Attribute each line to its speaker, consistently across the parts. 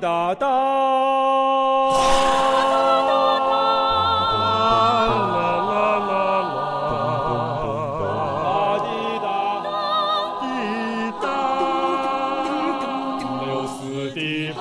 Speaker 1: 哒哒啦啦啦啦啦滴答滴答，没有死的吧。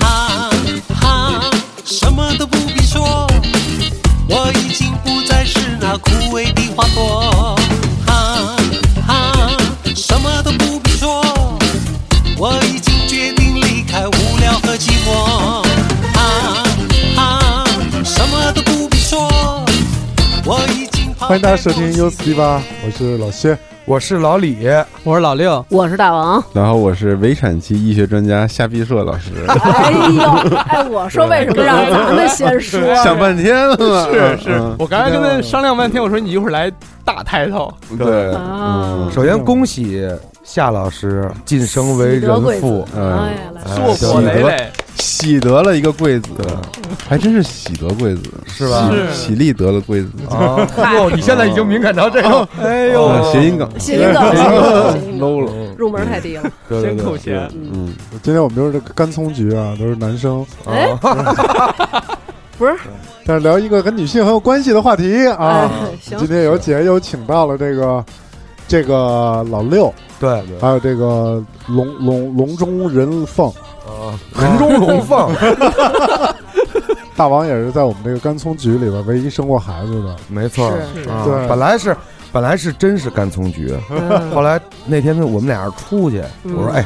Speaker 2: 哈哈，什么都不必说，我已经不再是那枯萎的花朵。哈哈，什么都不必说，我已经决定离开无聊和寂寞。哈哈，什么都不必说，我已经
Speaker 3: 欢迎大家收听 U 四 D 八，我是老谢，我是老李，
Speaker 4: 我是老六，
Speaker 5: 我是大王。
Speaker 6: 然后我是围产期医学专家夏必硕老师，
Speaker 5: 哎呦，哎，我说为什么让咱们先说？
Speaker 6: 想半天了，
Speaker 4: 是是
Speaker 6: 嗯，
Speaker 4: 我刚才跟他商量半天，我说你一会儿来大抬头，
Speaker 6: 对，
Speaker 5: 啊
Speaker 6: 嗯
Speaker 3: 首先恭喜夏老师晋升为人父，
Speaker 5: 喜得贵子
Speaker 6: 嗯
Speaker 5: 哎呀，来
Speaker 3: 哎
Speaker 4: 硕果累累，
Speaker 6: 喜得了一个贵子，还真是喜得贵子，
Speaker 3: 是吧
Speaker 6: 喜
Speaker 4: 是
Speaker 6: 喜力得了贵子，
Speaker 3: 啊！哇，你现在已经敏感到这个，哎
Speaker 6: 啊谐音梗
Speaker 5: 谐音梗，谐音梗谐音梗，
Speaker 6: low 了，
Speaker 5: 入门太低了。
Speaker 3: 对对
Speaker 4: 先
Speaker 3: 对
Speaker 4: 扣，钱，
Speaker 6: 嗯，
Speaker 7: 今天我们都是这个干葱局啊，都是男生，
Speaker 5: 哎，不是，
Speaker 7: 但是聊一个跟女性很有关系的话题啊。
Speaker 5: 哎，行
Speaker 7: 今，天有姐又请到了这个这个老六，
Speaker 3: 对
Speaker 6: 啊
Speaker 3: 对
Speaker 7: 还有这个龙龙龙中人凤
Speaker 3: 啊，人中龙凤，
Speaker 7: 大王，也是在我们这个干葱局里边唯一生过孩子的。
Speaker 3: 没错儿，
Speaker 5: 是
Speaker 3: 啊
Speaker 7: 对
Speaker 3: 本来是本来是真是干葱局，
Speaker 5: 嗯
Speaker 3: 后来那天我们俩人出去，
Speaker 5: 嗯
Speaker 3: 我说哎，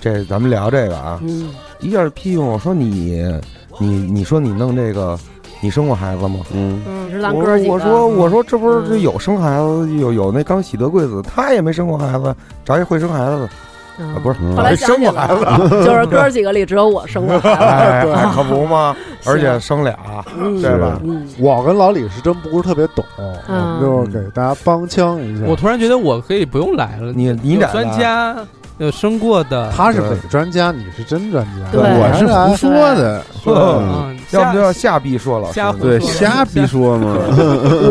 Speaker 3: 这咱们聊这个啊，
Speaker 5: 嗯，
Speaker 3: 一下批评我说你你你说你弄这个，你生过孩子吗？
Speaker 6: 嗯，
Speaker 5: 嗯，是
Speaker 3: 我
Speaker 5: 咱
Speaker 3: 说
Speaker 5: 哥几个，
Speaker 3: 我说我说这不是这
Speaker 5: 嗯
Speaker 3: 有生孩子有有那刚喜得贵子，他也没生过孩子，找一会生孩子的
Speaker 5: 嗯
Speaker 3: 啊，不是
Speaker 6: 嗯
Speaker 5: 后来
Speaker 3: 还
Speaker 5: 想
Speaker 3: 生
Speaker 5: 起
Speaker 3: 过
Speaker 5: 来
Speaker 3: 孩子，
Speaker 5: 了，就是哥几个里只有我生过孩子，
Speaker 3: 哎，哎可不嘛，而且生俩，
Speaker 5: 嗯
Speaker 3: 对吧？
Speaker 5: 嗯，
Speaker 7: 我跟老李是真不是特别懂，
Speaker 5: 嗯
Speaker 7: 就是给大家帮腔一下
Speaker 4: 我。突然觉得我可以不用来了，
Speaker 3: 你你
Speaker 4: 有
Speaker 3: 俩
Speaker 4: 专家有生过的，
Speaker 7: 他是伪专家，你是真专家。
Speaker 5: 对
Speaker 6: 我是
Speaker 7: 当
Speaker 6: 胡
Speaker 7: 然
Speaker 6: 说的，
Speaker 3: 嗯，
Speaker 4: 嗯，
Speaker 3: 要不就
Speaker 4: 下
Speaker 3: 要夏必说老师
Speaker 4: 瞎
Speaker 3: 呢，
Speaker 4: 胡
Speaker 6: 对，
Speaker 4: 说
Speaker 6: 瞎逼说 嘛，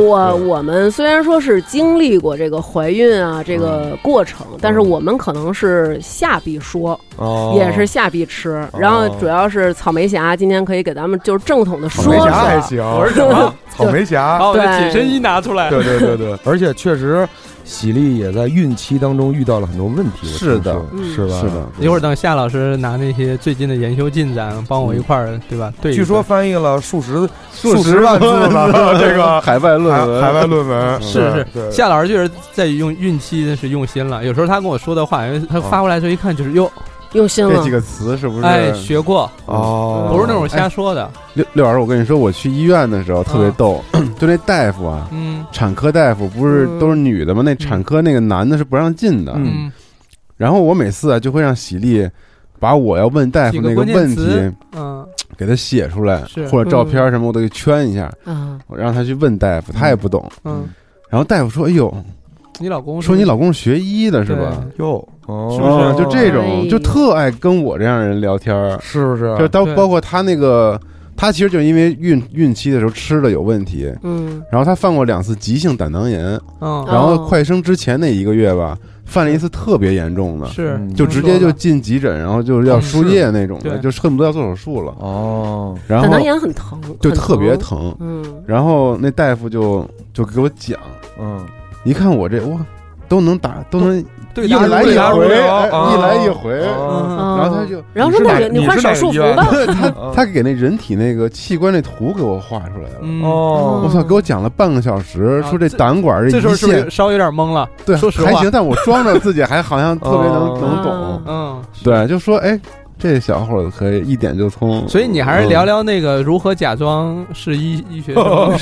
Speaker 5: 我我们虽然说是经历过这个怀孕啊这个过程，但是我们可能是下必说，
Speaker 3: 哦
Speaker 5: 也是下必吃，然后主要是草莓侠今天可以给咱们就是正统的说
Speaker 3: 草莓侠还
Speaker 5: 说，
Speaker 3: 行，
Speaker 4: 我是什么？
Speaker 3: 草莓侠
Speaker 8: 嗯
Speaker 4: 把，我的
Speaker 5: 对
Speaker 4: 紧身衣拿出来，
Speaker 3: 对对对对，而且确实，喜力也在孕期当中遇到了很多问题，我
Speaker 6: 是的
Speaker 3: 听
Speaker 5: 嗯
Speaker 3: 说是吧？
Speaker 6: 是的，
Speaker 4: 一会儿等夏老师拿那些最近的研修进展，帮我一块儿，对吧？对一对，
Speaker 3: 据说翻译了数十
Speaker 6: 数
Speaker 3: 十万字了，这个
Speaker 6: 海外论
Speaker 3: 海
Speaker 6: 文，
Speaker 3: 海外论文嗯
Speaker 6: 嗯
Speaker 4: 是是
Speaker 3: 对
Speaker 4: 夏老师确实在用孕期真是用心了，有时候他跟我说的话，因为他发过来之后一看就是哟，
Speaker 5: 用心
Speaker 6: 这
Speaker 5: 了
Speaker 6: 几，个词是不是？
Speaker 4: 哎，学过，
Speaker 6: 嗯
Speaker 3: 哦，
Speaker 4: 不是那种瞎嗯说的，
Speaker 6: 六六老师，我跟你说，我去医院的时候特别逗， 就那大夫啊，
Speaker 4: 嗯
Speaker 6: 产科大夫不是
Speaker 5: 嗯
Speaker 6: 都是女的吗？那产科那个男的是不让进的。
Speaker 3: 嗯
Speaker 4: 嗯，
Speaker 6: 然后我每次啊就会让喜力把我要问大夫那
Speaker 4: 几个
Speaker 6: 问
Speaker 4: 关键词
Speaker 6: 题
Speaker 4: 嗯，
Speaker 6: 给他写出来
Speaker 4: 是，
Speaker 6: 或者照片什么我都给圈一下，
Speaker 5: 嗯
Speaker 6: 我让他去问大夫，他也不懂。
Speaker 4: 嗯，
Speaker 6: 然后大夫说：“哎呦，
Speaker 4: 你老公
Speaker 6: 说你老公是学医的是吧
Speaker 3: 哟，哦
Speaker 4: 是不是
Speaker 6: 哦？”就这种
Speaker 5: 哎
Speaker 6: 就特爱跟我这样的人聊天儿，
Speaker 3: 是啊不是？
Speaker 6: 哎就包
Speaker 4: 对
Speaker 6: 包括他那个。他其实就是因为孕孕期的时候吃的有问题，
Speaker 5: 嗯，
Speaker 6: 然后他犯过两次急性胆囊炎，
Speaker 4: 嗯
Speaker 6: 然后快生之前那一个月吧，犯了一次特别严重的，
Speaker 4: 是
Speaker 3: 嗯
Speaker 6: 就直接就进急诊，然后就是要输液那种
Speaker 4: 嗯
Speaker 6: 的，
Speaker 4: 是
Speaker 6: 就恨不得要做手术了，
Speaker 3: 哦，
Speaker 6: 然
Speaker 5: 胆
Speaker 6: 后
Speaker 5: 囊炎很疼，
Speaker 6: 就
Speaker 5: 很
Speaker 6: 特别，疼。
Speaker 5: 嗯
Speaker 6: 然后那大夫就就给我讲，
Speaker 3: 嗯，
Speaker 6: 一看我这哇，都能打，都能，
Speaker 4: 对
Speaker 6: 一
Speaker 4: 答
Speaker 6: 来
Speaker 4: 对
Speaker 6: 一
Speaker 4: 答如
Speaker 6: 回，
Speaker 4: 流
Speaker 6: 哎
Speaker 3: 啊
Speaker 6: 一来一回，
Speaker 3: 哦
Speaker 4: 嗯
Speaker 6: 然后他就
Speaker 5: 然后
Speaker 3: 你
Speaker 5: 说
Speaker 3: 是哪
Speaker 5: 那个
Speaker 3: 你
Speaker 5: 换
Speaker 3: 是
Speaker 5: 手
Speaker 3: 哪个
Speaker 5: 术
Speaker 3: 医
Speaker 5: 服
Speaker 3: 院
Speaker 5: 吧，
Speaker 6: 他给那人体那个器官那图给我画出来了。
Speaker 4: 嗯
Speaker 3: 哦
Speaker 6: 我操！给我讲了半个小时，
Speaker 4: 啊
Speaker 6: 说这
Speaker 4: 这
Speaker 6: 胆管这
Speaker 4: 这时候
Speaker 6: 一
Speaker 4: 是不是
Speaker 6: 线，
Speaker 4: 稍微有点懵了？
Speaker 6: 对，
Speaker 4: 说实话
Speaker 6: 还行，但我装着自己还好像特别能
Speaker 3: 哦
Speaker 6: 能懂
Speaker 5: 啊。
Speaker 4: 嗯，
Speaker 6: 对，就说哎，这小伙子可以一点就通，
Speaker 4: 所以你还是聊聊那个如何假装是医医学生，聊聊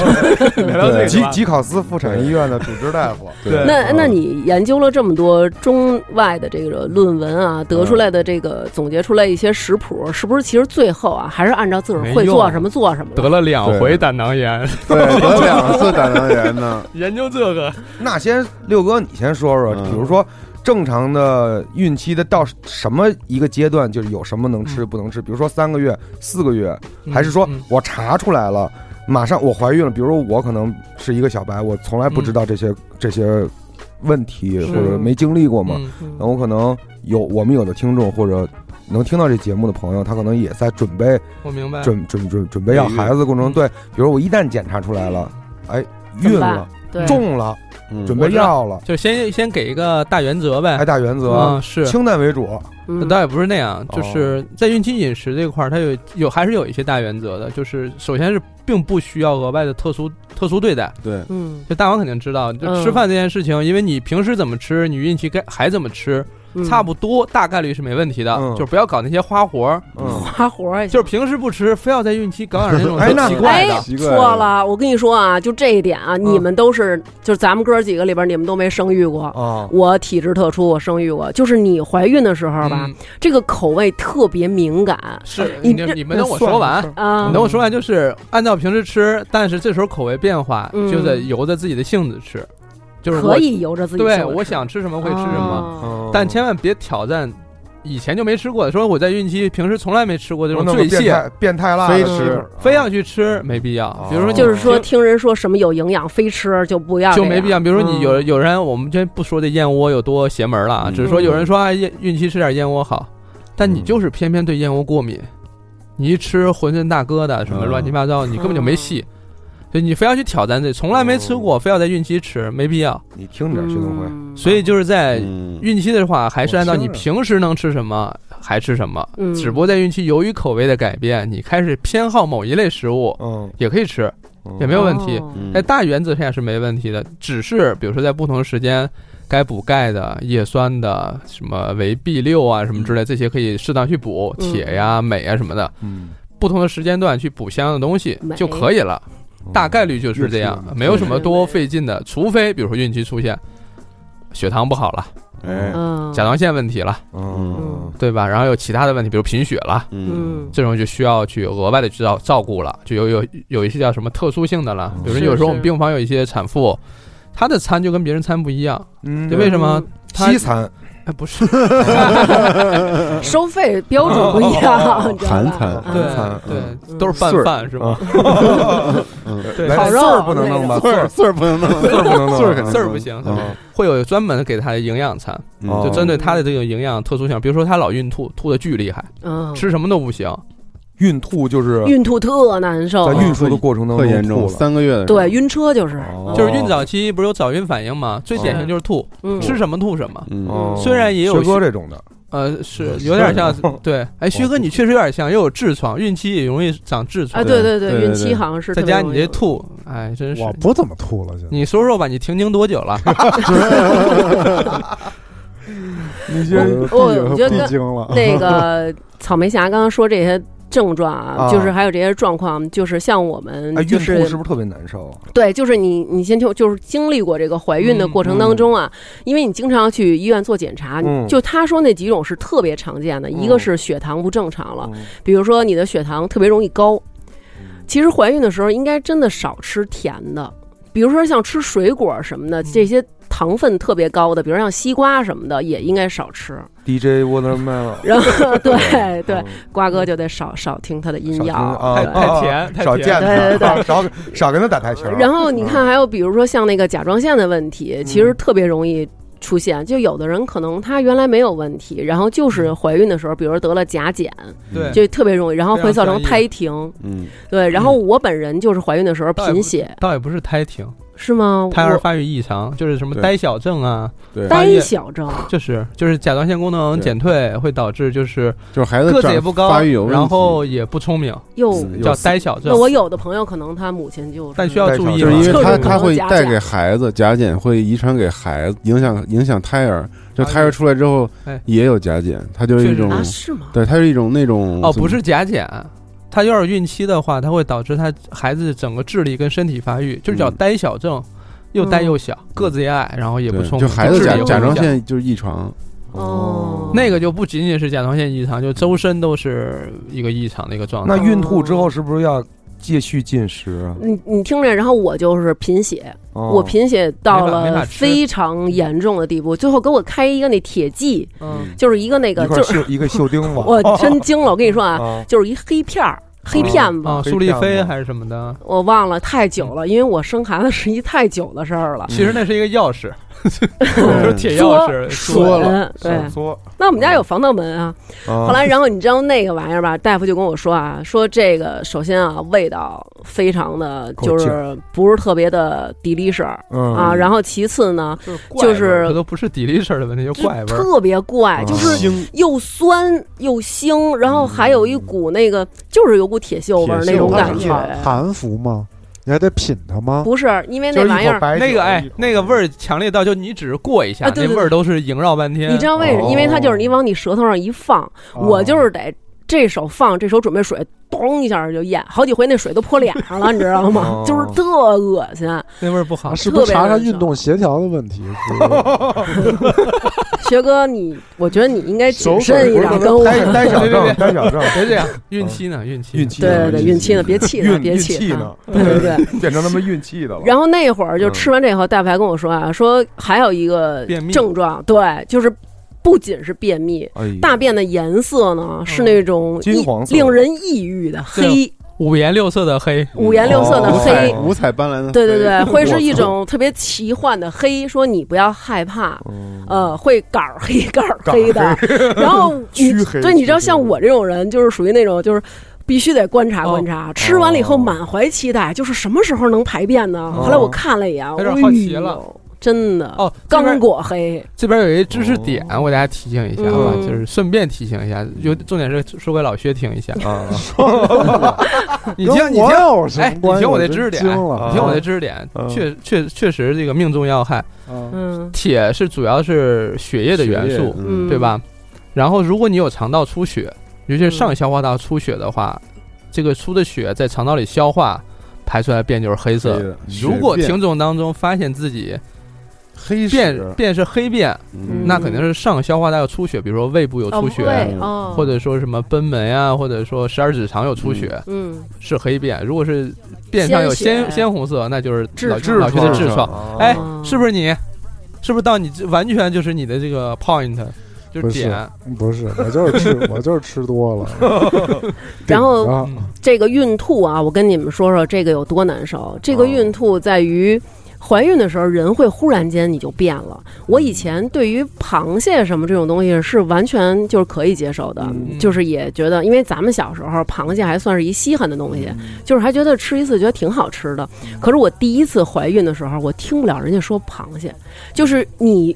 Speaker 4: 这个
Speaker 6: 嗯对
Speaker 3: 吉
Speaker 4: 吧
Speaker 3: 吉考斯妇产医院的主治大夫，
Speaker 6: 对
Speaker 5: 那
Speaker 3: 嗯
Speaker 5: 那你研究了这么多中外的这个论文啊，得出来的这个总结出来一些食谱，是不是其实最后啊，还是按照自个儿会做什么做什么
Speaker 4: 得
Speaker 5: 了？
Speaker 4: 了两回胆囊炎，
Speaker 6: 对，得 两次胆囊炎呢，
Speaker 4: 研究这个，
Speaker 3: 那先六哥，你先说说，
Speaker 6: 嗯
Speaker 3: 比如说正常的孕期的到什么一个阶段，就是有什么能吃不能吃？比如说三个月、四个月，还是说
Speaker 4: 嗯嗯嗯
Speaker 3: 我查出来了，马上我怀孕了？比如说我可能是一个小白，我从来不知道这些这些问题，
Speaker 4: 嗯是
Speaker 3: 或者没经历过嘛。
Speaker 4: 嗯
Speaker 3: 那我可能有我们有的听众或者能听到这节目的朋友，他可能也在准备
Speaker 4: 我明白。
Speaker 3: 准准准准备要孩子的过程中，
Speaker 4: 哎
Speaker 3: 对，
Speaker 4: 嗯
Speaker 3: 比如我一旦检查出来了，哎，
Speaker 5: 怎
Speaker 3: 孕
Speaker 5: 么办
Speaker 3: 了，
Speaker 5: 对，
Speaker 3: 中了，
Speaker 6: 嗯
Speaker 3: 准
Speaker 4: 我
Speaker 3: 备
Speaker 4: 知道
Speaker 3: 要了，
Speaker 4: 就先先给一个大原则呗
Speaker 3: 哎，。大原则，
Speaker 4: 啊，是，
Speaker 3: 清淡为主，
Speaker 5: 嗯
Speaker 4: 倒也不是那样，就
Speaker 3: 哦
Speaker 4: 是在孕期饮食这块儿，它有有还是有一些大原则的，就是首先是并不需要额外的特殊特殊对待。
Speaker 6: 对，
Speaker 5: 嗯
Speaker 4: 就大王肯定知道，就
Speaker 5: 嗯
Speaker 4: 吃饭这件事情，因为你平时怎么吃，你孕期该还怎么吃，
Speaker 5: 嗯
Speaker 4: 差不多大概率是没问题的，
Speaker 3: 嗯
Speaker 4: 就是不要搞那些花活儿，
Speaker 3: 嗯，
Speaker 5: 花活儿也行
Speaker 4: 就是平时不吃，非要在孕期搞点那种
Speaker 3: 哎那
Speaker 4: 很奇怪嗯的。
Speaker 6: 奇怪的
Speaker 5: 错了，我跟你说啊，就这一点啊，你们都是，就是咱们哥几个里边，你们都没生育
Speaker 4: 哦
Speaker 5: 过。
Speaker 3: 啊，
Speaker 5: 我体质特殊，我生育过。就是你怀孕的时候吧，
Speaker 4: 嗯
Speaker 5: 这个口味特别敏感
Speaker 4: 是
Speaker 5: 你
Speaker 4: 你
Speaker 5: 这
Speaker 4: 你们等我说完，
Speaker 5: 啊
Speaker 4: 你。等我说完，就是按照平时吃，但是这时候口味变化，
Speaker 5: 嗯
Speaker 4: 就得由着自己的性子吃，就是我
Speaker 5: 可以由着自己
Speaker 4: 对，
Speaker 5: 做
Speaker 4: 我想吃什么会吃什么，
Speaker 5: 哦
Speaker 3: 嗯
Speaker 4: 但千万别挑战以前就没吃过的。说我在孕期平时从来没吃过这种
Speaker 3: 弄个
Speaker 4: 醉
Speaker 3: 哦变
Speaker 4: 蟹，
Speaker 3: 态变态辣的
Speaker 6: 非
Speaker 3: 地
Speaker 6: 吃
Speaker 3: 方
Speaker 4: 非要去吃没必要
Speaker 3: 哦。
Speaker 4: 比如说你
Speaker 5: 就是说，听人说什么有营养，非吃就不要这
Speaker 4: 就
Speaker 5: 样，
Speaker 4: 没必要。比如说你有
Speaker 5: 嗯
Speaker 4: 有人，我们先不说这燕窝有多邪门了啊，
Speaker 6: 嗯
Speaker 4: 只是说有人说啊，燕孕期吃点燕窝好，但你
Speaker 6: 嗯
Speaker 4: 就是偏偏对燕窝过敏，你一吃浑身大疙瘩，什么
Speaker 6: 嗯
Speaker 4: 乱七八糟，你根本就没戏。所以你非要去挑战这，从来没吃过，非要在孕期吃，没必要。
Speaker 3: 你听着，徐东辉，
Speaker 5: 嗯
Speaker 4: 所以就是在
Speaker 6: 嗯
Speaker 4: 孕期的话，还是按照你
Speaker 6: 我
Speaker 4: 平时能吃什么还吃什么，
Speaker 5: 嗯
Speaker 4: 只不过在孕期由于口味的改变，你开始偏好某一类食物，
Speaker 3: 嗯，
Speaker 4: 也可以吃，
Speaker 3: 嗯
Speaker 4: 也没有问题。
Speaker 5: 哦
Speaker 6: 嗯
Speaker 4: 在大原则上是没问题的，只是比如说在不同时间，该补钙的、叶酸的、什么维 B 六啊什么之类，这些可以适当去补，
Speaker 5: 嗯
Speaker 4: 铁呀、镁啊什么的，
Speaker 3: 嗯，
Speaker 4: 不同的时间段去补相应的东西
Speaker 5: 镁
Speaker 4: 就可以了。大概率就是这样
Speaker 6: 越吃越，
Speaker 4: 没有什么多费劲的，除非比如说孕期出现血糖不好了、
Speaker 6: 哎，
Speaker 5: 嗯
Speaker 4: 甲状腺问题了。
Speaker 3: 嗯，
Speaker 4: 对吧？然后有其他的问题，比如贫血了，
Speaker 6: 嗯
Speaker 5: 嗯
Speaker 4: 这种就需要去额外的去照照顾了，就有有有一些叫什么特殊性的了
Speaker 6: 嗯。
Speaker 4: 比如说
Speaker 5: 是
Speaker 4: 有时候我们
Speaker 5: 是
Speaker 4: 病房有一些产妇，她的餐就跟别人餐不一样，
Speaker 3: 嗯，
Speaker 4: 对为什么她
Speaker 3: 西餐
Speaker 4: 哎不是
Speaker 5: 嗯收费标准不一样，你知道吧
Speaker 6: 韩餐
Speaker 5: 嗯
Speaker 4: 哦对
Speaker 3: 餐
Speaker 4: 对
Speaker 5: 嗯
Speaker 4: 都是拌饭是吗？对
Speaker 3: 来
Speaker 5: 烤
Speaker 3: 丝
Speaker 5: 肉
Speaker 3: 儿不能弄吧？
Speaker 6: 字儿字儿不能弄，
Speaker 3: 丝儿不能弄，嗯
Speaker 6: 字儿肯定
Speaker 4: 字儿不行，
Speaker 6: 嗯
Speaker 4: 嗯会有专门给她的营养餐，
Speaker 3: 哦
Speaker 4: 就针对她的这个营养特殊性，比如说她老孕吐，吐的巨厉害，
Speaker 5: 嗯，
Speaker 4: 吃什么都不行，
Speaker 3: 孕吐就是
Speaker 5: 孕吐特难受
Speaker 3: 在，
Speaker 6: 哦
Speaker 4: 啊
Speaker 3: 运输的过程当
Speaker 6: 特
Speaker 3: 中
Speaker 6: 严重，
Speaker 3: 吐了，
Speaker 6: 三个月的时候
Speaker 5: 对，，晕车就是，
Speaker 6: 哦
Speaker 4: 就是孕早期不是有早孕反应嘛，最典型就是吐，
Speaker 5: 嗯，
Speaker 4: 吃什么吐什么。
Speaker 6: 嗯
Speaker 3: 哦
Speaker 4: 虽然也有
Speaker 3: 薛哥这种的，
Speaker 4: 呃，是有 点像
Speaker 3: 是吗，
Speaker 4: 对，哎，薛哥，你确实有点像，又有痔疮，孕期也容易长痔
Speaker 5: 啊，
Speaker 4: 疮，
Speaker 5: 对
Speaker 6: 对对
Speaker 5: 对，
Speaker 6: 对
Speaker 5: 孕期好像是
Speaker 4: 再
Speaker 5: 特别
Speaker 4: 加
Speaker 5: 容
Speaker 4: 你
Speaker 5: 易
Speaker 4: 这吐，哎，真是
Speaker 7: 我。不怎么吐了，现在
Speaker 4: 你说说吧，你停经多久了？
Speaker 7: 你这
Speaker 5: 我哦我觉得
Speaker 7: 闭经了，
Speaker 5: 那个草莓侠刚刚说这些症状啊，
Speaker 3: 啊
Speaker 5: 就是还有这些状况，就是像我们
Speaker 3: 哎，
Speaker 5: 就
Speaker 3: 孕吐
Speaker 5: 是
Speaker 3: 是不是特别难受？啊
Speaker 5: 对，就是你你先听，就是经历过这个怀孕的过程当中啊，因为你经常去医院做检查，
Speaker 3: 嗯
Speaker 5: 就他说那几种是特别常见的，一个
Speaker 3: 嗯
Speaker 5: 是血糖不正常了，
Speaker 3: 嗯
Speaker 5: 比如说你的血糖特别容易高。其实怀孕的时候应该真的少吃甜的，比如说像吃水果什么
Speaker 3: 嗯
Speaker 5: 的，这些糖分特别高的，比如像西瓜什么的，也应该 少吃。
Speaker 3: DJ Watermelon，
Speaker 5: 然后对对
Speaker 3: 嗯，，
Speaker 5: 瓜哥就得少少听他的音
Speaker 3: 少听
Speaker 5: 药，
Speaker 3: 啊，
Speaker 4: 太
Speaker 5: 对
Speaker 4: 太
Speaker 3: 啊
Speaker 4: 甜
Speaker 3: 啊
Speaker 4: 太
Speaker 3: 少
Speaker 4: 甜
Speaker 3: 见
Speaker 5: 对对
Speaker 3: 他，少少跟他打台
Speaker 4: 啊
Speaker 3: 球。啊
Speaker 5: 然后你看，还有比如说像那个甲状腺的问
Speaker 4: 嗯
Speaker 5: 题，其实特别容易出现。就有的人可能他原来没有问题，然后就是怀孕的时候，比如说得了甲减，
Speaker 4: 嗯对，
Speaker 5: 就特别容易，然后会造成
Speaker 4: 非常专
Speaker 5: 胎停。
Speaker 6: 嗯
Speaker 5: 对，然后我本人就是怀孕的时候贫血，
Speaker 4: 倒也不是胎停，
Speaker 5: 是吗？
Speaker 4: 胎儿
Speaker 5: 我
Speaker 4: 发育异常，就是什么
Speaker 6: 对
Speaker 4: 呆小症啊，
Speaker 6: 对，
Speaker 4: 发
Speaker 5: 呆
Speaker 4: 育
Speaker 5: 小症，
Speaker 4: 就是就是甲状腺功能
Speaker 6: 对
Speaker 4: 减退，会导致就是
Speaker 6: 就是孩子
Speaker 4: 个子
Speaker 6: 长
Speaker 4: 也不高
Speaker 6: 发育有，问题
Speaker 4: 然后也不聪明，
Speaker 5: 哟。
Speaker 6: 有
Speaker 4: 叫呆小嗯症
Speaker 5: 那。我有的朋友可能他母亲就是，
Speaker 4: 嗯但需要注意
Speaker 6: 就
Speaker 4: 了，
Speaker 6: 是因为
Speaker 5: 就是
Speaker 6: 他
Speaker 5: 不
Speaker 6: 他
Speaker 5: 能
Speaker 6: 会
Speaker 5: 假
Speaker 6: 带
Speaker 5: 假
Speaker 6: 给孩子甲减，会遗传给孩子，影响影响胎儿。就胎儿出来之后
Speaker 4: 啊哎
Speaker 6: 也有甲减，它就是一
Speaker 4: 确实
Speaker 6: 种，
Speaker 5: 啊是吗？
Speaker 6: 对，它是一种那种
Speaker 4: 哦，不是甲减，他要是孕期的话，它会导致他孩子整个智力跟身体发育，就是叫
Speaker 6: 嗯
Speaker 4: 呆小症，又呆又小，个子也矮，然后也
Speaker 6: 对
Speaker 4: 不聪
Speaker 6: 就
Speaker 4: 明，
Speaker 6: 孩子
Speaker 4: 智力
Speaker 6: 甲
Speaker 4: 也会
Speaker 6: 甲
Speaker 4: 影
Speaker 6: 状
Speaker 4: 响。
Speaker 6: 腺就是异常，
Speaker 5: 哦，
Speaker 4: 那个就不
Speaker 3: 啊
Speaker 4: 仅仅是甲状腺异常，就周身都是一个异常的一个状态
Speaker 3: 那。孕吐之后是不是要继续进食？啊
Speaker 5: 你你听着，然后我就是贫血，
Speaker 3: 哦
Speaker 5: 嗯我贫血到
Speaker 4: 没法没
Speaker 5: 了
Speaker 4: 法吃
Speaker 5: 非常严重的地步，最后给我开一个那铁剂，
Speaker 4: 嗯，
Speaker 5: 就是一个那个
Speaker 3: 一块
Speaker 5: 就是
Speaker 3: 锈一个锈钉网，
Speaker 4: 哦
Speaker 5: 我真惊了，我跟你说啊，
Speaker 3: 啊，
Speaker 5: 就是一黑片儿黑片子，
Speaker 4: 啊，
Speaker 3: 可以
Speaker 4: 苏丽
Speaker 3: 这样
Speaker 4: 菲
Speaker 3: 吗
Speaker 4: 还是什么的，
Speaker 5: 我忘了太久
Speaker 4: 嗯
Speaker 5: 了，因为我生孩子是一太久的事儿了。
Speaker 4: 其实那是一个钥匙，
Speaker 6: 嗯
Speaker 4: 就是铁钥匙
Speaker 5: 说
Speaker 4: 说了，哦
Speaker 5: 了，对
Speaker 3: 手，搓。
Speaker 5: 那我们家有防盗门啊。后
Speaker 3: 后
Speaker 5: 来，然后你知道那个玩意 儿吧？大夫就跟我说啊，说这个首先啊，味道非常的，
Speaker 3: 够
Speaker 5: 就是不是特别的 delicious 啊。
Speaker 3: 嗯
Speaker 5: 然后其次呢，
Speaker 4: 就是怪味儿
Speaker 5: 就是
Speaker 4: 这都不是迪丽式的问题，就
Speaker 5: 就
Speaker 4: 怪味儿。哦
Speaker 5: 特别怪，就是
Speaker 6: 腥，
Speaker 5: 又酸又腥，然后还有一股那个，就是有股铁锈味儿
Speaker 4: 铁锈
Speaker 5: 那种
Speaker 4: 味儿
Speaker 5: 感
Speaker 7: 含
Speaker 5: 觉。
Speaker 7: 含服吗？你还得品它吗？
Speaker 5: 不是，因为
Speaker 3: 就
Speaker 5: 那
Speaker 3: 是一
Speaker 5: 玩意
Speaker 3: 口
Speaker 5: 儿，
Speaker 3: 白酒
Speaker 4: 那个哎
Speaker 3: 一口，
Speaker 4: 那个味儿强烈到就你只是过一下，
Speaker 5: 啊对
Speaker 4: 那
Speaker 5: 对
Speaker 4: 味儿都是萦绕半天。
Speaker 5: 你知道为什么？
Speaker 7: 哦
Speaker 5: 因为它就是你往你舌头上一放，
Speaker 3: 哦
Speaker 5: 我
Speaker 7: 啊
Speaker 5: 就是得这手放，这手准备水，咚一下就咽，好几回那水都泼脸上了，你知道吗
Speaker 3: 哦？
Speaker 5: 就是特恶心。
Speaker 4: 那味儿不好
Speaker 7: 啊，，是不
Speaker 5: 特
Speaker 7: 是
Speaker 5: 别
Speaker 7: 查查
Speaker 5: 难受
Speaker 7: 运动协调的问 题？是不是
Speaker 5: 学哥，你我觉得你应该谨
Speaker 3: 不
Speaker 5: 慎一
Speaker 3: 是
Speaker 5: 点，
Speaker 3: 不是
Speaker 5: 跟我
Speaker 3: 单单 小
Speaker 4: 别别别
Speaker 3: 症，单小症，
Speaker 4: 别这样，运气呢，运气 呢，
Speaker 3: 运气
Speaker 5: 对对对，运气呢，别气他，
Speaker 3: 运
Speaker 5: 别
Speaker 3: 运
Speaker 5: 气
Speaker 3: 气
Speaker 5: 他
Speaker 3: 呢，
Speaker 5: 对对对。
Speaker 3: 变成他们运气的了。
Speaker 5: 然后那会儿就
Speaker 3: 嗯
Speaker 5: 吃完这以后，大夫还跟我说啊，说还有一个
Speaker 4: 便秘
Speaker 5: 症状，对，就是不仅是便秘，
Speaker 3: 哎呦
Speaker 5: 大便的颜色呢是那种
Speaker 3: 嗯金
Speaker 5: 抑
Speaker 3: 黄色啊
Speaker 5: 令人抑郁的黑，
Speaker 4: 五颜六色的黑，
Speaker 5: 五颜六色的
Speaker 3: 哦
Speaker 5: 黑。
Speaker 3: 哦
Speaker 6: 五彩斑斓的，
Speaker 5: 对对对， 会是一种特别奇幻的黑，说你不要害怕，
Speaker 3: 嗯
Speaker 5: 呃，会杆儿黑杆儿黑的，然后你
Speaker 3: 黢黑
Speaker 5: 对，你知道
Speaker 3: 黢黑
Speaker 5: 像我这种人，就是属于那种就是。必须得观
Speaker 4: 哦
Speaker 5: 察观察，吃完了以后
Speaker 3: 哦
Speaker 5: 满怀期待，就是什么时候能排便呢？
Speaker 3: 哦
Speaker 5: 后来我看了一眼，
Speaker 4: 有点好奇
Speaker 5: 哎呦
Speaker 4: 了，
Speaker 5: 真的，
Speaker 4: 哦，这边
Speaker 5: 刚果黑，
Speaker 4: 这边有一知识点，我给大家提醒一下啊，
Speaker 5: 嗯
Speaker 4: 就是顺便提醒一下，有重点是说给老薛听一下。
Speaker 5: 嗯
Speaker 3: 啊，
Speaker 4: 你听，
Speaker 7: 跟
Speaker 4: 你听，
Speaker 7: 我有什
Speaker 4: 哎
Speaker 7: 么
Speaker 4: 你
Speaker 7: 关系？
Speaker 4: 听我
Speaker 7: 我
Speaker 4: 的
Speaker 7: 真
Speaker 4: 知识点
Speaker 7: 惊了，
Speaker 4: 你听我的知识点，
Speaker 3: 嗯
Speaker 4: 确确确实这个命中要害，
Speaker 7: 啊
Speaker 5: 嗯
Speaker 4: 铁是主要是血液的元素，
Speaker 5: 嗯，嗯
Speaker 4: 对？吧？然后如果你有肠道出血，尤其是上消化道出血的话，这个出的血在肠道里消化，排出来便就是黑
Speaker 6: 哎
Speaker 4: 色。如果听众当中发现自己
Speaker 6: 黑嗯
Speaker 4: 便
Speaker 6: 屎，
Speaker 4: 便是黑便，
Speaker 5: 嗯
Speaker 4: 那肯定是上消化道有出血，比如说胃部有出血，
Speaker 5: 哦会哦，
Speaker 4: 或者说什么贲门啊，或者说十二指肠有出血，
Speaker 5: 嗯，
Speaker 4: 是黑便。如果是便上有
Speaker 5: 鲜
Speaker 4: 鲜
Speaker 5: 血
Speaker 4: 鲜红色，那就是
Speaker 5: 痔
Speaker 4: 老
Speaker 5: 疮
Speaker 4: 老薛的
Speaker 5: 痔
Speaker 4: 痔
Speaker 6: 疮
Speaker 4: 疮。
Speaker 3: 啊
Speaker 4: 哎
Speaker 5: 哦，
Speaker 4: 是不是你？是不是到你这完全就是你的这个 point，就
Speaker 7: 不是
Speaker 4: 点？
Speaker 7: 不是，我就是吃，我就是吃多了。
Speaker 5: 然后
Speaker 7: 顶着
Speaker 4: 嗯
Speaker 5: 这个孕吐啊，我跟你们说说这个有多难受。这个孕吐在于怀孕的时候，人会忽然间你就变了。我以前对于螃蟹什么这种东西是完全就是可以接受的，
Speaker 4: 嗯
Speaker 5: 就是也觉得，因为咱们小时候螃蟹还算是一稀罕的东西，就是还觉得吃一次觉得挺好吃的。可是我第一次怀孕的时候，我听不了人家说螃蟹，就是你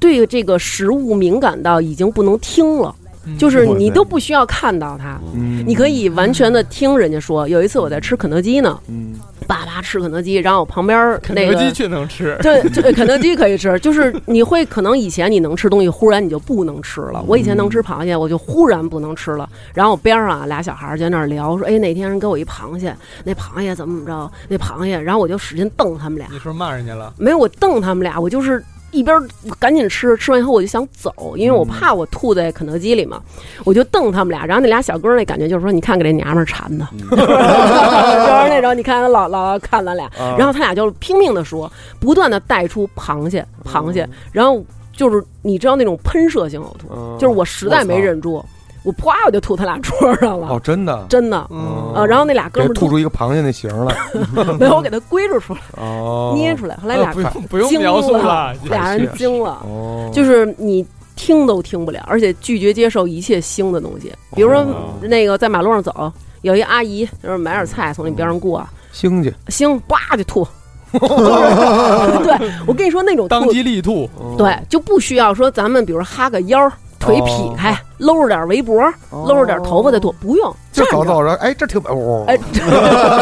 Speaker 5: 对这个食物敏感到已经不能听了，就是你都不需要看到它。
Speaker 3: 嗯
Speaker 5: 你可以完全的听人家说。有一次我在吃肯德基呢，
Speaker 3: 嗯
Speaker 5: 叭叭吃肯德基，然后我旁边儿
Speaker 4: 肯
Speaker 5: 那
Speaker 4: 德
Speaker 5: 个
Speaker 4: 基却能吃。
Speaker 5: 对对，肯德基可以吃，就是你会可能以前你能吃东西，忽然你就不能吃
Speaker 4: 嗯
Speaker 5: 了。我以前能吃螃蟹，我就忽然不能吃了。然后我边上啊俩小孩儿在那儿聊，说哎哪天人给我一螃蟹，那螃蟹怎么怎么着，那螃蟹，然后我就使劲瞪他们俩，
Speaker 4: 你是不是骂人家了？
Speaker 5: 没有我瞪他们俩，我就是一边儿赶紧吃，吃完以后我就想走，因为
Speaker 3: 嗯
Speaker 5: 我怕我吐在肯德基里嘛，我就瞪他们俩。然后那俩小哥儿那感觉就是说，你看看这娘们儿馋的，
Speaker 3: 嗯
Speaker 5: 就是那种你看老老老看咱俩，
Speaker 3: 啊
Speaker 5: 然后他俩就拼命的说，不断的带出螃蟹螃
Speaker 3: 嗯
Speaker 5: 蟹，然后就是你知道那种喷射性呕吐，
Speaker 3: 嗯
Speaker 5: 就是我实在没忍住，我啪我就吐他俩桌上了，
Speaker 3: 哦，真的
Speaker 5: 真的。
Speaker 3: 嗯
Speaker 5: 啊，然后那俩哥
Speaker 3: 给
Speaker 5: 们儿
Speaker 3: 吐
Speaker 5: 都
Speaker 3: 出一个螃蟹那形儿来，
Speaker 5: 没有，我给他归置出来，
Speaker 3: 哦，
Speaker 5: 捏出来。后来
Speaker 6: 哎
Speaker 4: 呃
Speaker 5: 俩
Speaker 4: 不用不用
Speaker 5: 惊
Speaker 4: 描述
Speaker 5: 了
Speaker 4: 了，
Speaker 5: 俩人惊了，
Speaker 3: 哦，
Speaker 5: 就是你听都听不了，而且拒绝接受一切腥的东西。比如说
Speaker 3: 哦
Speaker 5: 那个在马路上走，有一阿姨就是买点菜从你边上过，
Speaker 3: 星去，
Speaker 5: 腥叭就 吐。对，我跟你说那种
Speaker 4: 当
Speaker 5: 吐，
Speaker 4: 机立吐，
Speaker 5: 对，就不需要说咱们比如哈个腰。腿劈开，
Speaker 4: 哦
Speaker 5: 搂着点围脖，搂着点头发再吐，不用
Speaker 3: 就
Speaker 5: 站
Speaker 3: 走
Speaker 5: 着，
Speaker 3: 走着，哎，这挺哦，
Speaker 5: 哎，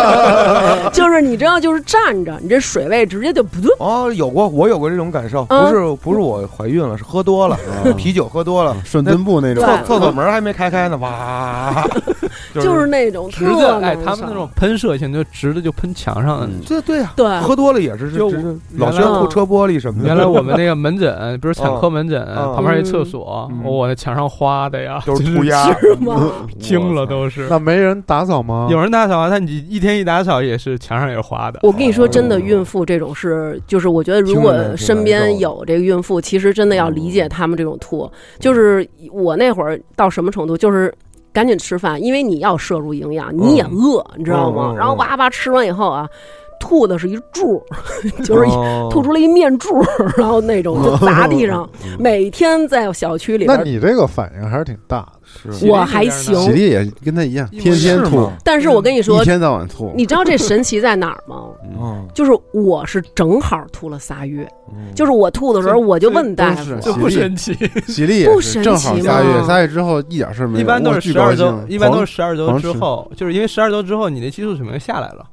Speaker 5: 就是你知道，就是站着，你这水位直接就不对，
Speaker 3: 哦，有过，我有过这种感受，
Speaker 5: 嗯
Speaker 3: 不是不是我怀孕了，是喝多了， 啤酒喝多了，
Speaker 6: 啊顺墩布那种
Speaker 5: 对，
Speaker 3: 厕厕所门还没开开呢，哇，
Speaker 5: 就是那种
Speaker 4: 直
Speaker 5: 特
Speaker 4: 的哎，
Speaker 5: 难
Speaker 4: 他们
Speaker 5: 受
Speaker 4: 那种喷射性就直的就喷墙
Speaker 6: 嗯
Speaker 4: 上了。
Speaker 3: 这对啊，
Speaker 5: 对
Speaker 3: 喝多了也是
Speaker 4: 就
Speaker 3: 就
Speaker 4: 原
Speaker 3: 老
Speaker 4: 来
Speaker 3: 薛吐车玻璃什么的，
Speaker 4: 原 来我们那个门诊，比如产
Speaker 6: 哦
Speaker 4: 科门诊
Speaker 3: 嗯
Speaker 4: 旁边一厕所哦
Speaker 3: 嗯，
Speaker 4: 我那墙上花的呀，
Speaker 3: 都
Speaker 4: 就是
Speaker 3: 涂鸦，
Speaker 6: 嗯
Speaker 4: 嗯
Speaker 5: 是吗？
Speaker 4: 惊了都是。是
Speaker 7: 那没人打扫吗？
Speaker 4: 有人打扫啊，但你一天一打扫也是墙上也是花的。
Speaker 5: 我跟你说，真的，
Speaker 3: 哦
Speaker 5: 孕妇这种事，就是我觉得，如
Speaker 3: 听着
Speaker 5: 果
Speaker 3: 就挺
Speaker 5: 身
Speaker 3: 难
Speaker 5: 边
Speaker 3: 受嗯
Speaker 5: 有这个孕妇，其实真的要理解他们这种吐。就是我那会儿到什么程度，就是赶紧吃饭，因为你要摄入营养，你也饿，你知道吗
Speaker 3: 嗯嗯？嗯
Speaker 5: 然后哇哇吃完以后啊，吐的是一柱儿， 就是一
Speaker 3: 哦
Speaker 5: 吐出了一面柱儿， 然后那种就砸地上。
Speaker 6: 嗯
Speaker 5: 每天在小区里边
Speaker 7: 那
Speaker 5: 儿，
Speaker 7: 你这个反应还是挺大的。
Speaker 3: 是
Speaker 4: 洗
Speaker 5: 我
Speaker 4: 涤
Speaker 5: 还
Speaker 4: 这边呢
Speaker 5: 行
Speaker 6: 喜力也跟他一样，
Speaker 4: 一模
Speaker 6: 天天
Speaker 3: 是
Speaker 6: 吐
Speaker 3: 吗，
Speaker 5: 但是我跟你说
Speaker 6: 一，天到晚吐。
Speaker 5: 你知道这神奇在哪儿吗？
Speaker 3: 嗯，
Speaker 5: 就是我是正好吐了仨月，
Speaker 3: 哦
Speaker 5: 就是我吐的时候，
Speaker 6: 这
Speaker 5: 我就问大夫，
Speaker 6: 都是
Speaker 4: 这不神奇，
Speaker 6: 喜力
Speaker 5: 不
Speaker 6: 也是
Speaker 5: 神
Speaker 6: 正好
Speaker 5: 奇
Speaker 6: 仨月，
Speaker 5: 吗
Speaker 6: 仨月之后一点事儿没有，
Speaker 4: 一般都
Speaker 6: 我
Speaker 4: 是
Speaker 6: 巨
Speaker 4: 十二
Speaker 6: 高
Speaker 4: 周，
Speaker 6: 兴
Speaker 4: 一般都
Speaker 6: 狂
Speaker 4: 是十二周
Speaker 6: 狂
Speaker 4: 之
Speaker 6: 吃
Speaker 4: 后，就是因为十二周之后你的激素水平下来了，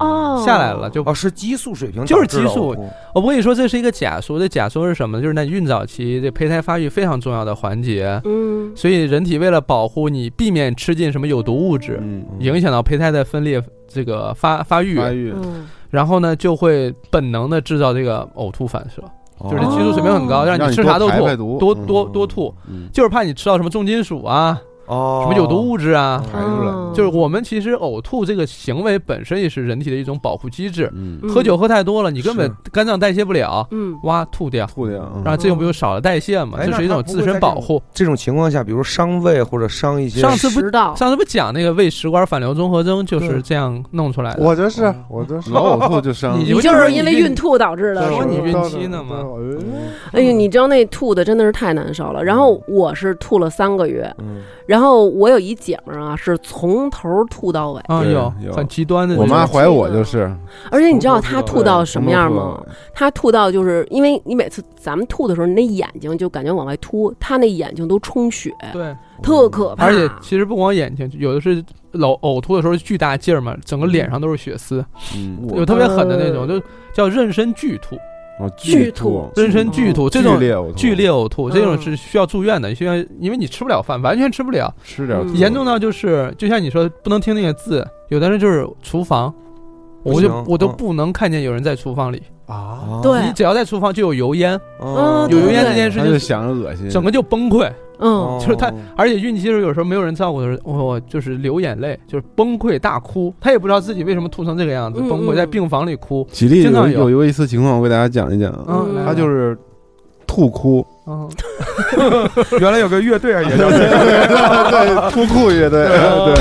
Speaker 5: 哦，
Speaker 4: 下来了就
Speaker 3: 哦，是激素水平
Speaker 4: 就是
Speaker 3: 导致的
Speaker 4: 激素
Speaker 3: 哦
Speaker 4: 我不跟你说，这是一个假说。这假说是什么呢？就是在孕早期，这胚胎发育非常重要的环节，
Speaker 5: 嗯，
Speaker 4: 所以人体为了保护你，避免吃进什么有毒物质，
Speaker 6: 嗯
Speaker 4: 影响到胚胎的分裂这个发发育，
Speaker 6: 发育，
Speaker 5: 嗯，
Speaker 4: 然后呢就会本能的制造这个呕吐反射，
Speaker 3: 哦
Speaker 4: 就是这激素水平很高，
Speaker 5: 哦
Speaker 4: 让
Speaker 6: 让
Speaker 4: 你
Speaker 6: 你
Speaker 4: 吃
Speaker 6: 多
Speaker 4: 啥都
Speaker 6: 排
Speaker 4: 吐
Speaker 6: 排，毒
Speaker 4: 多
Speaker 6: 嗯
Speaker 4: 多多吐，
Speaker 6: 嗯
Speaker 4: 就是怕你吃到什么重金属啊，
Speaker 3: 哦，嗯
Speaker 4: 什么有毒物质啊。
Speaker 6: 排出来
Speaker 5: 哦
Speaker 4: 就是我们其实呕吐这个行为本身也是人体的一种保护机制。
Speaker 6: 嗯，
Speaker 5: 嗯
Speaker 4: 喝酒喝太多了，你根本肝脏代谢不了，
Speaker 5: 嗯，
Speaker 4: 哇吐掉。
Speaker 6: 吐掉，
Speaker 5: 啊
Speaker 6: 嗯
Speaker 4: 然后这种不就少了代谢嘛，
Speaker 3: 哎
Speaker 4: 这
Speaker 3: 那
Speaker 4: 是一
Speaker 3: 它
Speaker 4: 种
Speaker 3: 不
Speaker 4: 自
Speaker 3: 会
Speaker 4: 身
Speaker 3: 在
Speaker 4: 保
Speaker 3: 这种
Speaker 4: 护。
Speaker 3: 这种情况下，比如伤胃或者伤一些
Speaker 4: 上次不
Speaker 5: 知道，
Speaker 4: 上次不讲那个胃食管反流综合征就是
Speaker 7: 对
Speaker 4: 这样弄出来的。
Speaker 7: 我就是，我就
Speaker 6: 嗯
Speaker 7: 是。
Speaker 6: 老 呕吐就伤
Speaker 4: 你
Speaker 5: 你就
Speaker 4: 就是是
Speaker 5: 因
Speaker 4: 你
Speaker 5: 为
Speaker 4: 这
Speaker 5: 孕吐导致的，
Speaker 4: 对
Speaker 5: 是
Speaker 4: 我
Speaker 5: 吗
Speaker 4: 你
Speaker 7: 对
Speaker 4: 孕
Speaker 7: 对
Speaker 4: 期呢嘛
Speaker 7: 对对
Speaker 6: 嗯
Speaker 5: 哎呦，你知道那吐的真的是太难受了。然后
Speaker 4: 嗯
Speaker 5: 我是吐了三个月，
Speaker 3: 嗯
Speaker 5: 然后我有一姐们儿啊，是从头吐到尾，
Speaker 4: 啊
Speaker 6: 对
Speaker 4: 有
Speaker 6: 有
Speaker 4: 很极端的这
Speaker 6: 我
Speaker 4: 种，
Speaker 6: 妈怀我就是，
Speaker 5: 而且你知道她
Speaker 4: 从头
Speaker 5: 吐
Speaker 4: 吐
Speaker 5: 到什么样吗？
Speaker 6: 对？
Speaker 5: 她吐到就是因为你每次咱们吐的时候，你那眼睛就感觉往外凸，她那眼睛都充血，
Speaker 4: 对，
Speaker 5: 特可怕。
Speaker 4: 而且其实不光眼睛，有的是呕呕吐的时候巨大劲儿嘛，整个脸上都是血丝，
Speaker 6: 嗯，哦
Speaker 4: 有特别狠的那种，
Speaker 5: 呃
Speaker 4: 就叫妊娠剧吐、
Speaker 6: 我
Speaker 5: 巨
Speaker 6: 吐，
Speaker 4: 妊娠剧吐，这种
Speaker 6: 嗯剧烈呕吐，
Speaker 4: 剧烈呕吐，这种
Speaker 5: 嗯
Speaker 4: 是需要住院的，需要因为你吃不了饭，完全吃不了，
Speaker 6: 吃点儿
Speaker 5: 嗯
Speaker 6: 吐
Speaker 4: 严重到就是，就像你说不能听那个字，有的人就是厨房，
Speaker 3: 不
Speaker 4: 我就
Speaker 3: 行
Speaker 4: 我都
Speaker 3: 嗯
Speaker 4: 不能看见有人在厨房里，
Speaker 7: 啊，
Speaker 3: 啊
Speaker 5: 对
Speaker 4: 你只要在厨房就有油烟，
Speaker 3: 哦
Speaker 5: 嗯
Speaker 4: 有
Speaker 5: 对
Speaker 4: 油
Speaker 5: 对
Speaker 4: 烟这
Speaker 5: 对
Speaker 4: 件事
Speaker 6: 他就
Speaker 4: 情
Speaker 6: 想着恶心，
Speaker 4: 整个就崩溃，
Speaker 3: 哦
Speaker 5: 嗯，
Speaker 4: 就是他而且孕期的时候有时候没有人照顾的时候，我、就是流眼泪，就是崩溃大哭，他也不知道自己为什么吐成这个样子，
Speaker 5: 嗯
Speaker 4: 崩
Speaker 5: 嗯
Speaker 4: 溃在病房里哭，
Speaker 6: 吉利
Speaker 4: 经
Speaker 6: 有
Speaker 4: 常有
Speaker 6: 有有一次情况，我给大家讲一讲啊，
Speaker 4: 嗯，
Speaker 5: 嗯
Speaker 4: 来
Speaker 6: 他就是吐 哭，
Speaker 4: 嗯，
Speaker 3: 原来有个乐队 啊，也叫
Speaker 6: 对，吐哭乐 队，对，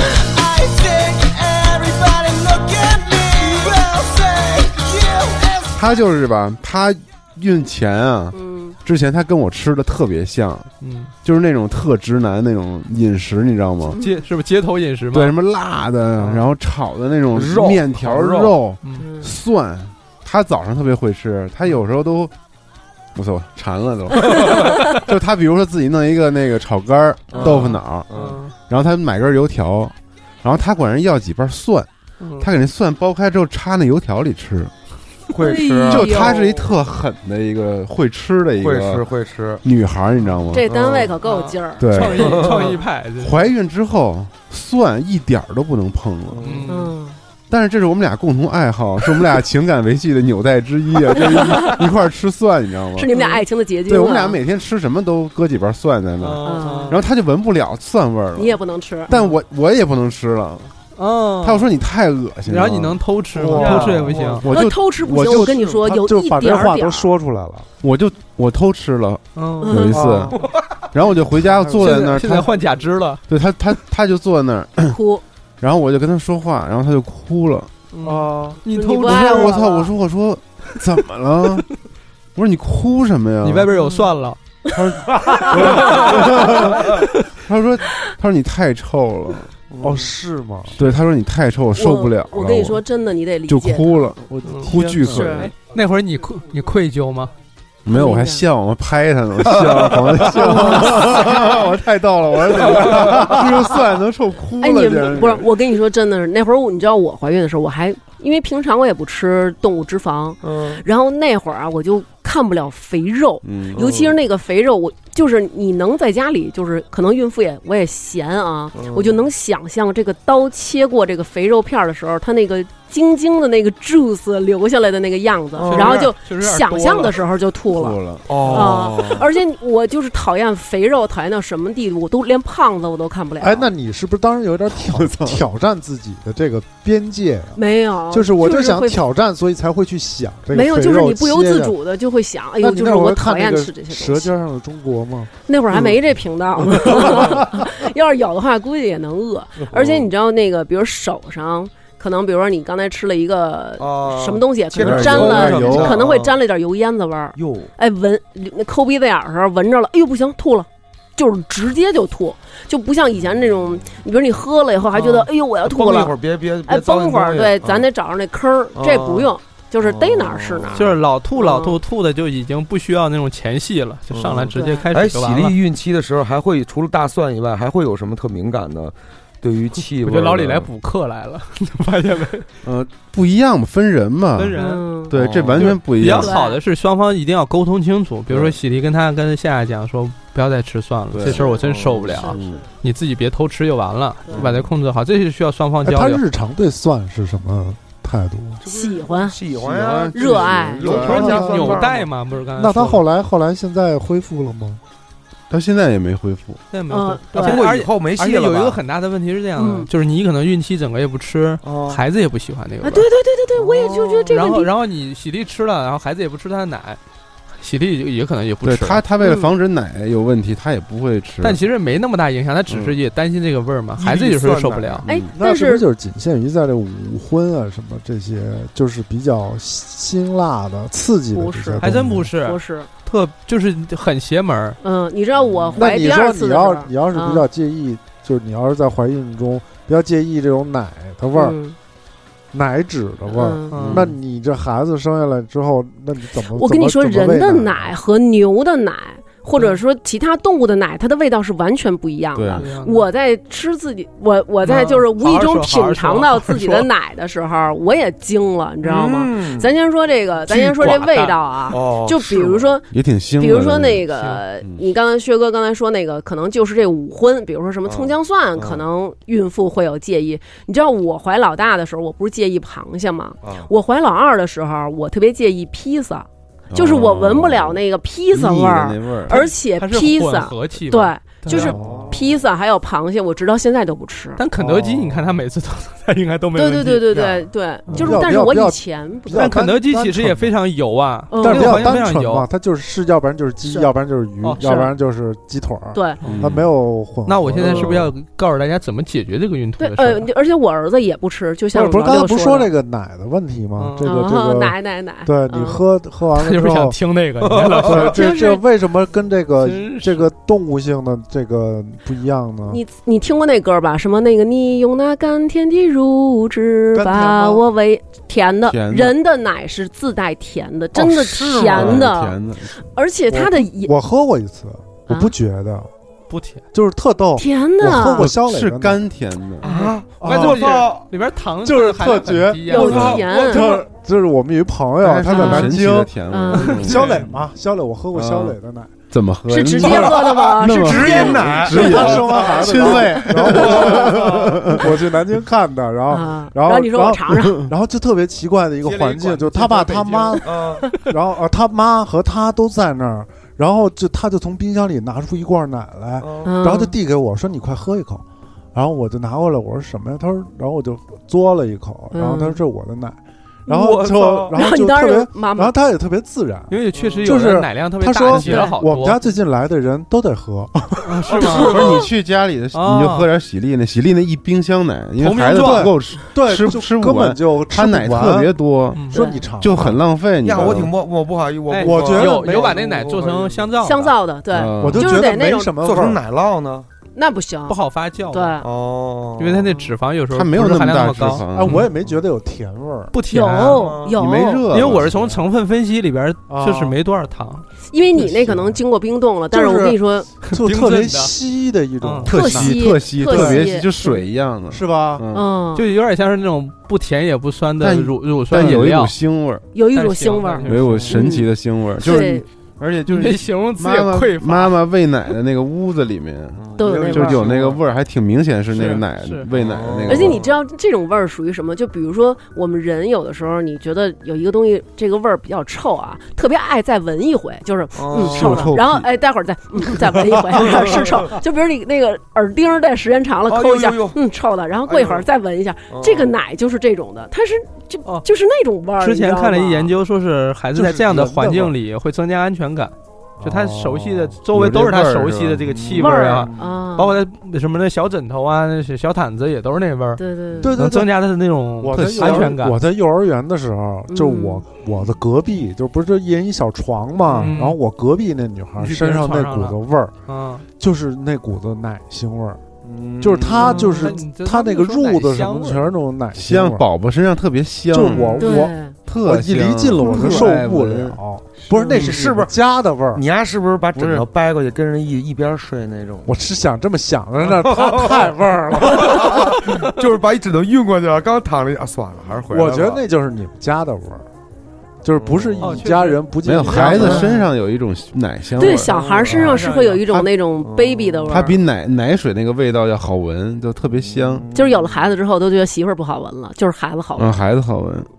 Speaker 6: 他就是吧，他孕前啊，
Speaker 4: 哦
Speaker 5: 嗯，
Speaker 6: 之前他跟我吃的特别像，
Speaker 4: 嗯，
Speaker 6: 就是那种特直男那种饮食，你知道吗？
Speaker 4: 街是不是街头饮食吗？
Speaker 6: 对，什么辣的，
Speaker 3: 嗯
Speaker 6: 然后炒的那种
Speaker 3: 肉
Speaker 6: 面条
Speaker 3: 烤肉
Speaker 6: 肉
Speaker 4: 嗯，
Speaker 5: 嗯
Speaker 6: 蒜，他早上特别会吃，他有时候都，我操，馋了都。就他比如说自己弄一个那个炒肝儿、
Speaker 4: 嗯
Speaker 6: 豆腐脑，
Speaker 4: 嗯，
Speaker 6: 然后他买根油条，然后他管人要几瓣蒜，
Speaker 4: 嗯，
Speaker 6: 他给那蒜剥开之后插那油条里吃，
Speaker 3: 会吃啊
Speaker 5: 哎呦
Speaker 6: 就他是一特狠的一个会吃的一
Speaker 3: 会吃
Speaker 6: 个
Speaker 3: 会吃，
Speaker 6: 女孩儿，你知道吗？
Speaker 5: 这单位可
Speaker 4: 哦
Speaker 5: 够劲儿。
Speaker 6: 对，
Speaker 4: 创意 创意派，这
Speaker 6: 怀孕之后蒜一点儿都不能碰了。
Speaker 4: 嗯，
Speaker 5: 嗯，
Speaker 6: 但是这是我们俩共同爱好，是我们俩情感维系的纽带之一啊！这一一块儿吃蒜，你知道吗
Speaker 5: 是？你们俩爱情的结晶啊。
Speaker 6: 对我们俩每天吃什么都搁几瓣蒜在那儿，
Speaker 4: 嗯
Speaker 5: 嗯
Speaker 6: 然后他就闻不了蒜味儿
Speaker 5: 你
Speaker 6: 了。
Speaker 5: 也不能吃，
Speaker 6: 但我我也不能吃了，
Speaker 4: 嗯，
Speaker 6: 他又说你太恶心了。
Speaker 4: 然后你能偷吃吗？
Speaker 7: 哇
Speaker 4: 偷吃也不行，
Speaker 6: 我
Speaker 5: 那
Speaker 6: 就
Speaker 5: 偷吃不
Speaker 6: 我
Speaker 5: 行。
Speaker 6: 就
Speaker 5: 我跟你说，
Speaker 7: 他
Speaker 5: 有
Speaker 7: 就
Speaker 5: 一
Speaker 7: 把这
Speaker 5: 点儿
Speaker 7: 话
Speaker 5: 点
Speaker 7: 都
Speaker 5: 儿。
Speaker 7: 说出来了。
Speaker 6: 我就我偷吃了
Speaker 4: 嗯
Speaker 5: 嗯。
Speaker 6: 有一次，
Speaker 7: 啊
Speaker 6: 然后我就回家坐在那儿，
Speaker 4: 现在
Speaker 6: 他
Speaker 4: 换假肢了，
Speaker 6: 对他他他就坐在那儿，
Speaker 5: 哭，
Speaker 6: 然后我就跟他说话，然后他就哭了。
Speaker 4: 嗯，
Speaker 7: 啊，
Speaker 4: 你
Speaker 5: 你
Speaker 4: 偷
Speaker 5: 不
Speaker 6: 我
Speaker 5: 爱
Speaker 4: 吃，
Speaker 5: 我
Speaker 6: 说我
Speaker 5: 了
Speaker 6: 操！我说我说怎么了？我说你哭什么呀？
Speaker 4: 你外边有蒜了，
Speaker 6: 他说：“他说你太臭了。
Speaker 7: 哦，是吗？”
Speaker 5: 啊
Speaker 6: 对，他说你太臭，我受不了了
Speaker 5: 我。我跟你说，，真的，你得理
Speaker 6: 就
Speaker 5: 解。
Speaker 6: 哭了，
Speaker 7: 我
Speaker 4: 嗯
Speaker 6: 哭巨
Speaker 5: 是
Speaker 6: 狠。
Speaker 4: 那会儿你愧你愧疚吗？
Speaker 6: 没有，我还笑，我拍他呢，我 笑，我笑，我太逗了。我说怎 么这就算能臭哭了，
Speaker 5: 哎，你
Speaker 6: 简直
Speaker 5: 不是我跟你说，真的是那会儿我，你知道我怀孕的时候，我还因为平常我也不吃动物脂肪，
Speaker 4: 嗯，
Speaker 5: 然后那会儿啊，我就看不了肥肉，
Speaker 6: 嗯，
Speaker 5: 尤其是那个肥肉，我就是你能在家里，就是可能孕妇也我也闲啊，我就能想象这个刀切过这个肥肉片儿的时候，它那个晶晶的那个 juice 流下来的那个样子，
Speaker 4: 哦
Speaker 5: 然后就
Speaker 4: 就是有点
Speaker 5: 想象的
Speaker 4: 多
Speaker 5: 时候就吐了。啊
Speaker 6: 吐了，
Speaker 4: 哦，
Speaker 5: 而且我就是讨厌肥肉，讨厌到什么地步，我都连胖子我都看不了。
Speaker 7: 哎，那你是不是当时有点挑挑战自己的这个边界啊？
Speaker 5: 没有，
Speaker 7: 就是我就想
Speaker 5: 哦会
Speaker 7: 挑战，所以才会去想这个
Speaker 5: 没有，就是
Speaker 7: 肥肉
Speaker 5: 你不由
Speaker 7: 切
Speaker 5: 自
Speaker 7: 的。
Speaker 5: 主的就会想，哎
Speaker 7: 那
Speaker 5: 呦，
Speaker 7: 你
Speaker 5: 就
Speaker 7: 那
Speaker 5: 是
Speaker 7: 会儿
Speaker 5: 我
Speaker 7: 看
Speaker 5: 讨
Speaker 7: 那
Speaker 5: 厌
Speaker 7: 个
Speaker 5: 吃这
Speaker 7: 《
Speaker 5: 些
Speaker 7: 舌
Speaker 5: 东西。
Speaker 7: 尖上的中国》吗？
Speaker 5: 那会儿还没
Speaker 3: 嗯
Speaker 5: 这频道 呢，要是有的话，估计也能饿。
Speaker 3: 嗯
Speaker 5: 而且你知道那个，比如手上，可能比如说你刚才吃了一个
Speaker 3: 啊
Speaker 5: 什么东西，可
Speaker 3: 切
Speaker 5: 能
Speaker 3: 点
Speaker 5: 沾
Speaker 3: 油
Speaker 5: 了
Speaker 3: 什，么的
Speaker 5: 可能会沾
Speaker 3: 啊
Speaker 5: 了点油烟子味儿。
Speaker 3: 哟，
Speaker 5: 哎，闻那抠鼻子眼儿的时候闻着了，哎呦不行，吐了。就是直接就吐，就不像以前那种，你比如你喝了以后还觉得，
Speaker 3: 啊
Speaker 5: 哎呦我要吐
Speaker 3: 崩一
Speaker 5: 了
Speaker 3: 会，儿，别别
Speaker 5: 哎
Speaker 3: 别糟践
Speaker 5: 崩会儿，
Speaker 3: 东西
Speaker 5: 对，
Speaker 3: 啊
Speaker 5: 咱得找着那坑儿，这不用，就是逮哪儿是哪儿。
Speaker 4: 啊就是老吐老吐吐的就已经不需要那种前戏了，就上来直接开
Speaker 3: 哎，
Speaker 4: 始
Speaker 3: 喜
Speaker 4: 就完了
Speaker 3: 力。孕期的时候还会除了大蒜以外，还会有什么特敏感的？对于气
Speaker 4: 我
Speaker 3: 味
Speaker 4: 觉
Speaker 3: 的，
Speaker 4: 得老李来补课来了， 你发现没？
Speaker 6: 呃， 不一样嘛，分人嘛，
Speaker 4: 跟人
Speaker 5: 嗯，
Speaker 6: 对，这
Speaker 3: 哦
Speaker 6: 完全不一
Speaker 4: 比较
Speaker 6: 样。
Speaker 4: 好的是双方一定要沟通清楚，比如说喜力跟他跟夏夏讲说不要再吃蒜了，
Speaker 6: 对
Speaker 4: 这事儿我真受不了，
Speaker 5: 是
Speaker 6: 嗯
Speaker 4: 你自己别偷吃就完了，
Speaker 5: 对
Speaker 4: 就把它控制好，这是需要双方
Speaker 7: 哎，
Speaker 4: 交
Speaker 7: 他
Speaker 4: 流。
Speaker 7: 日常对蒜是什么态度？
Speaker 5: 喜欢
Speaker 3: 喜
Speaker 6: 欢啊呀
Speaker 5: 热爱
Speaker 6: 有
Speaker 7: 时候你
Speaker 4: 不是
Speaker 7: 有
Speaker 4: 纽带吗？不是刚才
Speaker 7: 那他
Speaker 4: 说的
Speaker 7: 后来后来现在恢复了吗？
Speaker 6: 他现在也没恢复，
Speaker 4: 现在没有啊
Speaker 5: 嗯
Speaker 4: 对
Speaker 3: 通过
Speaker 4: 而
Speaker 3: 以
Speaker 4: 且
Speaker 3: 后
Speaker 7: 哎
Speaker 3: 没
Speaker 4: 而
Speaker 3: 戏
Speaker 4: 且
Speaker 3: 了吧
Speaker 4: 有一个很大的问题是这样的，
Speaker 5: 嗯
Speaker 4: 就是你可能孕期整个也不吃，
Speaker 3: 哦
Speaker 4: 孩子也不喜欢那个
Speaker 5: 啊！
Speaker 4: 味
Speaker 5: 对
Speaker 4: 儿。
Speaker 5: 对对对对，我也就觉得这个
Speaker 4: 然后
Speaker 5: 问题
Speaker 4: 然后你喜力吃了，然后孩子也不吃他的奶，喜力也也可能也不
Speaker 6: 对
Speaker 4: 吃。
Speaker 6: 他，他为了
Speaker 5: 嗯
Speaker 6: 防止奶有问题，他也不会吃。
Speaker 4: 但其实没那么大影响，他只
Speaker 7: 嗯
Speaker 4: 是也担心这个味儿嘛，
Speaker 3: 嗯
Speaker 4: 孩子有时候受不了
Speaker 6: 嗯。
Speaker 5: 哎，
Speaker 7: 那
Speaker 5: 但
Speaker 7: 是不是
Speaker 5: 是
Speaker 7: 就是仅限于在这五荤啊什么这些，就是比较辛辣的、刺激的
Speaker 5: 不
Speaker 7: 这
Speaker 5: 是
Speaker 7: 些东西？
Speaker 4: 还真不
Speaker 7: 嗯
Speaker 4: 是
Speaker 5: 不，是，
Speaker 4: 特就是很邪门儿。
Speaker 5: 嗯，你知道我
Speaker 7: 那
Speaker 5: 怀
Speaker 7: 你
Speaker 5: 第二
Speaker 7: 说
Speaker 5: 次
Speaker 7: 你
Speaker 5: 的时候嗯
Speaker 7: 要，你要是比较介意，就是你要是在怀孕中比较介意这种奶的味
Speaker 5: 味
Speaker 7: 儿、奶脂的味儿，
Speaker 4: 嗯
Speaker 7: 那你这孩子生下来之后，那你怎么？
Speaker 5: 我跟你说，
Speaker 7: 怎么
Speaker 5: 人
Speaker 7: 喂
Speaker 5: 的
Speaker 7: 奶
Speaker 5: 奶和牛的奶，或者说其他动物的奶，它的味道是完全不一样
Speaker 6: 对
Speaker 5: 的。
Speaker 4: 对呀
Speaker 7: 啊
Speaker 5: 我在吃自己，我我在
Speaker 4: 嗯
Speaker 5: 就是无意中
Speaker 4: 好好说好好
Speaker 5: 品尝
Speaker 4: 说
Speaker 5: 到
Speaker 4: 好好
Speaker 5: 自己
Speaker 4: 说
Speaker 5: 的奶的时候，我也惊了，你知道吗？
Speaker 3: 嗯
Speaker 5: 咱先说这个，咱先说这味道啊，
Speaker 3: 哦，
Speaker 5: 就比如
Speaker 3: 是吗
Speaker 5: 说
Speaker 6: 也挺腥的。
Speaker 5: 比如说那
Speaker 6: 个，
Speaker 5: 个
Speaker 6: 嗯，
Speaker 5: 你刚才薛哥刚才说那个，可能就是这五荤，比如说
Speaker 7: 啊
Speaker 5: 什么葱姜蒜，
Speaker 3: 嗯
Speaker 5: 可能孕妇会有介意。你知道我怀老大的时候，我不是介意螃蟹吗？
Speaker 3: 啊
Speaker 5: 我怀老二的时候，我特别介意披
Speaker 7: 哦
Speaker 5: 萨，就是我闻不了那个披萨味
Speaker 6: 腻的
Speaker 5: 儿，
Speaker 6: 那味儿，
Speaker 5: 而且
Speaker 4: 它是
Speaker 5: 披
Speaker 4: 混
Speaker 5: 萨
Speaker 4: 合气味
Speaker 5: 对
Speaker 4: 儿，，
Speaker 5: 就是
Speaker 7: 哦
Speaker 5: 披萨还有螃蟹，我直到现在都不吃。
Speaker 4: 但肯德基，你看他每次都他应该都没
Speaker 5: 对
Speaker 4: 问
Speaker 5: 对
Speaker 4: 题。
Speaker 5: 对
Speaker 3: 这
Speaker 5: 对对
Speaker 3: 样
Speaker 5: 对，就是
Speaker 7: 啊嗯比较，
Speaker 5: 但是
Speaker 7: 比较
Speaker 5: 我
Speaker 7: 比较
Speaker 5: 以前不
Speaker 7: 比较
Speaker 4: 但
Speaker 5: 太
Speaker 4: 肯德基
Speaker 7: 单
Speaker 4: 其实也非常油啊，
Speaker 5: 嗯
Speaker 7: 但是
Speaker 4: 这
Speaker 7: 比
Speaker 4: 个
Speaker 7: 较
Speaker 4: 环境非
Speaker 7: 单
Speaker 4: 常
Speaker 7: 纯嘛，
Speaker 4: 油。
Speaker 7: 它就是是要不然就是鸡，
Speaker 5: 是
Speaker 7: 要不然就是鱼，
Speaker 4: 哦
Speaker 5: 是
Speaker 7: 要不然就是鸡腿儿，
Speaker 5: 对。
Speaker 3: 嗯
Speaker 7: 它没有混合。
Speaker 4: 那我现在是不是要告诉大家怎么解决这个孕吐
Speaker 5: 对
Speaker 4: 的，事
Speaker 5: 呃
Speaker 4: 儿？，
Speaker 5: 而且我儿子也不吃，就
Speaker 7: 不
Speaker 5: 像
Speaker 7: 是不
Speaker 5: 老
Speaker 7: 是刚才
Speaker 5: 六
Speaker 7: 不
Speaker 5: 说
Speaker 7: 说
Speaker 5: 的
Speaker 7: 这个奶的问题吗
Speaker 4: 嗯？
Speaker 7: 这个这
Speaker 5: 啊，
Speaker 7: 个，
Speaker 5: 奶奶奶，
Speaker 7: 对你
Speaker 5: 嗯
Speaker 7: 喝喝完
Speaker 4: 他
Speaker 7: 了
Speaker 4: 就
Speaker 7: 之
Speaker 4: 是想
Speaker 7: 后，
Speaker 4: 听那个，
Speaker 7: 哦
Speaker 4: 你看老
Speaker 7: 对
Speaker 5: 就
Speaker 7: 这
Speaker 5: 是
Speaker 7: 这为什么跟这个
Speaker 4: 真是
Speaker 7: 这个动物性的这个不一样呢？
Speaker 5: 你你听过那歌吧？什么那个你用那甘甜的乳汁
Speaker 7: 甘甜
Speaker 5: 把
Speaker 7: 吗
Speaker 5: 我喂甜的
Speaker 6: 甜的
Speaker 5: 人的奶是自带甜的，真的
Speaker 3: 是吗
Speaker 5: 甜的，
Speaker 6: 甜的，
Speaker 5: 而且它的也
Speaker 7: 我喝过一次，我
Speaker 5: 啊
Speaker 7: 不觉得，
Speaker 4: 不甜，
Speaker 7: 就是特逗。
Speaker 5: 甜的。
Speaker 7: 我喝过肖磊
Speaker 6: 是
Speaker 7: 的奶，
Speaker 6: 甘甜的，
Speaker 3: 啊，
Speaker 4: 关键
Speaker 8: 哦
Speaker 4: 是哦里边糖
Speaker 7: 就是
Speaker 4: 含量
Speaker 7: 特绝
Speaker 4: 很低呀
Speaker 5: 有
Speaker 4: 我操
Speaker 5: 甜
Speaker 7: 就是就是我们有一朋友，他在
Speaker 5: 是
Speaker 7: 南
Speaker 6: 神奇的
Speaker 7: 京，
Speaker 6: 甜味
Speaker 5: 嗯
Speaker 6: 儿。 嗯
Speaker 7: 肖磊嘛，肖磊，我喝过肖磊的奶，
Speaker 6: 怎么喝呀？
Speaker 5: 是直接喝的 吗？
Speaker 6: 那
Speaker 5: 是
Speaker 6: 么
Speaker 5: 直接的
Speaker 3: 奶
Speaker 6: 直饮
Speaker 7: 他生完孩子，
Speaker 6: 亲喂，
Speaker 7: 然后我 我去南京看的，然后
Speaker 5: 啊？
Speaker 7: 然后
Speaker 5: 后你说我尝尝，
Speaker 7: 然后就特别奇怪的一个环
Speaker 4: 接了一
Speaker 7: 境，
Speaker 4: 管
Speaker 7: 就是他爸他妈，
Speaker 3: 啊，
Speaker 4: 嗯
Speaker 7: 然后呃他妈和他都在那儿，然后就他就从冰箱里拿出一罐奶来，
Speaker 4: 嗯
Speaker 5: 然
Speaker 7: 然后就递给我说：“你快喝一口。”然后我就拿过来，我说什么呀？他说，然后我就嘬了一口，然后他说
Speaker 5: 嗯
Speaker 7: 这是我的奶，然后
Speaker 4: 我
Speaker 7: 就
Speaker 4: 操
Speaker 7: 然后
Speaker 5: 你
Speaker 7: 就
Speaker 5: 当
Speaker 7: 特别
Speaker 5: 时，妈
Speaker 7: 然后
Speaker 5: 妈
Speaker 7: 他也特别自然。
Speaker 4: 因为确实
Speaker 7: 就
Speaker 4: 有
Speaker 7: 是
Speaker 4: 人奶量特别
Speaker 7: 他说
Speaker 4: 大，挤了好多。
Speaker 7: 我们家最近来的人都得喝，
Speaker 4: 啊是
Speaker 6: 不
Speaker 4: 吗？
Speaker 6: 是你去家里的，你
Speaker 4: 哦
Speaker 6: 就喝点喜力那喜力那一冰箱奶，因为
Speaker 4: 同名
Speaker 6: 孩子
Speaker 4: 状
Speaker 6: 不够吃，
Speaker 7: 对，
Speaker 6: 吃
Speaker 7: 就
Speaker 6: 吃不
Speaker 7: 根本
Speaker 6: 完
Speaker 7: 就吃
Speaker 6: 他
Speaker 7: 不
Speaker 6: 奶
Speaker 7: 完
Speaker 6: 特别多，
Speaker 4: 嗯
Speaker 7: 说
Speaker 5: 对
Speaker 7: 你尝
Speaker 6: 就很浪费。你知
Speaker 3: 哎呀，
Speaker 6: 道吗
Speaker 3: 我挺不我不好意思，我
Speaker 4: 哎
Speaker 7: 我觉得
Speaker 4: 有
Speaker 7: 没
Speaker 4: 有把
Speaker 7: 有
Speaker 3: 嗯
Speaker 4: 那奶做成香皂，
Speaker 5: 香皂的，对，
Speaker 7: 我就
Speaker 6: 嗯
Speaker 5: 就
Speaker 7: 觉
Speaker 5: 是
Speaker 7: 得
Speaker 5: 得那
Speaker 7: 没
Speaker 5: 种
Speaker 7: 什么味
Speaker 3: 做成
Speaker 7: 儿。
Speaker 3: 奶酪呢，
Speaker 5: 那不行
Speaker 4: 不，好发酵
Speaker 5: 对，
Speaker 4: 的，
Speaker 3: 哦，
Speaker 4: 因为它那脂肪有时候
Speaker 6: 它没有
Speaker 4: 不是
Speaker 6: 那
Speaker 4: 含
Speaker 6: 么
Speaker 4: 量
Speaker 6: 大
Speaker 4: 那
Speaker 6: 的
Speaker 4: 么
Speaker 6: 脂
Speaker 4: 高，
Speaker 6: 肪
Speaker 7: 哎，我也没觉得有甜味儿，
Speaker 4: 不甜
Speaker 5: 有
Speaker 4: 啊，
Speaker 5: 有，
Speaker 6: 你没热，
Speaker 4: 因为我是从成分分析里边
Speaker 7: 啊
Speaker 4: 就是没多少糖，
Speaker 5: 因为你那可能经过冰冻了，但是
Speaker 7: 就
Speaker 5: 我
Speaker 7: 是
Speaker 5: 跟你说，
Speaker 7: 就
Speaker 4: 冰
Speaker 7: 特别
Speaker 4: 镇的
Speaker 7: 稀的一种
Speaker 4: 嗯，
Speaker 6: 特
Speaker 5: 稀
Speaker 6: 特稀，
Speaker 5: 特
Speaker 6: 特别
Speaker 5: 稀
Speaker 6: 稀，就水一样的。
Speaker 7: 是吧？
Speaker 6: 嗯，
Speaker 5: 嗯，
Speaker 4: 就有点像是那种不甜也不酸的
Speaker 6: 但
Speaker 4: 乳乳酸
Speaker 6: 但
Speaker 4: 饮
Speaker 6: 有一
Speaker 4: 料
Speaker 6: 股，腥味儿，
Speaker 5: 有一
Speaker 4: 但
Speaker 5: 种
Speaker 4: 是
Speaker 5: 腥味儿
Speaker 4: 行，
Speaker 6: 有一股神奇的腥味儿，就是
Speaker 5: 对
Speaker 6: 你，而且就
Speaker 4: 那
Speaker 6: 是
Speaker 4: 形容词也
Speaker 6: 妈妈
Speaker 4: 匮乏，
Speaker 6: 妈妈喂奶的那个屋子里面，
Speaker 5: 都有那
Speaker 6: 就
Speaker 5: 味儿
Speaker 6: 有那个味儿，还挺明显是那个
Speaker 4: 是
Speaker 6: 奶
Speaker 4: 是
Speaker 6: 喂奶的那个味儿。
Speaker 5: 而且你知道这种味儿属于什么？就比如说我们人有的时候，你觉得有一个东西这个味儿比较臭啊，特别爱再闻一回，就是嗯
Speaker 3: 哦
Speaker 5: 臭
Speaker 6: 臭屁
Speaker 5: 了，然后哎待会儿再嗯再闻一回 是臭。就比如你那个耳钉儿戴时间长了
Speaker 3: 哦
Speaker 5: 抠一下
Speaker 3: 呦呦呦，
Speaker 5: 嗯臭的，然后过一会
Speaker 3: 哎
Speaker 5: 儿
Speaker 3: 呦
Speaker 5: 再闻一下，这个奶就是这种的，它是就
Speaker 4: 哦
Speaker 5: 就是那种味儿。
Speaker 4: 之前看了一研
Speaker 5: 究，
Speaker 4: 究，说是孩子在这样的环境里会增加安全感，就他熟悉的周围都是他熟悉的这个气
Speaker 5: 味
Speaker 4: 儿
Speaker 5: 儿
Speaker 4: 啊，
Speaker 5: 啊，
Speaker 4: 包括他什么那小枕头啊、那小小毯子也都是那味儿，
Speaker 5: 对对
Speaker 7: 对对
Speaker 4: 能增
Speaker 7: 对。
Speaker 4: 加他的那种
Speaker 7: 我在幼
Speaker 4: 安
Speaker 7: 儿
Speaker 4: 全感
Speaker 7: 我。在幼儿园的时候，就
Speaker 5: 嗯
Speaker 7: 我我的隔壁，就不是就一人一小床嘛，
Speaker 4: 嗯
Speaker 7: 然后我隔壁那女孩
Speaker 4: 你去
Speaker 7: 身上
Speaker 4: 别人
Speaker 7: 那
Speaker 4: 床
Speaker 7: 股
Speaker 4: 上
Speaker 7: 子味儿，
Speaker 4: 嗯，
Speaker 7: 就是那股子奶腥味儿，就是她就是
Speaker 4: 嗯
Speaker 7: 她那个褥子什么
Speaker 4: 你
Speaker 7: 的
Speaker 4: 这
Speaker 7: 全是那种奶腥
Speaker 6: 香
Speaker 7: 味儿，
Speaker 6: 宝宝身上特别香，
Speaker 7: 就是我
Speaker 5: 对
Speaker 7: 我
Speaker 6: 特
Speaker 7: 我一离
Speaker 6: 香
Speaker 7: 近了我就受不了，不是那是
Speaker 3: 是
Speaker 7: 你们家的味儿？
Speaker 3: 你丫是不是把
Speaker 6: 不
Speaker 3: 枕
Speaker 6: 是
Speaker 3: 头掰过去跟人一一边睡那种？
Speaker 7: 我是想这么想的，那太太味儿了。
Speaker 3: 就是把一枕头运过去了，刚躺了一下，啊算了，还是回来吧。
Speaker 7: 我觉得那就是你们家的味儿，就是不是
Speaker 4: 哦
Speaker 7: 一
Speaker 4: 确
Speaker 7: 家
Speaker 4: 实
Speaker 7: 人不进
Speaker 6: 没有
Speaker 7: 一家
Speaker 6: 孩子
Speaker 7: 门
Speaker 6: 身上有一种奶香味
Speaker 5: 对，
Speaker 6: 儿，
Speaker 5: 小孩儿身上是会有一种那种
Speaker 3: 嗯
Speaker 5: baby 的味
Speaker 6: 它
Speaker 5: 儿。
Speaker 6: 比奶奶水那个味道要好闻，就特别香，
Speaker 3: 嗯
Speaker 5: 就是有了孩子之后，都觉得媳妇儿不好闻了，就是孩子好闻
Speaker 6: 嗯，。孩子好闻，
Speaker 4: 嗯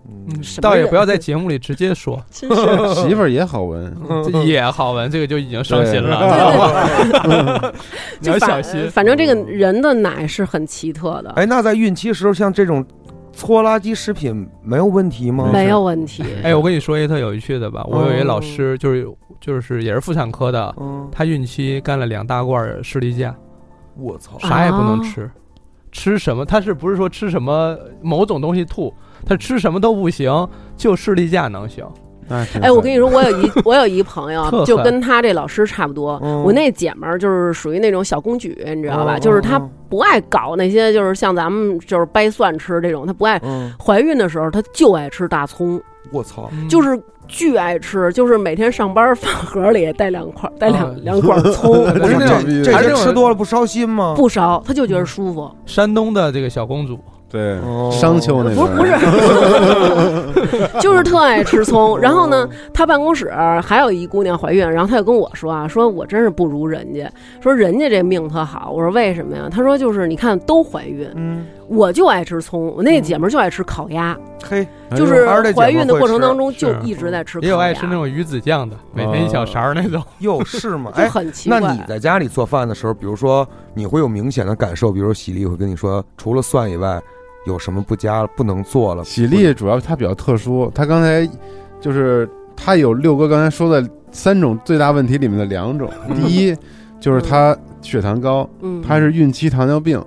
Speaker 5: 什么
Speaker 4: 倒也
Speaker 5: 人
Speaker 4: 不要在节目里直接说，
Speaker 5: 真是
Speaker 6: 媳妇儿也好闻，
Speaker 4: 这也好闻，这个就已经伤心
Speaker 5: 对
Speaker 4: 了。啊
Speaker 5: 对 对，
Speaker 4: 你要
Speaker 5: 就
Speaker 4: 小
Speaker 5: 反
Speaker 4: 心
Speaker 5: 反正这个人的奶是很奇特的，
Speaker 3: 哎，那在孕期时候，像这种搓垃圾食品没有问题吗？
Speaker 5: 没有问题。
Speaker 4: 哎，我跟你说一特有趣的吧，我有一老师就是就是也是妇产科的，
Speaker 3: 嗯，
Speaker 4: 他孕期干了两大罐儿士力架，
Speaker 3: 我操
Speaker 5: 啊
Speaker 4: 啥也不能吃，吃什么？他是不是说吃什么某种东西吐？他吃什么都不行，就士力架能行。
Speaker 5: 哎，我跟你说，我有一 我有一朋友啊
Speaker 4: 特，
Speaker 5: 就
Speaker 4: 狠
Speaker 5: 跟他这老师差不多。
Speaker 3: 嗯
Speaker 5: 我那姐们儿就是属于那种小公举，你知道吧？
Speaker 3: 嗯
Speaker 5: 就是她
Speaker 3: 嗯
Speaker 5: 不爱搞那些，就是像咱们就是掰蒜吃这种，她不爱。
Speaker 3: 嗯，
Speaker 5: 怀孕的时候，她就爱吃大葱，
Speaker 3: 我操，
Speaker 4: 嗯
Speaker 5: 就是巨爱吃，就是每天上班饭盒里带两块带两、
Speaker 4: 嗯
Speaker 5: 两管葱，
Speaker 3: 不 是那
Speaker 6: 还是
Speaker 3: 种，这
Speaker 4: 那
Speaker 3: 些
Speaker 4: 种
Speaker 3: 吃多了不烧心吗？
Speaker 5: 不少，她就觉得舒
Speaker 6: 嗯
Speaker 5: 服。
Speaker 4: 山东的这个小公主，
Speaker 6: 对
Speaker 3: 哦
Speaker 6: 商丘那边
Speaker 5: 不是不是，就是特爱吃葱。然后呢，他办公室还有一姑娘怀孕，然后他就跟我说啊，说我真是不如人家，说人家这命特好。我说为什么呀？他说就是你看都怀孕，
Speaker 3: 嗯，
Speaker 5: 我就爱吃葱，我那姐们儿就爱吃烤鸭，
Speaker 3: 嘿，
Speaker 5: 就是
Speaker 3: 哎还是这姐们儿
Speaker 5: 怀孕的过程 当中
Speaker 4: 会吃
Speaker 5: 就是一直在吃烤
Speaker 4: 也
Speaker 5: 鸭，
Speaker 4: 有爱吃那种鱼子酱的，每天一小勺儿那
Speaker 6: 哦
Speaker 4: 种。
Speaker 3: 哟是 吗？
Speaker 5: 就
Speaker 3: 哎，
Speaker 5: 很奇
Speaker 3: 那
Speaker 5: 怪。
Speaker 3: 你在家里做饭的时候，比如说你会有明显的感受，比如说喜力会跟你说，除了蒜以外，有什么不加不能做了？
Speaker 6: 喜力主要它比较特殊，它刚才就是它有六哥刚才说的三种最大问题里面的两种，第一就是它血糖高，
Speaker 5: 嗯，
Speaker 6: 它是孕期糖尿病，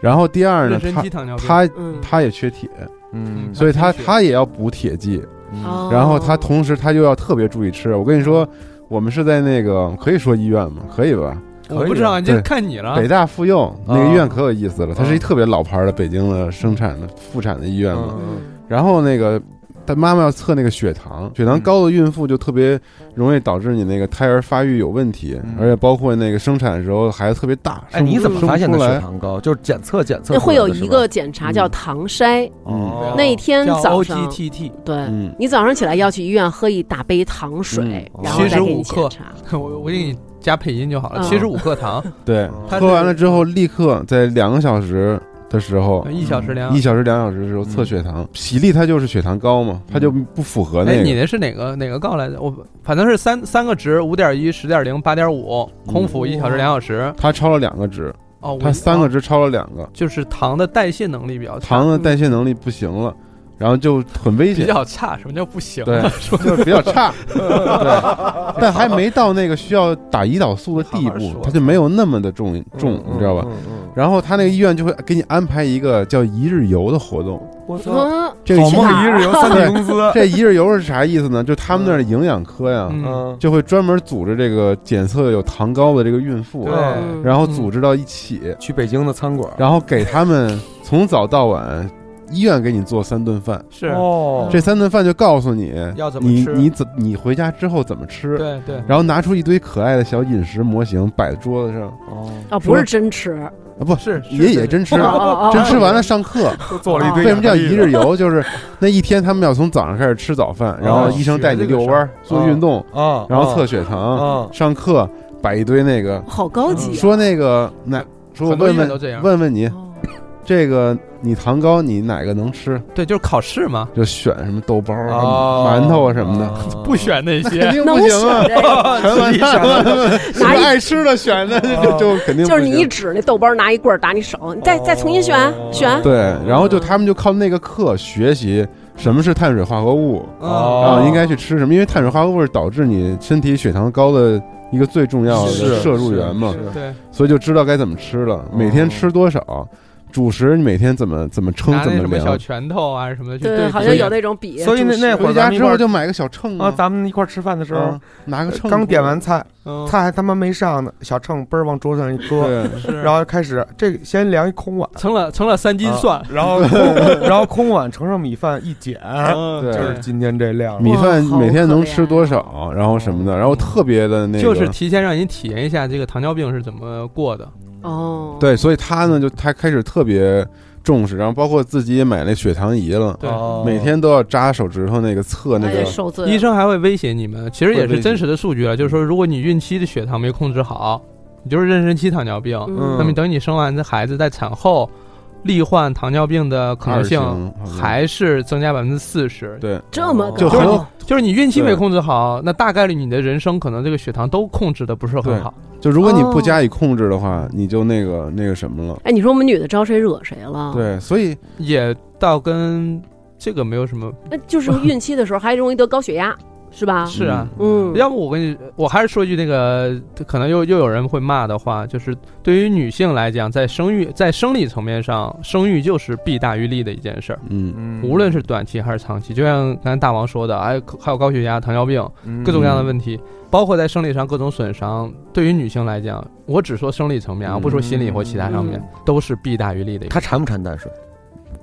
Speaker 6: 然后第二呢
Speaker 4: 妊，娠
Speaker 6: 它
Speaker 4: 期糖尿病，
Speaker 6: 它
Speaker 5: 嗯，
Speaker 6: 它也缺铁，
Speaker 3: 嗯
Speaker 6: 所以它
Speaker 4: 它缺铁
Speaker 6: 它也要补铁剂，
Speaker 5: 哦
Speaker 6: 然后它同时它又要特别注意吃。我跟你说，我们是在那个可以说医院吗？可以吧？
Speaker 4: 我不知道，
Speaker 6: 对
Speaker 4: 这看你了
Speaker 6: 北。大妇幼那个
Speaker 3: 啊
Speaker 6: 医院可有意思了，它是一
Speaker 3: 啊
Speaker 6: 特别老牌的北京的生产的妇产的医院嘛。
Speaker 3: 嗯
Speaker 6: 然后那个她妈妈要测那个血糖，血
Speaker 3: 嗯
Speaker 6: 糖高的孕妇就特别容易导致你那个胎儿发育有问题，
Speaker 3: 嗯
Speaker 6: 而且包括那个生产的时候孩子特别大。
Speaker 3: 哎，你怎么发现
Speaker 6: 的
Speaker 3: 的血？糖高？就是检测检测
Speaker 5: 那
Speaker 3: 出
Speaker 5: 会
Speaker 3: 来的
Speaker 5: 有一
Speaker 3: 是吧
Speaker 5: 个检查叫糖筛，
Speaker 6: 嗯，
Speaker 3: 哦
Speaker 5: 那天
Speaker 4: 叫
Speaker 5: 早上
Speaker 4: OGTT，
Speaker 5: 对。
Speaker 6: 嗯，
Speaker 5: 你早上起来要去医院喝一大杯糖水，
Speaker 3: 嗯
Speaker 5: 然后再给你
Speaker 4: 75克
Speaker 5: 检查。
Speaker 4: 我我给你加配音就好了，
Speaker 5: 嗯
Speaker 4: 七十五克糖，
Speaker 6: 对，
Speaker 4: 它
Speaker 6: 喝
Speaker 4: 是
Speaker 6: 完了之后立刻在两个小时的时候。
Speaker 4: 哎一小时量
Speaker 6: 哦一。小时、两小时的时候测血糖，喜力它就是血糖高嘛，它就不符合
Speaker 4: 哎，
Speaker 6: 那
Speaker 4: 你
Speaker 6: 个。
Speaker 4: 嗯那是哪个哪个告来着？我反正是三三个值，五点一、十点零、八点五，空
Speaker 6: 嗯
Speaker 4: 腹一小时、两小时。
Speaker 6: 它超了两个值，
Speaker 4: 哦，我
Speaker 6: 它三个
Speaker 4: 哦
Speaker 6: 值超了两个，
Speaker 4: 就是糖的代谢能力比较差
Speaker 6: 糖的代谢能力不行了，然后就很危
Speaker 4: 比
Speaker 6: 险。
Speaker 4: 较差。什么叫不行？啊
Speaker 6: 对，就是比较差，对，但还没到那个需要打胰岛素的地
Speaker 4: 好好
Speaker 6: 步
Speaker 4: 说，
Speaker 6: 它就没有那么的重重，
Speaker 3: 嗯
Speaker 6: 你知道吧？
Speaker 3: 嗯嗯
Speaker 6: 然后他那个医院就会给你安排一个叫一日游的活动，
Speaker 3: 我操，
Speaker 5: 嗯，
Speaker 6: 这个。
Speaker 5: 好
Speaker 3: 好
Speaker 5: 梦
Speaker 3: 梦
Speaker 5: 一
Speaker 3: 一
Speaker 5: 日
Speaker 3: 日
Speaker 5: 游
Speaker 3: 游
Speaker 5: 三
Speaker 3: 三
Speaker 5: 地
Speaker 3: 地公司
Speaker 6: 这一日游是啥意思呢？就他们那儿的营养科呀，
Speaker 4: 嗯，
Speaker 3: 嗯，
Speaker 6: 就会专门组织这个检测有糖高的这个孕妇，
Speaker 3: 对嗯
Speaker 5: 嗯
Speaker 6: 然后组织到一起，
Speaker 3: 去北京的餐馆，
Speaker 6: 然后给他们从早到晚，医院给你做三顿饭，
Speaker 8: 嗯
Speaker 4: 是
Speaker 3: 哦
Speaker 6: 这三顿饭就告诉你
Speaker 5: 嗯
Speaker 4: 要怎么
Speaker 6: 你
Speaker 4: 吃
Speaker 6: 你嗯怎你回家之后怎么吃，
Speaker 4: 对对，
Speaker 6: 然后拿出一堆可爱的小饮食模型摆在桌子上
Speaker 3: 哦，
Speaker 5: 啊，不是真吃，
Speaker 6: 啊，不
Speaker 4: 是啊是
Speaker 6: 也也
Speaker 4: 是
Speaker 6: 真吃
Speaker 5: 哦，哦哦
Speaker 6: 真吃完了上课。
Speaker 3: 都做了一堆。
Speaker 6: 为什么叫一日？游？就是那一天他们要从早上开始吃早饭，然后医生带你遛弯儿、
Speaker 3: 这个事儿
Speaker 6: 做运动，嗯
Speaker 3: 啊？
Speaker 6: 然后测血糖、
Speaker 3: 啊，
Speaker 6: 上课摆一堆那个，
Speaker 5: 好高级啊。
Speaker 6: 说那个那说我
Speaker 4: 嗯很多
Speaker 6: 问
Speaker 4: 医院都
Speaker 6: 问
Speaker 4: 这样，
Speaker 6: 问问你，
Speaker 5: 哦
Speaker 6: 这个你糖糕你哪个能吃？
Speaker 4: 对，就是考试嘛，
Speaker 6: 就选什么豆包
Speaker 3: 哦
Speaker 6: 啊、馒头啊什么的，
Speaker 3: 的
Speaker 4: 不选那
Speaker 6: 肯
Speaker 4: 些，
Speaker 6: 定
Speaker 5: 那
Speaker 6: 不
Speaker 5: 我
Speaker 6: 行啊
Speaker 5: 选。这个，
Speaker 6: 全完蛋了，什么爱吃的选的
Speaker 4: 哦
Speaker 6: 就就肯定 不
Speaker 5: 就是你一
Speaker 6: 行。哦
Speaker 5: 指那豆包，拿一棍儿打你手，你再再重新选
Speaker 4: 哦
Speaker 5: 选。
Speaker 6: 对，然后就他们就靠那个课学习什么是碳水化合物，
Speaker 4: 嗯，
Speaker 6: 然后应该去吃什么，因为碳水化合物是导致你身体血糖高的一个最重要的
Speaker 3: 是
Speaker 6: 摄入源嘛，
Speaker 3: 是
Speaker 4: 对，
Speaker 6: 所以就知道该怎么吃了，每天吃多少，主食你每天怎么怎么称
Speaker 4: 哦拿
Speaker 6: 怎
Speaker 4: 那什么小
Speaker 6: 量。
Speaker 4: 拳头啊什么的去
Speaker 5: 对，
Speaker 4: 对，
Speaker 5: 好像有那种比，
Speaker 3: 所以那那会
Speaker 6: 回
Speaker 3: 儿
Speaker 6: 家
Speaker 3: 咱们一
Speaker 6: 之
Speaker 3: 块
Speaker 6: 后
Speaker 3: 儿
Speaker 6: 就买个小秤
Speaker 3: 啊，咱们一块儿吃饭的时候
Speaker 6: 嗯，拿个秤，
Speaker 3: 刚点完，菜，
Speaker 4: 嗯
Speaker 3: 菜还他妈没上呢，小秤嘣儿往桌子上一 搁，
Speaker 6: 对，
Speaker 4: 是，
Speaker 3: 然后开始这个先量一空碗，
Speaker 4: 成了成了三
Speaker 6: 啊
Speaker 4: 斤蒜，
Speaker 3: 然后空然后空碗盛上米饭一减，
Speaker 4: 嗯，
Speaker 6: 对
Speaker 3: 就是今天这量
Speaker 6: 米
Speaker 5: 哇
Speaker 6: 饭
Speaker 5: 好
Speaker 6: 每天
Speaker 5: 可
Speaker 6: 能
Speaker 5: 怜
Speaker 6: 吃多少，然后什么的，然后特别的那个，
Speaker 4: 就是提前让你体验一下这个糖尿病是怎么过的，
Speaker 5: 哦，，
Speaker 6: 对，所以他呢就他开始特别重视，然后包括自己也买那血糖仪了，
Speaker 4: 对。
Speaker 3: 哦
Speaker 6: 嗯每天都要扎手指头那个测那
Speaker 5: 哎
Speaker 6: 个
Speaker 5: 呀，受罪了。
Speaker 4: 医生还会威胁你们，其实也
Speaker 6: 会威
Speaker 4: 是
Speaker 6: 胁
Speaker 4: 真实的数据啊了，就是说，如果你孕期的血糖没控制好，你就是妊娠期糖尿病，
Speaker 5: 嗯，
Speaker 4: 那么等你生完这孩子，在产后罹患糖尿病的可能
Speaker 6: 二
Speaker 4: 性
Speaker 6: 型好像
Speaker 4: 还是增加百分之四十。
Speaker 6: 对，
Speaker 5: 这么
Speaker 6: 就很有
Speaker 5: 高，
Speaker 4: 就是你孕期没
Speaker 6: 对
Speaker 4: 控制好，那大概率你的人生可能这个血糖都控制的不是很好。
Speaker 6: 就如果你不加以控制的话，你就那个那个什么了。
Speaker 5: 哎，你说我们女的招谁惹谁了？，
Speaker 6: 对，所以
Speaker 4: 也倒跟这个没有什么。
Speaker 5: 那就是孕期的时候还容易得高血压，是吧？
Speaker 4: 是啊，
Speaker 5: 嗯，
Speaker 4: 要不我跟你，我还是说一句那个，可能又又有人会骂的话，就是对于女性来讲，在生育在生理层面上，生育就是弊大于利的一件事儿。
Speaker 6: 嗯，
Speaker 4: 无论是短期还是长期，就像刚才大王说的，哎，可还有高血压、糖尿病，
Speaker 3: 嗯
Speaker 4: 各种各样的问题，包括在生理上各种损伤，对于女性来讲，我只说生理层面啊，
Speaker 6: 嗯
Speaker 4: 不说心理或其他上面，都是弊大于利的一个。
Speaker 3: 嗯他馋不馋淡水？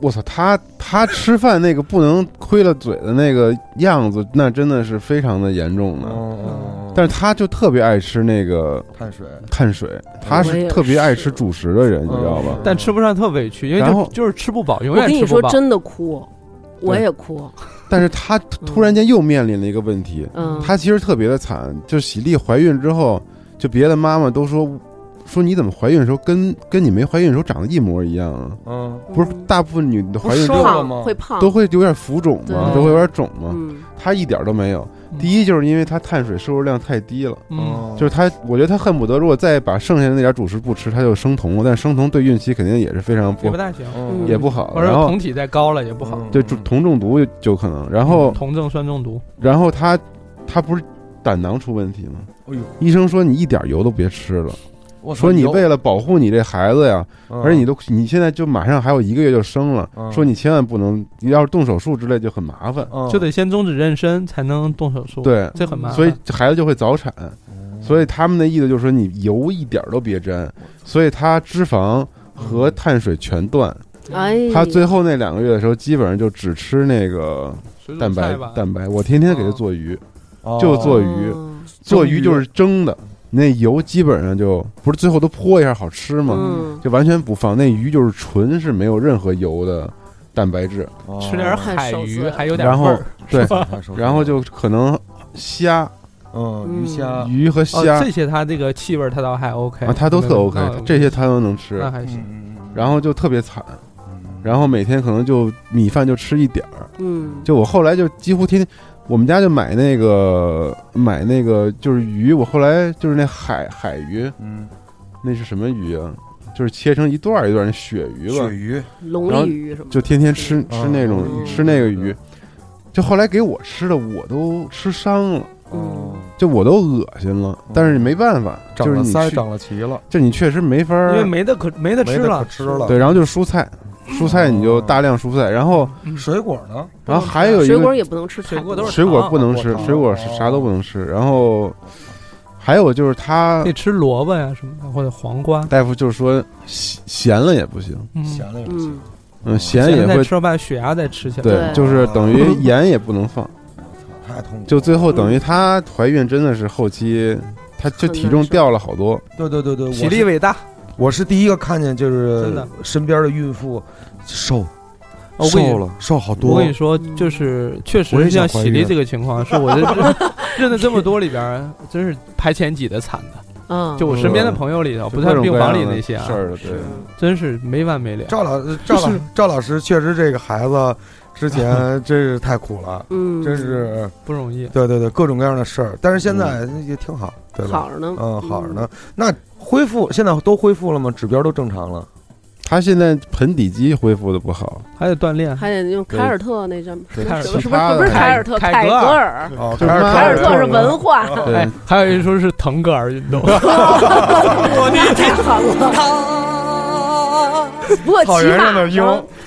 Speaker 6: 我操，他他吃饭那个不能亏了嘴的那个样子，那真的是非常的严重的。
Speaker 3: 哦
Speaker 6: 嗯但是他就特别爱吃那个
Speaker 3: 碳水嗯
Speaker 6: 碳水，他
Speaker 5: 我也
Speaker 6: 是特别爱吃
Speaker 5: 是
Speaker 6: 主食的人，你知道吧？
Speaker 3: 哦
Speaker 4: 但吃不上特委屈，因为
Speaker 6: 然后
Speaker 4: 就就是吃不饱，永
Speaker 5: 我
Speaker 4: 远
Speaker 5: 跟你
Speaker 4: 吃
Speaker 5: 说
Speaker 4: 不饱。
Speaker 5: 真的哭，我也哭，
Speaker 6: 但是他突然间又面临了一个问题，
Speaker 5: 嗯，
Speaker 6: 她其实特别的惨，就是喜力怀孕之后，就别的妈妈都说说你怎么怀孕的时候跟跟你没怀孕的时候长得一模一样啊？
Speaker 3: 嗯，
Speaker 6: 不是，大部分女的怀孕之
Speaker 3: 瘦
Speaker 6: 后
Speaker 3: 了
Speaker 5: 胖
Speaker 3: 吗
Speaker 5: 会胖，
Speaker 6: 都会有点浮肿嘛，
Speaker 5: 对
Speaker 6: 都会有点肿嘛。
Speaker 5: 嗯，
Speaker 6: 她一点都没有。
Speaker 4: 嗯
Speaker 6: 第一就是因为她碳水摄入量太低了，
Speaker 4: 嗯，
Speaker 6: 就是
Speaker 3: 是
Speaker 6: 她，我觉得她恨不得如果再把剩下的那点主食不吃，她就生酮了。但生酮对孕期肯定也是非常
Speaker 4: 也
Speaker 6: 不
Speaker 4: 不大行，
Speaker 5: 嗯
Speaker 6: 也不好。
Speaker 4: 或者
Speaker 6: 然后
Speaker 4: 酮体再高了也不好。
Speaker 3: 嗯
Speaker 6: 对就酮中毒就就可能，然后
Speaker 4: 酮症酸中毒，
Speaker 6: 然后她她不是胆囊出问题吗？
Speaker 3: 哎呦，
Speaker 6: 医生说你一点油都别吃了，
Speaker 3: 我
Speaker 6: 说你为了保护你这孩子呀，而且你都你现在就马上还有一个月就生了，
Speaker 3: 嗯
Speaker 6: 说你千万不能，你要是动手术之类就很麻烦，
Speaker 4: 就得先终止妊娠才能动手术。，
Speaker 6: 对，
Speaker 4: 这很麻烦。
Speaker 6: 所以孩子就会早产，
Speaker 4: 哦
Speaker 6: 所以他们的意思就是说你油一点都别沾，所以他脂肪和碳水全断，
Speaker 5: 哎，
Speaker 6: 他最后那两个月的时候基本上就只吃那个
Speaker 4: 水煮
Speaker 6: 蛋白
Speaker 4: 菜吧，哦
Speaker 6: 蛋白，我天天给他做鱼，就
Speaker 3: 就
Speaker 6: 做鱼，
Speaker 5: 嗯
Speaker 6: 做鱼就是蒸的，那油基本上就不是最后都泼一下好吃吗？
Speaker 5: 嗯，
Speaker 6: 就完全不放。那鱼就是纯是没有任何油的蛋白质，
Speaker 4: 吃点
Speaker 5: 太
Speaker 4: 海
Speaker 5: 哦受罪
Speaker 4: 鱼
Speaker 5: 了
Speaker 4: 还有点
Speaker 6: 然后
Speaker 4: 味儿。
Speaker 6: 对，
Speaker 3: 哦
Speaker 6: 然后就可能虾、
Speaker 3: 嗯鱼虾
Speaker 6: 鱼和
Speaker 4: 哦，
Speaker 6: 虾
Speaker 4: 这些它这个气味儿它倒还 OK，
Speaker 6: 啊，它都特
Speaker 4: 那
Speaker 6: OK，
Speaker 4: 那
Speaker 6: 这些它都能吃
Speaker 4: 嗯那。还行。
Speaker 3: 嗯
Speaker 6: 然后就特别惨，
Speaker 3: 嗯
Speaker 6: 然后每天可能就米饭就吃一点儿。
Speaker 5: 嗯，
Speaker 6: 就我后来就几乎天天，我们家就买那个买那个就是鱼，我后来就是那海海鱼，
Speaker 3: 嗯
Speaker 6: 那是什么鱼啊？就是切成一段儿一段儿那鳕鱼吧
Speaker 3: 鳕，鱼
Speaker 5: 龙
Speaker 6: 然后
Speaker 5: 利鱼什么的，
Speaker 6: 就天天吃
Speaker 3: 嗯
Speaker 6: 吃那种、
Speaker 5: 嗯
Speaker 6: 吃那个鱼，就后来给我吃的我都吃伤了，
Speaker 5: 嗯
Speaker 6: 就我都恶心了，但是没办法，就
Speaker 3: 长
Speaker 6: 是
Speaker 3: 了
Speaker 6: 你
Speaker 3: 腮
Speaker 6: 去
Speaker 3: 长了鳍了，
Speaker 6: 就你确实没法
Speaker 4: 因
Speaker 6: 儿
Speaker 4: 为没得可没得
Speaker 3: 没
Speaker 4: 吃
Speaker 3: 得可
Speaker 4: 了，
Speaker 3: 吃了，
Speaker 6: 对，然后就是蔬菜，蔬菜你就大量蔬菜，然后
Speaker 8: 水果呢？
Speaker 6: 然后还有一
Speaker 5: 水果
Speaker 6: 个
Speaker 5: 也不能吃太
Speaker 8: 水
Speaker 5: 多，
Speaker 8: 果都是
Speaker 6: 水果
Speaker 8: 糖
Speaker 6: 不能吃，
Speaker 8: 糖
Speaker 6: 水果是啥都不能吃，然后还有就是他
Speaker 4: 可以吃萝卜呀什么的，或者黄瓜。
Speaker 6: 大夫就是说咸咸了也不行，
Speaker 4: 嗯，
Speaker 8: 咸了也不行
Speaker 5: 嗯，
Speaker 6: 嗯，咸
Speaker 4: 咸
Speaker 6: 也
Speaker 4: 了再
Speaker 6: 会
Speaker 4: 吃了饭血压再吃起来。
Speaker 6: 对，
Speaker 5: 对
Speaker 6: 就是等于盐也不能 放，
Speaker 8: 太痛苦。
Speaker 6: 就最后等于她怀孕真的是后期，她就体重掉了好多，
Speaker 4: 哦
Speaker 8: 对对对对，
Speaker 4: 体
Speaker 8: 我
Speaker 4: 力
Speaker 8: 是
Speaker 4: 伟大，
Speaker 8: 我是第一个看见，就
Speaker 4: 真
Speaker 8: 是
Speaker 4: 的
Speaker 8: 身边的孕妇瘦
Speaker 4: 我跟
Speaker 3: 瘦
Speaker 4: 你
Speaker 3: 了，瘦好
Speaker 4: 我
Speaker 3: 多
Speaker 4: 跟你。说，
Speaker 6: 嗯
Speaker 4: 就是确
Speaker 3: 我
Speaker 4: 实
Speaker 3: 也
Speaker 4: 像
Speaker 3: 想怀
Speaker 4: 喜
Speaker 3: 孕
Speaker 4: 力这个情况，是我这 认的这么多里边儿，真是排前几的惨的。
Speaker 5: 嗯，
Speaker 4: 就我身边的朋友里头，
Speaker 6: 就
Speaker 4: 不在
Speaker 6: 各种
Speaker 4: 病
Speaker 6: 各样
Speaker 4: 房里
Speaker 6: 的
Speaker 4: 那些啊
Speaker 6: 事，儿了，对，
Speaker 4: 真是没完没了。
Speaker 8: 赵老赵老赵老师确实这个孩子之前真是太苦了，
Speaker 5: 嗯，
Speaker 8: 真是
Speaker 4: 不容易。
Speaker 8: 对对对各种各样的事儿，但是现在也挺好，对吧？
Speaker 5: 好着呢，
Speaker 8: 嗯，好着呢。那恢复现在都恢复了吗？指标都正常了。
Speaker 6: 她现在盆底肌恢复的不好，
Speaker 4: 还得锻炼，
Speaker 5: 还得用凯尔特那什么，
Speaker 6: 对
Speaker 4: 凯尔
Speaker 5: 什么
Speaker 6: 其
Speaker 5: 什么
Speaker 6: 他
Speaker 5: 不是
Speaker 6: 的
Speaker 5: 凯尔特，
Speaker 4: 凯
Speaker 5: 凯
Speaker 4: 格
Speaker 5: 格
Speaker 4: 尔
Speaker 5: 尔，
Speaker 8: 哦，
Speaker 6: 就是
Speaker 5: 凯尔特
Speaker 6: 凯
Speaker 5: 是
Speaker 6: 尔
Speaker 5: 文化，
Speaker 6: 对，
Speaker 4: 哎还有一说是腾格尔 运动，
Speaker 5: 太狠了。 不过骑马上，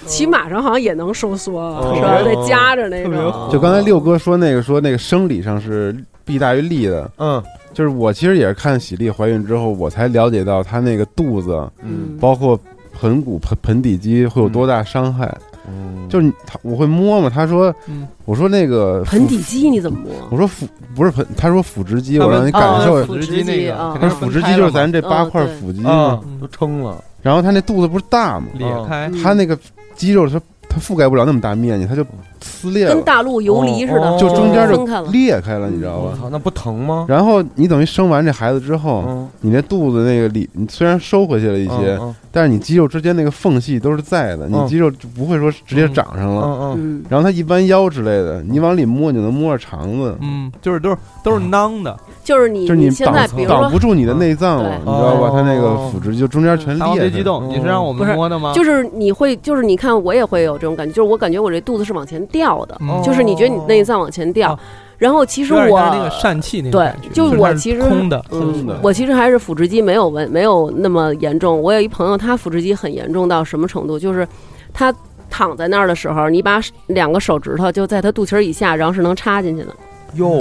Speaker 5: 骑马上好像也能收缩了，是吧？得夹着那种，
Speaker 6: 就刚才六哥说那个说那个生理上是弊大于利的，
Speaker 8: 嗯
Speaker 6: 就是我其实也是看喜力怀孕之后，我才了解到她那个肚子，
Speaker 5: 嗯，
Speaker 6: 包括盆骨盆盆底肌会有多大伤害，
Speaker 3: 嗯
Speaker 6: 就是你她我会摸嘛，她说
Speaker 4: 嗯，
Speaker 6: 我说那个
Speaker 5: 盆
Speaker 6: 腹
Speaker 5: 底肌你怎么摸？
Speaker 6: 我说腹不是盆，他说腹直肌，
Speaker 4: 他
Speaker 6: 我
Speaker 4: 们
Speaker 6: 让你感受一下。
Speaker 5: 哦
Speaker 4: 腹直肌那个
Speaker 5: 啊，
Speaker 6: 那
Speaker 4: 肯定
Speaker 6: 腹直肌就是咱这八块
Speaker 5: 嗯对
Speaker 6: 腹肌
Speaker 8: 啊
Speaker 3: 哦
Speaker 6: 嘛，
Speaker 4: 嗯，
Speaker 8: 都撑了。
Speaker 6: 然后他那肚子不是大嘛，
Speaker 4: 裂开，
Speaker 6: 哎
Speaker 5: 嗯
Speaker 6: 他那个肌肉它它覆盖不了那么大面积，它就撕裂
Speaker 5: 跟
Speaker 6: 了，
Speaker 5: 大陆游离似的，
Speaker 6: 哦就中间
Speaker 5: 分开
Speaker 6: 就
Speaker 5: 了
Speaker 6: 裂开了，你知道
Speaker 8: 我
Speaker 6: 吧？
Speaker 8: 啊操，那不疼
Speaker 3: 嗯
Speaker 8: 吗？
Speaker 6: 然后你等于生完这孩子之后，
Speaker 8: 嗯，
Speaker 6: 你那肚子那个里，你虽然收回去了一
Speaker 8: 一
Speaker 6: 些，
Speaker 8: 嗯
Speaker 6: 但是你肌肉之间那个缝隙都是在的，
Speaker 8: 嗯
Speaker 6: 你肌肉就不会说直接长上了。
Speaker 8: 嗯
Speaker 5: 嗯，
Speaker 6: 然后它一弯腰之类的，你往里摸，你就能摸着肠子，
Speaker 4: 嗯，就是都是都是囊的，
Speaker 5: 就是你
Speaker 6: 就是你
Speaker 5: 现在比
Speaker 6: 挡挡
Speaker 5: 如说，嗯
Speaker 6: 不住你的内脏了，
Speaker 5: 对
Speaker 6: 你知道吧
Speaker 8: 哦？
Speaker 6: 它那个腹直肌就中间全
Speaker 4: 大王别
Speaker 6: 裂开
Speaker 4: 激
Speaker 6: 了。
Speaker 4: 动，你是让我
Speaker 5: 不
Speaker 4: 们
Speaker 5: 是
Speaker 4: 摸的吗？
Speaker 5: 就是你会，就是你看我也会有这种感觉，就是我感觉我这肚子是往前掉
Speaker 3: 哦
Speaker 5: 的，
Speaker 4: 嗯
Speaker 5: 就是你觉得你内脏往前掉
Speaker 4: 哦，
Speaker 5: 然后其实
Speaker 4: 有点
Speaker 5: 我
Speaker 4: 像那个疝气那个
Speaker 5: 对
Speaker 4: 感觉，
Speaker 5: 就是
Speaker 4: 是
Speaker 5: 我
Speaker 4: 它是
Speaker 5: 其实
Speaker 4: 空的，
Speaker 5: 嗯
Speaker 6: 真的，
Speaker 5: 我其实还是腹直肌没有问没有那么严重。我有一朋友，他腹直肌很严重到什么程度？就是他躺在那儿的时候，你把手两个手指头就在他肚脐儿以下，然后是能插进去的，
Speaker 3: 哦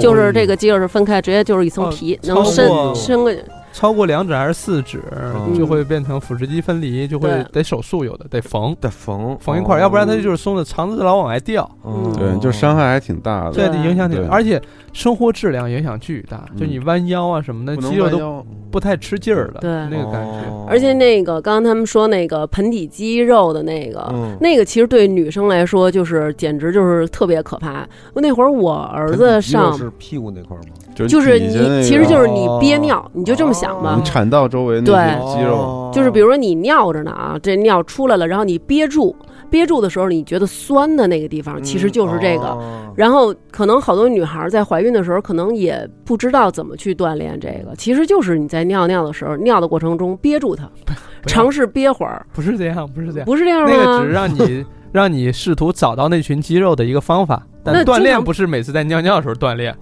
Speaker 8: 哟
Speaker 5: 就是这个肌肉是分开，直接就是一层皮，
Speaker 4: 哦
Speaker 5: 能伸
Speaker 4: 超过
Speaker 5: 伸过去。
Speaker 4: 超过两指还是四指，
Speaker 8: 嗯
Speaker 4: 就会变成腹直肌分离，就会
Speaker 5: 对
Speaker 4: 得手术，有的得
Speaker 8: 哦
Speaker 4: 缝
Speaker 3: 得缝
Speaker 4: 缝一块儿，要不然它就是松的，肠子老往外掉，
Speaker 8: 哦
Speaker 5: 嗯
Speaker 4: 哦
Speaker 6: 对，就伤害还挺大
Speaker 4: 这
Speaker 6: 的，
Speaker 5: 对
Speaker 4: 得影响挺
Speaker 6: 对，
Speaker 4: 而且生活质量影响巨大，
Speaker 8: 嗯
Speaker 4: 就你弯腰啊什么的，
Speaker 6: 不能
Speaker 4: 肌肉
Speaker 6: 弯
Speaker 4: 都
Speaker 6: 腰
Speaker 4: 不太吃劲儿了，
Speaker 5: 对
Speaker 4: 那个感
Speaker 8: 哦
Speaker 4: 觉，
Speaker 5: 而且那个刚刚他们说那个盆底肌肉的那个，
Speaker 8: 嗯
Speaker 5: 那个其实对女生来说就是简直就是特别可怕。那会儿我儿子上
Speaker 4: 嗯
Speaker 8: 是屁股那块吗？
Speaker 5: 就是
Speaker 6: 以
Speaker 5: 你
Speaker 6: 前那个，
Speaker 5: 其实就是你憋
Speaker 8: 哦
Speaker 5: 尿，你就这么想吧
Speaker 6: 嗯你。
Speaker 4: 哦
Speaker 6: 产道周围那
Speaker 5: 对
Speaker 6: 些肌肉，
Speaker 8: 哦
Speaker 5: 就是比如说你尿着呢啊，这尿出来了，然后你憋住，憋住的时候你觉得酸的那个地
Speaker 8: 嗯
Speaker 5: 方，
Speaker 4: 嗯
Speaker 5: 其实就是这
Speaker 4: 哦
Speaker 5: 个。
Speaker 8: 哦
Speaker 5: 然后可能好多女孩在怀孕的时候，可能也不知道怎么去锻炼这个，其实就是你在尿尿的时候，尿的过程中憋住它，
Speaker 4: 不要
Speaker 5: 尝试憋会儿，
Speaker 4: 不是这样，不是这样。
Speaker 5: 不是这样
Speaker 4: 那个
Speaker 5: 吗
Speaker 4: 只是？让你让你试图找到那群肌肉的一个方法，但
Speaker 5: 那
Speaker 4: 锻
Speaker 5: 经
Speaker 4: 炼
Speaker 5: 常
Speaker 4: 不是每次在尿尿的时候锻炼，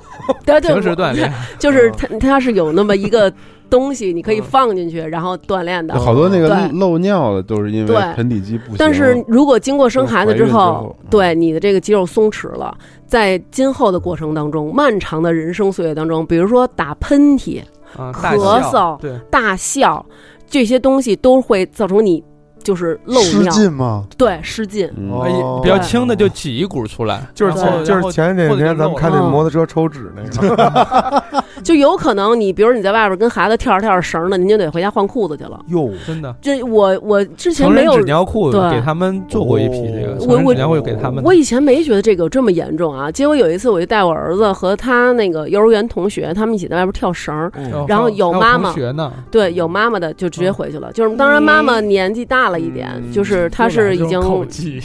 Speaker 5: 对对，
Speaker 4: 平时
Speaker 5: 我
Speaker 4: 锻 炼。哦
Speaker 5: 就是它它是有那么一个东西，你可
Speaker 4: 嗯
Speaker 5: 以放进去，然后锻炼
Speaker 4: 哦
Speaker 5: 的
Speaker 6: 就。好多那个
Speaker 5: 对
Speaker 6: 漏尿了，都是因为
Speaker 5: 对
Speaker 6: 盆底肌不行。
Speaker 5: 但是如果经过生孩子之
Speaker 6: 怀孕之
Speaker 5: 后
Speaker 6: 后，
Speaker 4: 嗯
Speaker 5: 对你的这个肌肉松弛了，在今后的过程当中，漫长的人生岁月当中，比如说打喷嚏、
Speaker 4: 啊，
Speaker 5: 咳
Speaker 4: 大笑
Speaker 5: 嗽
Speaker 4: 对，
Speaker 5: 大笑这些东西，都会造成你就是漏
Speaker 7: 失
Speaker 5: 尿，
Speaker 7: 禁吗？
Speaker 5: 对，失禁。
Speaker 6: 嗯
Speaker 7: 哦
Speaker 4: 哎
Speaker 7: 哦
Speaker 4: 比较轻的就挤一股出来，
Speaker 8: 就是
Speaker 5: 对
Speaker 4: 然后
Speaker 8: 前就是前两
Speaker 4: 或者就
Speaker 8: 天咱们看那
Speaker 5: 漏了
Speaker 8: 摩托车抽纸那个，
Speaker 5: 就有可能你，比如你在外边跟孩子跳着跳着绳呢，您就得回家换裤子去了。
Speaker 8: 哟，
Speaker 4: 真的。
Speaker 5: 这我我之前
Speaker 4: 成
Speaker 5: 没
Speaker 4: 人
Speaker 5: 有
Speaker 4: 纸尿裤
Speaker 5: 对
Speaker 4: 给他们做过一批这个，
Speaker 8: 哦
Speaker 4: 成人
Speaker 5: 我
Speaker 4: 纸尿裤给他们
Speaker 5: 我以前没觉得这个有这么严重啊，结果有一次我就带我儿子和他那个幼儿园同学，他们一起在外边跳绳儿。
Speaker 4: 哦
Speaker 5: 然后
Speaker 4: 还
Speaker 5: 有
Speaker 4: 还
Speaker 5: 妈
Speaker 4: 同
Speaker 5: 妈
Speaker 4: 学呢，
Speaker 5: 对，有妈妈的就直接回
Speaker 4: 哦
Speaker 5: 去了。就是当然妈妈年纪大了一点，
Speaker 4: 嗯
Speaker 5: 就是她是已经
Speaker 4: 口 技，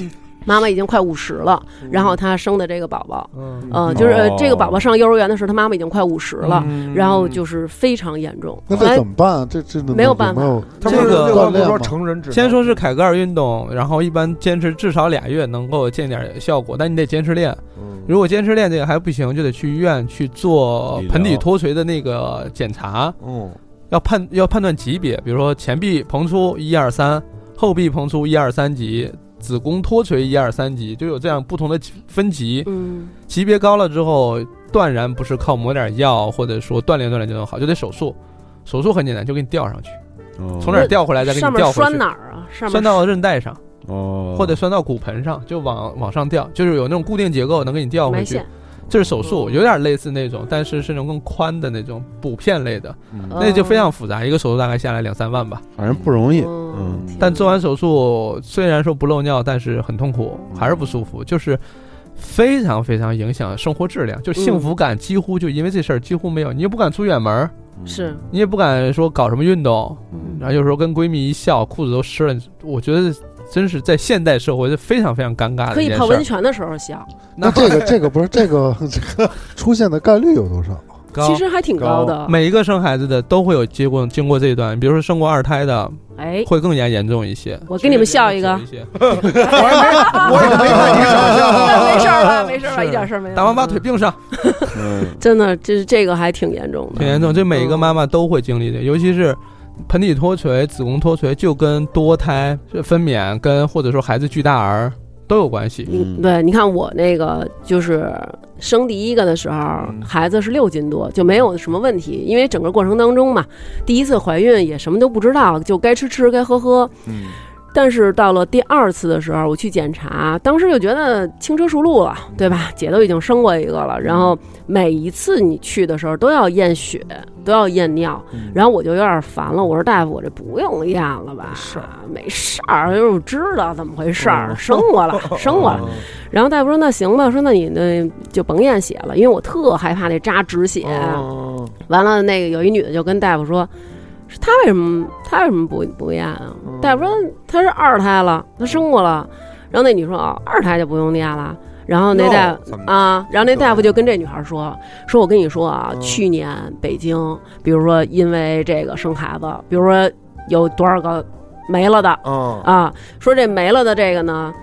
Speaker 5: 妈妈已经快五十了，嗯然后她生的这个宝宝，
Speaker 4: 嗯，
Speaker 5: 嗯、就是呃
Speaker 6: 哦
Speaker 5: 这个宝宝上幼儿园的时候，她妈妈已经快五十了，
Speaker 8: 嗯
Speaker 5: 然后就是非常严重。
Speaker 7: 那
Speaker 5: 后
Speaker 7: 这
Speaker 5: 来
Speaker 7: 怎么办啊？这这能
Speaker 5: 哎没有办法
Speaker 7: 没有
Speaker 8: 他们
Speaker 4: 这个
Speaker 8: 不是
Speaker 7: 锻炼
Speaker 8: 说
Speaker 7: 吗
Speaker 8: 成人纸，
Speaker 4: 先说是凯格尔运动，然后一般坚持至少俩月能够见点效果，但你得坚持练。
Speaker 8: 嗯
Speaker 4: 如果坚持练这个还不行，就得去医院去做
Speaker 6: 理疗
Speaker 4: 盆底脱垂的那个检查，
Speaker 8: 嗯，
Speaker 4: 要判要判断级别，比如说前臂膨出一二三，后臂膨出一二三级，子宫脱垂一二三级，就有这样不同的级分级。
Speaker 5: 嗯
Speaker 4: 级别高了之后，断然不是靠抹点药或者说锻炼锻炼就能好，就得手术。手术很简单，就给你吊上去，从哪儿吊回来再给
Speaker 5: 上
Speaker 4: 你
Speaker 5: 面
Speaker 4: 吊回
Speaker 5: 拴
Speaker 4: 去，
Speaker 5: 哪儿啊？上面
Speaker 4: 拴到韧带上
Speaker 6: 哦，
Speaker 4: 或者拴到骨盆上，就往往上吊，就是有那种固定结构能给你吊回
Speaker 5: 埋
Speaker 4: 去
Speaker 5: 线。，
Speaker 4: 这是手术，
Speaker 5: 哦
Speaker 4: 有点类似那种，但是是那种更宽的那种补片类的，
Speaker 5: 哦
Speaker 6: 嗯
Speaker 4: 那就非常复杂，一个手术大概下来两三万吧。
Speaker 6: 反正不容易，
Speaker 5: 嗯嗯
Speaker 6: 嗯，
Speaker 5: 天
Speaker 4: 但做完手术虽然说不漏尿，但是很痛苦，还是不舒服，就是非常非常影响生活质量，
Speaker 5: 嗯
Speaker 4: 就幸福感几乎就因为这事儿几乎没有，你也不敢出远门儿，
Speaker 5: 是
Speaker 4: 你也不敢说搞什么运动，
Speaker 6: 嗯
Speaker 4: 然后有时候跟闺蜜一笑，裤子都湿了，我觉得。真是在现代社会是非常非常尴尬
Speaker 5: 可
Speaker 4: 的一
Speaker 5: 以
Speaker 4: 件
Speaker 5: 泡
Speaker 4: 事
Speaker 5: 温
Speaker 4: 儿。
Speaker 5: 泉的时候笑，
Speaker 7: 那这个这个不是这个这个出现的概率有 多少？
Speaker 4: 高
Speaker 5: 其实还挺高的。
Speaker 4: 每一个生孩子的都会有经过经过这一段，比如说生过二胎的
Speaker 5: 哎，
Speaker 4: 会更加严重一些。
Speaker 5: 我给你们笑一个
Speaker 4: 确实严重
Speaker 8: 我也没看你傻笑。
Speaker 5: 没事儿吧？没事儿吧？
Speaker 4: 是
Speaker 5: 一点事儿没有。
Speaker 4: 打完把
Speaker 5: 嗯
Speaker 4: 腿并上，
Speaker 6: 嗯
Speaker 5: 真的，就是这个还挺严重
Speaker 4: 挺
Speaker 5: 的。
Speaker 4: 严重，这每一个妈妈都会经历的，尤其是盆底脱垂、子宫脱垂，就跟多胎是分娩跟或者说孩子巨大儿都有关系。
Speaker 6: 嗯
Speaker 5: 对，你看我那个就是生第一个的时候，孩子是六斤多，就没有什么问题，因为整个过程当中嘛，第一次怀孕也什么都不知道，就该吃吃该喝喝。
Speaker 8: 嗯，
Speaker 5: 但是到了第二次的时候，我去检查，当时就觉得轻车熟路了，对吧？姐都已经生过一个了，然后每一次你去的时候都要验血，都要验尿，然后我就有点烦了，我说大夫，我这不用验了吧？
Speaker 8: 事
Speaker 5: 没事儿，就是我知道怎么回事儿，生过了，生过
Speaker 3: 哦
Speaker 8: 嗯
Speaker 5: 了。然后大夫说那行吧，说那你那就甭验血了，因为我特害怕那扎止血。
Speaker 3: 哦
Speaker 5: 啊
Speaker 8: 嗯
Speaker 5: 完了，那个有一女的就跟大夫说，是她为什么她为什么不不验啊？大夫说她是二胎了，她生过了。然后那女说啊、哦，二胎就不用验了。然后那大
Speaker 8: 哟怎么
Speaker 5: 啊，然后那大夫就跟这女孩说：“说我跟你说啊，
Speaker 8: 嗯
Speaker 5: 去年北京，比如说因为这个生孩子，比如说有多少个没了的
Speaker 8: 嗯，
Speaker 5: 啊，说这没了的这个呢，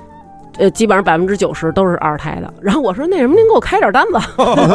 Speaker 5: 呃，基本上百分之九十都是二胎的。然后我说那什么，您给我开点单子，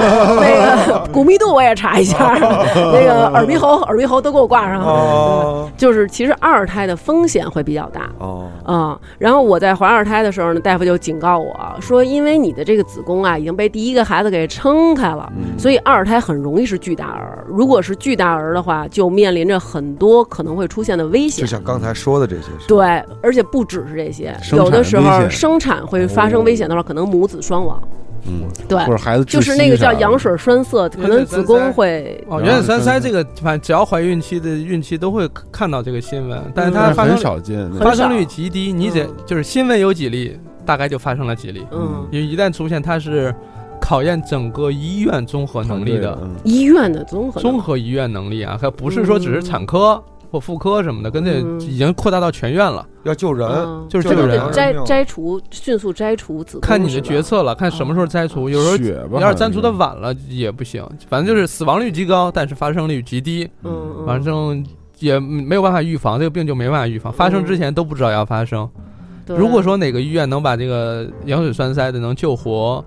Speaker 5: 那个骨密度我也查一下，那个耳鼻喉、耳鼻喉都给我挂上。
Speaker 8: 哦
Speaker 5: 就是其实二胎的风险会比较大。
Speaker 8: 哦，
Speaker 5: 啊、然后我在怀二胎的时候呢，大夫就警告我说，因为你的这个子宫啊已经被第一个孩子给撑开了，
Speaker 6: 嗯
Speaker 5: 所以二胎很容易是巨大儿。如果是巨大儿的话，就面临着很多可能会出现的危险
Speaker 8: 就。像刚才说的这些事，
Speaker 5: 对，而且不只是这些，
Speaker 6: 生产
Speaker 5: 有的时
Speaker 6: 危
Speaker 5: 候
Speaker 6: 险
Speaker 5: 生产会发生危险的话，可能母子双亡。
Speaker 6: 嗯，
Speaker 5: 对，
Speaker 6: 或者孩子
Speaker 5: 就是那个叫羊水栓塞，可能子宫会
Speaker 4: 哦，
Speaker 6: 然后
Speaker 4: 原始三
Speaker 6: 生
Speaker 4: 塞这个，反正只要怀孕期的孕期都会看到这个新闻，但是它
Speaker 6: 但
Speaker 4: 发
Speaker 6: 嗯很
Speaker 4: 生
Speaker 6: 少见，那
Speaker 4: 发生率极低，你只
Speaker 5: 嗯
Speaker 4: 就是新闻有几例，大概就发生了几例。
Speaker 5: 嗯
Speaker 4: 因为一旦出现，它是考验整个医院综合能力的，
Speaker 6: 嗯
Speaker 5: 医院的综合
Speaker 4: 综合医院能力啊，它不是说只是产科或妇科什么的，跟这
Speaker 5: 嗯
Speaker 4: 已经扩大到全院了。
Speaker 8: 要救人，
Speaker 5: 嗯
Speaker 4: 就是
Speaker 5: 这
Speaker 4: 这
Speaker 5: 个
Speaker 4: 个人
Speaker 5: 得摘摘除，迅速摘除子宫，
Speaker 4: 看你的
Speaker 5: 角
Speaker 4: 决
Speaker 5: 色。
Speaker 4: 策了，看什
Speaker 5: 嗯
Speaker 4: 么时候摘除。有时候
Speaker 6: 血
Speaker 4: 你
Speaker 6: 吧，
Speaker 4: 要是摘除的晚了也不行，反正就是死亡率极高，但是发生率极低，
Speaker 5: 嗯，
Speaker 4: 反正也没有办法预防，这个病就没办法预防。发生之前都不知道要发生。
Speaker 5: 嗯对
Speaker 4: 如果说哪个医院能把这个羊水栓塞的能救活，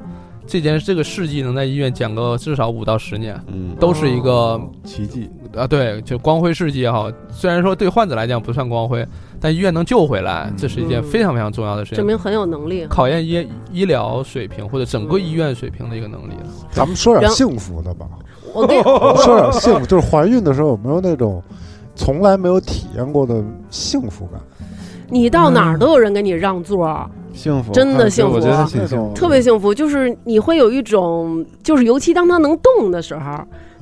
Speaker 4: 这件这个事迹能在医院讲个至少五到十年，
Speaker 6: 嗯
Speaker 4: 都是一个
Speaker 5: 哦
Speaker 6: 奇迹，
Speaker 4: 啊，对，就光辉事迹也好，虽然说对患者来讲不算光辉，但医院能救回来，这是一件
Speaker 5: 嗯
Speaker 4: 非常非常重要的事
Speaker 5: 证
Speaker 4: 情，
Speaker 5: 明很有能力，
Speaker 4: 考验医医疗水平或者整个医院水平的一个能力。啊
Speaker 7: 咱们说
Speaker 5: 然
Speaker 7: 点
Speaker 5: 后
Speaker 7: 幸福的吧，
Speaker 5: 我 跟
Speaker 7: 说点幸福，就是怀孕的时候有没有那种从来没有体验过的幸福感？
Speaker 5: 你到哪儿都有人给你让座，
Speaker 6: 幸福，
Speaker 5: 真的幸福啊
Speaker 6: 我觉得他挺幸福，
Speaker 5: 特别幸福。就是你会有一种，就是尤其当它能动的时候，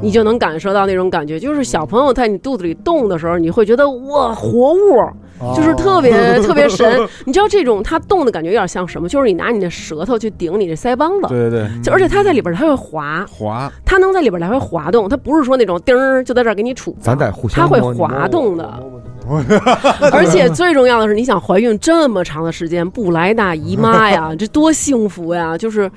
Speaker 5: 你就能感受到那种感觉。就是小朋友在你肚子里动的时候，你会觉得哇，活物，
Speaker 7: 嗯
Speaker 5: 就是特别、特别神。你知道这种它动的感觉有点像什么？就是你拿你的舌头去顶你这腮帮子。
Speaker 6: 对对对，
Speaker 5: 就而且它在里边儿，它会滑，
Speaker 6: 滑，
Speaker 5: 它能在里边儿来回滑动，它不是说那种叮儿就在这儿给你杵着，
Speaker 3: 咱得互相
Speaker 5: 它会
Speaker 3: 摸你摸
Speaker 5: 滑
Speaker 3: 我
Speaker 5: 动的， 而且最重要的是，你想怀孕这么长的时间不来大姨妈呀，这多幸福呀！就是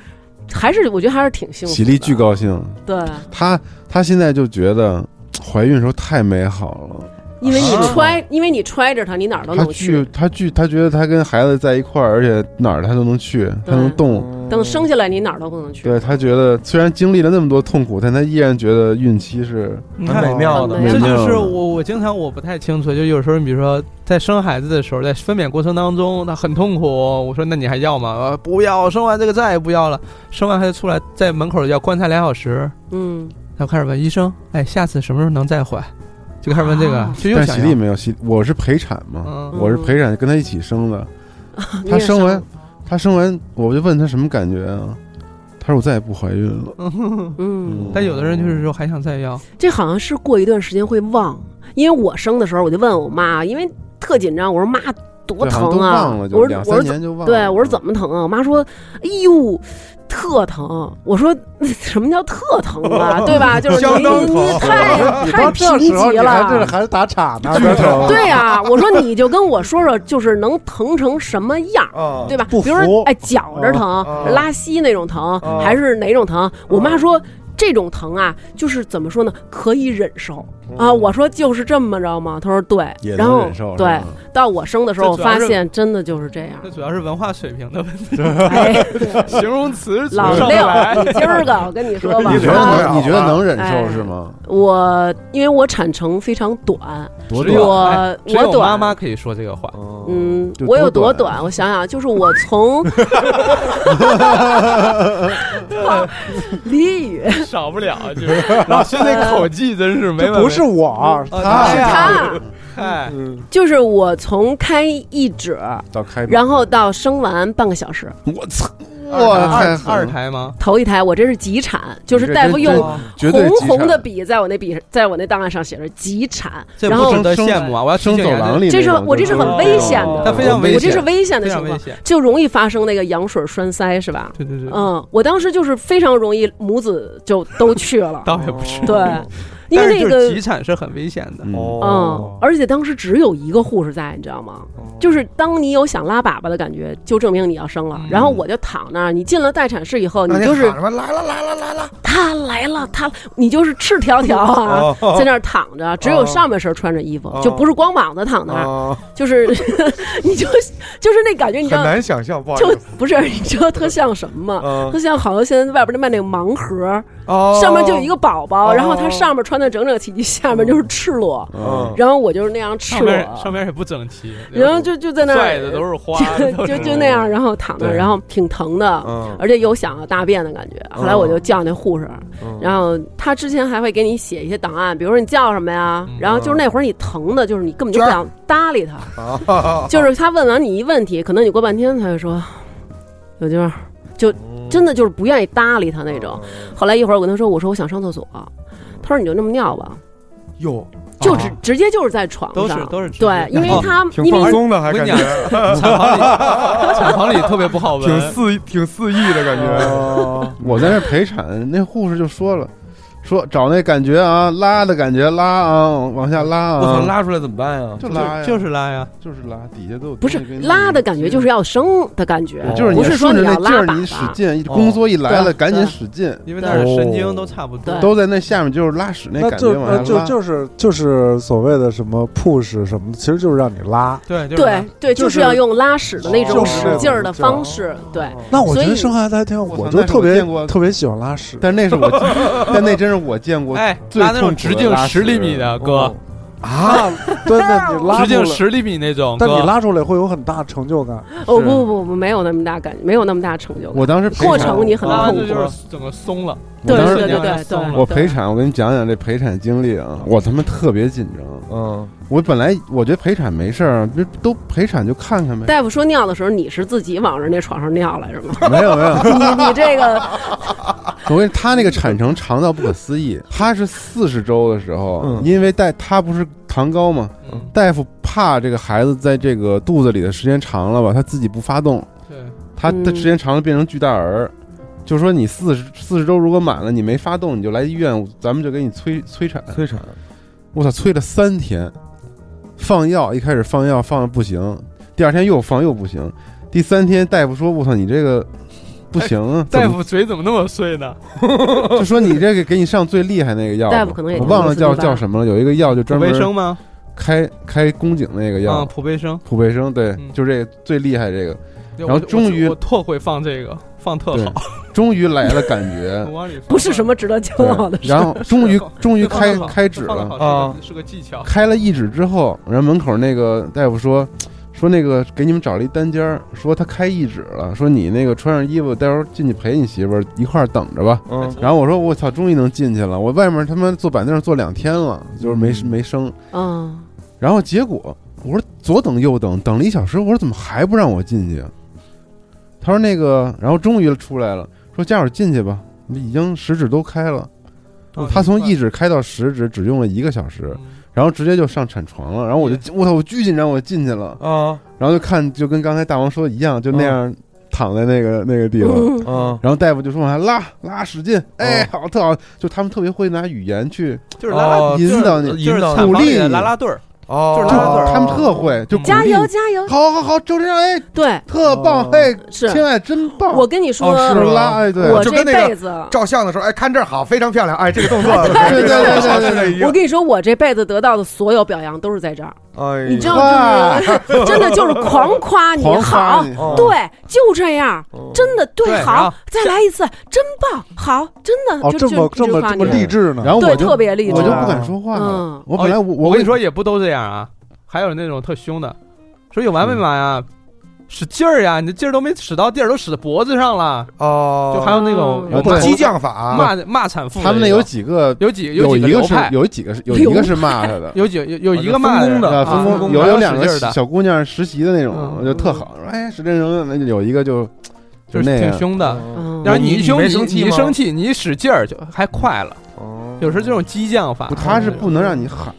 Speaker 5: 还是我觉得还是挺幸福的，
Speaker 6: 喜力巨高兴，
Speaker 5: 对，
Speaker 6: 她她现在就觉得怀孕时候太美好了。
Speaker 5: 因为你揣，因为你揣着它，你哪儿都
Speaker 6: 他
Speaker 5: 能去
Speaker 6: 去，。他去，他觉得他跟孩子在一块儿，而且哪儿他都能去，他能动，
Speaker 5: 对嗯更生下来你哪儿都不能去。
Speaker 6: 对他觉得虽然经历了那么多痛苦，但他依然觉得孕期是
Speaker 4: 你
Speaker 3: 很
Speaker 4: 看
Speaker 3: 美妙的
Speaker 5: 很美，
Speaker 4: 这
Speaker 6: 妙
Speaker 4: 就是我我经常我不太清楚，就有时候你比如说在生孩子的时候，在分娩过程当中，他很痛苦。我说那你还要吗？呃，不要，生完这个再也不要了。生完孩子出来，在门口要观察俩小时，
Speaker 5: 嗯，
Speaker 4: 他开始问医生，哎，下次什么时候能再怀？就开始问这哎个，
Speaker 5: 啊
Speaker 4: 就又
Speaker 6: 但喜
Speaker 4: 想
Speaker 6: 力
Speaker 4: 要。
Speaker 6: 没有喜，我是陪产嘛，
Speaker 4: 嗯，
Speaker 6: 我是陪产跟他一起生的。
Speaker 5: 你
Speaker 6: 他
Speaker 5: 也
Speaker 6: 生完，他生完，我就问他什么感觉啊？他说我再也不怀孕了。
Speaker 5: 嗯，
Speaker 4: 但有的人就是说还想再要，
Speaker 5: 这好像是过一段时间会忘，因为我生的时候我就问我妈，因为特紧张，我说妈多
Speaker 6: 对好像
Speaker 5: 疼
Speaker 6: 都
Speaker 5: 啊，
Speaker 6: 忘了，就
Speaker 5: 我说
Speaker 6: 两
Speaker 5: 我
Speaker 6: 三
Speaker 5: 说
Speaker 6: 年就忘了。嗯
Speaker 5: 对，
Speaker 8: 嗯
Speaker 5: 我说怎么疼啊？我妈说，哎呦，特疼。我说 什么叫特疼 啊？对吧？就是
Speaker 8: 相
Speaker 5: 你
Speaker 8: 当
Speaker 5: 你
Speaker 8: 疼啊
Speaker 5: 你太
Speaker 7: 你
Speaker 5: 太
Speaker 7: 到
Speaker 5: 贫
Speaker 7: 这时候
Speaker 5: 瘠
Speaker 7: 你还这
Speaker 5: 了。
Speaker 7: 还打岔呢，
Speaker 8: 巨疼
Speaker 5: 对呀、我说你就跟我说说，就是能疼成什么样，
Speaker 8: 啊，
Speaker 5: 对吧？
Speaker 7: 不
Speaker 5: 比如说
Speaker 7: 服
Speaker 5: 哎，绞着疼、
Speaker 8: 啊
Speaker 5: 拉稀那种疼，
Speaker 8: 啊
Speaker 5: 还是哪种疼？我妈说。这种疼啊，就是怎么说呢，可以忍受啊。我说就是这么着嘛，她说对
Speaker 6: 也，
Speaker 5: 然
Speaker 6: 能
Speaker 5: 后
Speaker 6: 忍受。
Speaker 5: 对，到我生的时候，我
Speaker 4: 这主要
Speaker 5: 发
Speaker 4: 是
Speaker 5: 现真的就是这 样
Speaker 4: 这。主要是文化水平的问题，
Speaker 5: 哎，
Speaker 4: 形容词
Speaker 5: 老
Speaker 4: 上不来
Speaker 5: 六，你今儿个我跟你说 吧
Speaker 6: 你觉得
Speaker 8: 啊
Speaker 5: 啊，
Speaker 6: 能？你觉得能忍
Speaker 5: 哎
Speaker 6: 受是吗？
Speaker 5: 我因为我产程非常短，
Speaker 6: 多
Speaker 4: 只有
Speaker 6: 短？
Speaker 5: 我
Speaker 4: 哎只有
Speaker 5: 我短
Speaker 4: 妈妈可以说这 个话。
Speaker 8: 哦
Speaker 5: 嗯
Speaker 6: 就，
Speaker 5: 我有
Speaker 6: 多
Speaker 5: 多
Speaker 6: 短
Speaker 5: 短？我想想，就是我 从 俚语
Speaker 4: 少不了， 就是老师那口技真是没
Speaker 7: 这
Speaker 4: 完
Speaker 7: 不是我，
Speaker 4: 呃
Speaker 7: 他
Speaker 4: 哎呀
Speaker 5: 他，
Speaker 4: 哎，
Speaker 5: 就是我从开一指，
Speaker 6: 到开，
Speaker 5: 啊然后到生完半个小时，
Speaker 6: 我操，
Speaker 4: 二
Speaker 6: 哇，啊太
Speaker 4: 二
Speaker 6: 狠
Speaker 4: 二
Speaker 6: 了，
Speaker 4: 胎吗？
Speaker 5: 头一胎我这是急产，就是大夫
Speaker 6: 这
Speaker 5: 用
Speaker 4: 哇
Speaker 6: 绝对
Speaker 5: 红
Speaker 6: 急
Speaker 5: 红的
Speaker 6: 产，
Speaker 5: 笔在我那笔在我那档案上写着急产，
Speaker 4: 这
Speaker 5: 然
Speaker 4: 不
Speaker 5: 后
Speaker 4: 值得
Speaker 6: 生
Speaker 4: 羡慕啊！我要提
Speaker 6: 生
Speaker 4: 醒
Speaker 6: 走
Speaker 4: 人家
Speaker 6: 廊里那种，
Speaker 5: 这是
Speaker 6: 就是嗯
Speaker 5: 我这是很危险的
Speaker 4: 它非常危
Speaker 5: 我
Speaker 4: 险
Speaker 5: 这是危险的情
Speaker 4: 非常危
Speaker 5: 况，
Speaker 4: 险。
Speaker 5: 就容易发生那个羊水栓塞，是吧？
Speaker 4: 对对对，，
Speaker 5: 嗯，我当时就是非常容易母子就都去了
Speaker 4: 倒也不是，
Speaker 5: 对，哦因
Speaker 4: 但
Speaker 5: 为
Speaker 4: 是
Speaker 5: 那
Speaker 4: 就是
Speaker 5: 个
Speaker 4: 急哦产是很危险的。
Speaker 8: 哦
Speaker 6: 嗯，
Speaker 5: 嗯，而且当时只有一个护士在，你知道吗？
Speaker 4: 哦
Speaker 5: 就是当你有想拉粑粑的感觉，就证明你要生了。
Speaker 4: 嗯
Speaker 5: 然后我就躺那儿，你进了待产室以后，
Speaker 8: 那
Speaker 5: 你
Speaker 8: 你
Speaker 5: 就是
Speaker 8: 喊什么来了来了来了，
Speaker 5: 他来了，他你就是赤条条啊，
Speaker 4: 哦
Speaker 5: 在那儿躺着，只有上半身穿着衣服，
Speaker 8: 哦
Speaker 5: 就不是光膀子躺那儿，
Speaker 4: 哦
Speaker 8: 啊，
Speaker 5: 就是 你就就是那感觉，你知
Speaker 8: 很
Speaker 5: 道，
Speaker 8: 难想象，不好
Speaker 5: 就
Speaker 8: 意思，
Speaker 5: 不是你知道特像什么吗？
Speaker 8: 嗯
Speaker 5: 特像好像现在外边儿卖那个盲盒，
Speaker 8: 哦
Speaker 5: 上面就有一
Speaker 8: 个，
Speaker 5: 个宝宝，
Speaker 8: 哦
Speaker 5: 然后他上面穿的整整齐齐，下面就是赤裸，
Speaker 4: 哦
Speaker 6: 嗯
Speaker 5: 然后我就是那样赤
Speaker 4: 上
Speaker 5: 裸，
Speaker 4: 面上面也不整 齐，
Speaker 5: 然后就就在那
Speaker 4: 拽
Speaker 5: 儿
Speaker 4: 的都是花，
Speaker 5: 就就就那样，然后躺那儿，
Speaker 6: 对
Speaker 5: 然后挺疼的。
Speaker 8: 嗯哦
Speaker 5: 而且有想要大便的感觉，后来我就叫那护士，
Speaker 8: 嗯
Speaker 5: 然后他之前还会给你写一些档案，比如说你叫什么呀，
Speaker 4: 嗯
Speaker 5: 然后就是那会儿你疼的，就是你根本就不
Speaker 8: 娟儿
Speaker 5: 想搭理他，
Speaker 8: 啊，
Speaker 5: 就是他问完你一问题，可能你过半天才会说，小娟儿，就真的就是不愿意搭理他那种。后来一会儿我跟他说，我说我想上厕所，他说你就那么尿吧，
Speaker 8: 哟，
Speaker 5: 就直
Speaker 4: 啊
Speaker 5: 直接就是在床
Speaker 4: 都
Speaker 5: 上
Speaker 4: 是，都是直接
Speaker 5: 对，因为
Speaker 4: 哦
Speaker 5: 他
Speaker 8: 挺
Speaker 5: 因
Speaker 8: 放
Speaker 5: 为
Speaker 8: 松的，还
Speaker 4: 我跟
Speaker 8: 感
Speaker 4: 你
Speaker 8: 觉
Speaker 4: 讲，产房里产房里特别不好
Speaker 8: 挺
Speaker 4: 闻，
Speaker 8: 肆挺肆意的感觉，
Speaker 7: 呃
Speaker 6: 我在那陪产，那护士就说了，说找那感觉啊，拉的感觉，拉啊，往下拉
Speaker 4: 嗯
Speaker 3: 我操，
Speaker 6: 啊，
Speaker 3: 拉出来怎么办
Speaker 8: 哦
Speaker 3: 呀？
Speaker 6: 就拉呀，
Speaker 4: 就就是拉呀，
Speaker 6: 就是拉，底下都有
Speaker 5: 不是拉的感觉，就是
Speaker 6: 要，
Speaker 5: 要生的感觉，
Speaker 6: 就是
Speaker 5: 不
Speaker 6: 你
Speaker 5: 是说
Speaker 6: 顺着
Speaker 5: 你
Speaker 6: 那
Speaker 5: 要
Speaker 6: 劲
Speaker 5: 拉
Speaker 6: 儿，你
Speaker 5: 粑
Speaker 6: 使
Speaker 5: 粑，
Speaker 6: 劲，
Speaker 3: 哦
Speaker 6: 宫缩一来了，
Speaker 5: 对啊
Speaker 6: 赶紧
Speaker 5: 对
Speaker 6: 使劲，
Speaker 4: 因为那儿神经都差不多
Speaker 5: 对。
Speaker 6: 都在那下面，就是拉屎那
Speaker 7: 那
Speaker 6: 感
Speaker 7: 就
Speaker 6: 觉往
Speaker 7: 那
Speaker 6: 下
Speaker 7: 就
Speaker 6: 拉。
Speaker 7: 就是就是所谓的什么 push 什么的，其实就是让你拉。
Speaker 4: 对，就是
Speaker 5: 对对，
Speaker 7: 就
Speaker 5: 就
Speaker 7: 是
Speaker 5: 是要用拉屎的那种
Speaker 7: 就是
Speaker 5: 使劲儿的方式，对，
Speaker 7: 那我
Speaker 5: 所
Speaker 7: 觉得
Speaker 5: 以
Speaker 7: 生孩子还挺好，
Speaker 6: 我操
Speaker 7: 我就
Speaker 6: 那是
Speaker 7: 特
Speaker 6: 我
Speaker 7: 别
Speaker 6: 见过
Speaker 7: 特别喜欢 拉屎。
Speaker 6: 但那是 我，但那真是我见过
Speaker 4: 哎，
Speaker 6: 最
Speaker 4: 拉那
Speaker 6: 痛苦
Speaker 4: 种直
Speaker 6: 的
Speaker 4: 径
Speaker 6: 拉
Speaker 4: 十厘
Speaker 6: 屎
Speaker 4: 米的哥
Speaker 7: 哦，啊，对，那你拉
Speaker 4: 直
Speaker 7: 出
Speaker 4: 径
Speaker 7: 来，
Speaker 4: 十厘米那种
Speaker 7: 但你
Speaker 4: 哥，
Speaker 7: 拉出来会有很大成就感。
Speaker 5: 哦不不不不，没有那么大感，没有那么大成就感，
Speaker 6: 我当时陪
Speaker 5: 过
Speaker 6: 产
Speaker 5: 程你很
Speaker 4: 拉完
Speaker 5: 痛
Speaker 4: 这
Speaker 5: 苦
Speaker 4: 就，是整个松了，
Speaker 5: 对
Speaker 6: 我当时
Speaker 5: 对对对
Speaker 4: 松了
Speaker 5: 对，
Speaker 6: 我陪产，我跟你讲讲这陪产经历啊，我他妈特别紧张。
Speaker 8: 嗯，
Speaker 6: 我本来我觉得陪产没事儿，就都陪产就看看呗。
Speaker 5: 大夫说尿的时候，你是自己往人家床上尿来是吗？
Speaker 6: 没有没有，
Speaker 5: 你你这个
Speaker 6: 我跟他那个产程长到不可思议，他是四十周的时候，
Speaker 8: 嗯
Speaker 6: 因为带他不是糖高嘛，
Speaker 4: 嗯，
Speaker 6: 大夫怕这个孩子在这个肚子里的时间长了吧，他自己不发动，
Speaker 4: 对，
Speaker 6: 他
Speaker 5: 嗯
Speaker 6: 的时间长了变成巨大儿。就说你四十四十周如果满了，你没发动，你就来医院，咱们就给你催催产。
Speaker 8: 催产，
Speaker 6: 我操，催了三天，放药，一开始放药放的不行，第二天又放又不行，第三天大夫说：“我操，你这个不行 啊。怎
Speaker 4: 大
Speaker 6: 么
Speaker 4: 夫嘴怎么那么碎呢？
Speaker 6: 就说你这个给你上最厉害那个药吧。
Speaker 5: 大夫可能也
Speaker 6: 我忘了叫
Speaker 5: 听不出来
Speaker 6: 叫什么了，有一个药就
Speaker 4: 普
Speaker 6: 专
Speaker 4: 贝
Speaker 6: 门
Speaker 4: 生吗？
Speaker 6: 开开宫颈那个
Speaker 4: 啊，
Speaker 6: 药，
Speaker 4: 普贝生。
Speaker 6: 普贝生，对，
Speaker 4: 嗯
Speaker 6: 就这个最厉害这个。
Speaker 4: 然
Speaker 6: 后终于
Speaker 4: 我我特会放这个，放特
Speaker 6: 对
Speaker 4: 好，，
Speaker 6: 终于来了感觉
Speaker 4: 往里放
Speaker 5: 不是什么值得骄傲的
Speaker 6: 对，
Speaker 5: 事。
Speaker 6: 然后终于
Speaker 4: 放得好
Speaker 6: 终于开
Speaker 4: 放得好
Speaker 6: 开指
Speaker 4: 放得
Speaker 6: 了，
Speaker 4: 好
Speaker 8: 啊
Speaker 4: 是个是个技巧。
Speaker 6: 开了一指之后，然后门口那个大夫说。说那个给你们找了一单间儿，说他开一指了，说你那个穿上衣服，待会儿进去陪你媳妇儿一块儿等着吧。
Speaker 8: 嗯，
Speaker 6: 然后我说我操，终于能进去了，我外面他妈坐板凳坐两天了，就是没没生。
Speaker 5: 嗯，
Speaker 6: 然后结果我说左等右等，等了一小时，我说怎么还不让我进去啊？他说那个，然后终于出来了，说家属进去吧，已经十指都开了。
Speaker 4: 哦
Speaker 6: 他从
Speaker 4: 明白
Speaker 6: 一指开到十指，只用了一个小时，
Speaker 4: 嗯
Speaker 6: 然后直接就上产床了。然后我就我操，我巨紧张，我进去了，
Speaker 4: 嗯
Speaker 8: 啊
Speaker 6: 然后就看就跟刚才大王说的一样，就那样躺在那个那个地方。
Speaker 3: 哦
Speaker 5: 嗯
Speaker 8: 啊，
Speaker 6: 然后大夫就说往下拉拉使劲，哎，好特好，就他们特别会拿语言去
Speaker 4: 就是拉拉
Speaker 8: 哦
Speaker 4: 就是
Speaker 6: 引导你
Speaker 4: 就是
Speaker 8: 鼓
Speaker 4: 产房
Speaker 6: 励
Speaker 4: 里的
Speaker 6: 你
Speaker 4: 拉拉队儿，
Speaker 8: 哦，
Speaker 4: 就是拉
Speaker 6: 就他们特会，就鼓励
Speaker 5: 加油加油！
Speaker 6: 好好好，就这样，哎，
Speaker 5: 对，
Speaker 6: 特棒，哎，
Speaker 5: 哦是
Speaker 6: 亲爱真棒，
Speaker 5: 我跟你说，
Speaker 8: 哦是吗
Speaker 6: 拉，哎，对，
Speaker 5: 我
Speaker 8: 就
Speaker 5: 这
Speaker 8: 跟那个
Speaker 5: 辈子，
Speaker 8: 照相的时候，哎，看这儿好，非常漂亮，哎，这个 动作，
Speaker 6: 对对对对对对
Speaker 5: 我跟你说，我这辈子得到的所有表扬都是在这儿，
Speaker 8: 哎，
Speaker 5: 你知道
Speaker 6: 哇
Speaker 5: 就是真的就是狂夸你
Speaker 6: 狂夸
Speaker 5: 好
Speaker 6: 你，
Speaker 4: 嗯
Speaker 8: 哦
Speaker 6: 哦
Speaker 5: 对，就这样，真的对
Speaker 4: 对然
Speaker 5: 好
Speaker 4: 后，
Speaker 5: 再来一次，真棒，好，真的
Speaker 7: 哦，
Speaker 5: 就
Speaker 7: 这么
Speaker 5: 就
Speaker 7: 这
Speaker 5: 就
Speaker 7: 么这
Speaker 5: 夸
Speaker 7: 么
Speaker 5: 你
Speaker 7: 励志呢？
Speaker 6: 然后我
Speaker 5: 对，
Speaker 6: 就
Speaker 5: 特别励
Speaker 6: 我
Speaker 5: 志
Speaker 6: 就，不敢说话了
Speaker 5: 嗯，
Speaker 6: 我本来我
Speaker 4: 我
Speaker 6: 跟
Speaker 4: 跟你说也不都这样啊，还有那种特凶的，说有完没完啊？使劲儿呀！你的劲儿都没使到地儿，都使脖子上了。
Speaker 8: 哦，
Speaker 4: 就还有那种
Speaker 6: 哦
Speaker 4: 有
Speaker 6: 对
Speaker 4: 骂
Speaker 8: 激将法，啊
Speaker 4: 骂骂产妇的那种，
Speaker 6: 他们那有几个
Speaker 4: 有几
Speaker 6: 有
Speaker 4: 几
Speaker 6: 一
Speaker 4: 流
Speaker 6: 个是
Speaker 4: 派，
Speaker 6: 有几个是有一个是骂他的。
Speaker 4: 有几 有有一个骂
Speaker 8: 分工的
Speaker 4: 人
Speaker 6: 啊，
Speaker 4: 啊
Speaker 6: 分
Speaker 8: 工
Speaker 6: 有
Speaker 4: 还
Speaker 6: 有两
Speaker 4: 使
Speaker 6: 个
Speaker 4: 劲儿的，
Speaker 6: 小姑娘实习的那种，
Speaker 4: 嗯
Speaker 6: 就特好。说哎，使劲扔，那就有一个就
Speaker 4: 就是
Speaker 6: 那
Speaker 4: 挺
Speaker 6: 样。
Speaker 4: 凶的。
Speaker 5: 嗯
Speaker 4: 然后
Speaker 8: 你
Speaker 4: 一凶，
Speaker 8: 你没
Speaker 4: 你
Speaker 8: 生气
Speaker 4: 你一
Speaker 8: 吗
Speaker 4: 生气，你一使劲儿就还快了。
Speaker 8: 哦
Speaker 4: 有时候这种激将法
Speaker 6: 不，他是不能让你喊，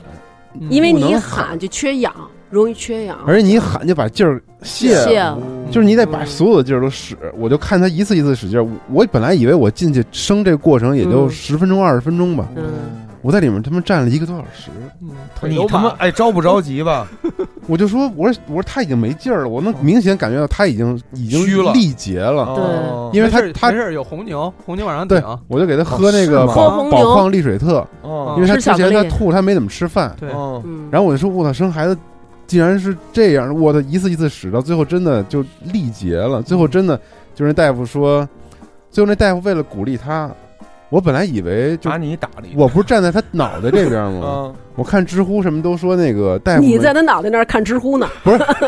Speaker 4: 嗯
Speaker 5: 因为
Speaker 6: 不
Speaker 5: 你一
Speaker 6: 能
Speaker 5: 喊就缺氧，容易缺氧，
Speaker 6: 而且你一喊就把劲儿泄了
Speaker 5: 谢了，
Speaker 8: 嗯
Speaker 6: 就是你得把所有的劲儿都使，我就看他一次一次使劲儿。我我本来以为我进去生这过程也就
Speaker 5: 嗯
Speaker 6: 十分钟二十分钟吧，
Speaker 5: 嗯，
Speaker 6: 我在里面他妈站了一个多小时，
Speaker 4: 嗯腿
Speaker 8: 你
Speaker 4: 都
Speaker 8: 他妈
Speaker 4: 麻。
Speaker 8: 哎着不着急吧？
Speaker 6: 我就说我说我说他已经没劲儿了，我能明显感觉到他已经已经
Speaker 8: 嗯虚了
Speaker 6: 力竭了，
Speaker 8: 哦
Speaker 6: 因为他
Speaker 4: 没事
Speaker 6: 他
Speaker 4: 没事有红牛，红牛往上顶
Speaker 6: 对。我就给他喝那
Speaker 8: 啊哦
Speaker 6: 个
Speaker 8: 是吗
Speaker 5: 喝
Speaker 6: 宝
Speaker 5: 红
Speaker 6: 宝
Speaker 5: 牛，
Speaker 6: 矿利水特，因
Speaker 8: 哦
Speaker 6: 为他
Speaker 5: 吃
Speaker 6: 之
Speaker 5: 巧克
Speaker 6: 前
Speaker 5: 力
Speaker 6: 他吐他没怎么吃饭，
Speaker 4: 对，
Speaker 8: 哦，
Speaker 5: 嗯，
Speaker 6: 然后我就说我操生孩子竟然是这样，我的一次一次使到最后真的就力竭了，最
Speaker 8: 嗯
Speaker 6: 后真的就是那大夫说，最后那大夫为了鼓励他，我本来以为就
Speaker 8: 把你打了一顿，
Speaker 6: 我不是站在他脑袋这边吗？
Speaker 8: 嗯
Speaker 6: 我看知乎什么都说那个大夫们，
Speaker 5: 你在他脑袋那儿看知乎呢，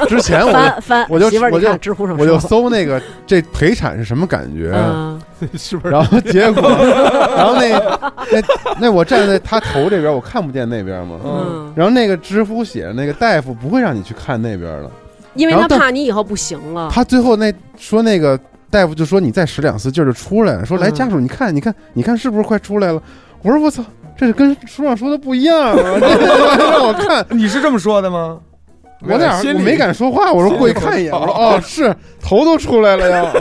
Speaker 6: 之前我就
Speaker 5: 翻翻，
Speaker 6: 我就
Speaker 5: 媳妇儿，
Speaker 6: 我
Speaker 5: 你
Speaker 6: 就
Speaker 5: 看知乎 上
Speaker 6: 我就
Speaker 5: 说，
Speaker 6: 搜那个这陪产是什么感觉，
Speaker 5: 嗯，
Speaker 4: 是不 是？
Speaker 6: 然后结 果，然后那那那我站在他头这边，我看不见那边嘛。
Speaker 8: 嗯
Speaker 5: 嗯，
Speaker 6: 然后那个知乎写着那个大夫不会让你去看那边的，
Speaker 5: 因为
Speaker 6: 然
Speaker 5: 他
Speaker 6: 后但
Speaker 5: 怕你以后不行了，
Speaker 6: 他最后那说那个大夫就说你再使两次劲儿就出来了，说来
Speaker 5: 嗯
Speaker 6: 家属你看你看你看是不是快出来了？我说我操，这是跟书上说的不一样啊！ 这让我看，
Speaker 8: 你是这么说的吗？
Speaker 6: 我哪
Speaker 4: 心里
Speaker 6: 我没敢说话，我说过去看一眼，我说哦是头都出来了呀，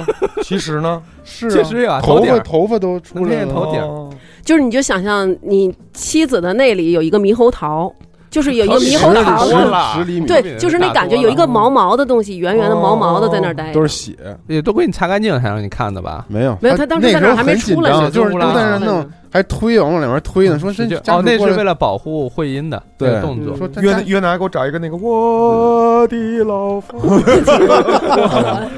Speaker 8: 其实呢，
Speaker 6: 是啊
Speaker 4: 确实有啊
Speaker 6: 头
Speaker 4: 头顶
Speaker 6: 发
Speaker 4: 儿
Speaker 6: 头发都出来
Speaker 4: 那天头
Speaker 6: 了，
Speaker 4: 顶
Speaker 8: 哦
Speaker 5: 就是你就想象你妻子的那里有一个猕猴桃，就是有一个
Speaker 4: 头
Speaker 5: 猕猴
Speaker 4: 十
Speaker 5: 桃
Speaker 4: 里
Speaker 5: 啊
Speaker 4: 十了
Speaker 6: 十厘米
Speaker 5: 对，就是那感觉有一个毛毛的东西，圆圆的毛毛的在那儿待着
Speaker 6: 都是血，
Speaker 4: 也都给你擦干净才让你看的吧？
Speaker 6: 没有
Speaker 5: 没有，他当时
Speaker 6: 那
Speaker 5: 在
Speaker 6: 时
Speaker 5: 那儿
Speaker 6: 候
Speaker 5: 还没
Speaker 6: 很紧
Speaker 5: 出来呢，
Speaker 6: 张，就是
Speaker 4: 出
Speaker 6: 都
Speaker 4: 来
Speaker 6: 在那
Speaker 4: 了
Speaker 6: 儿
Speaker 5: 嗯
Speaker 6: 弄，还推往往两边推呢，说这
Speaker 4: 使劲
Speaker 6: 家属
Speaker 4: 哦，那
Speaker 6: 过
Speaker 4: 是
Speaker 6: 来
Speaker 4: 为了保护会阴的这
Speaker 6: 对
Speaker 4: 个动作
Speaker 5: 嗯。
Speaker 6: 说这
Speaker 8: 约
Speaker 6: 家
Speaker 8: 约拿给我找一个那个我的老父，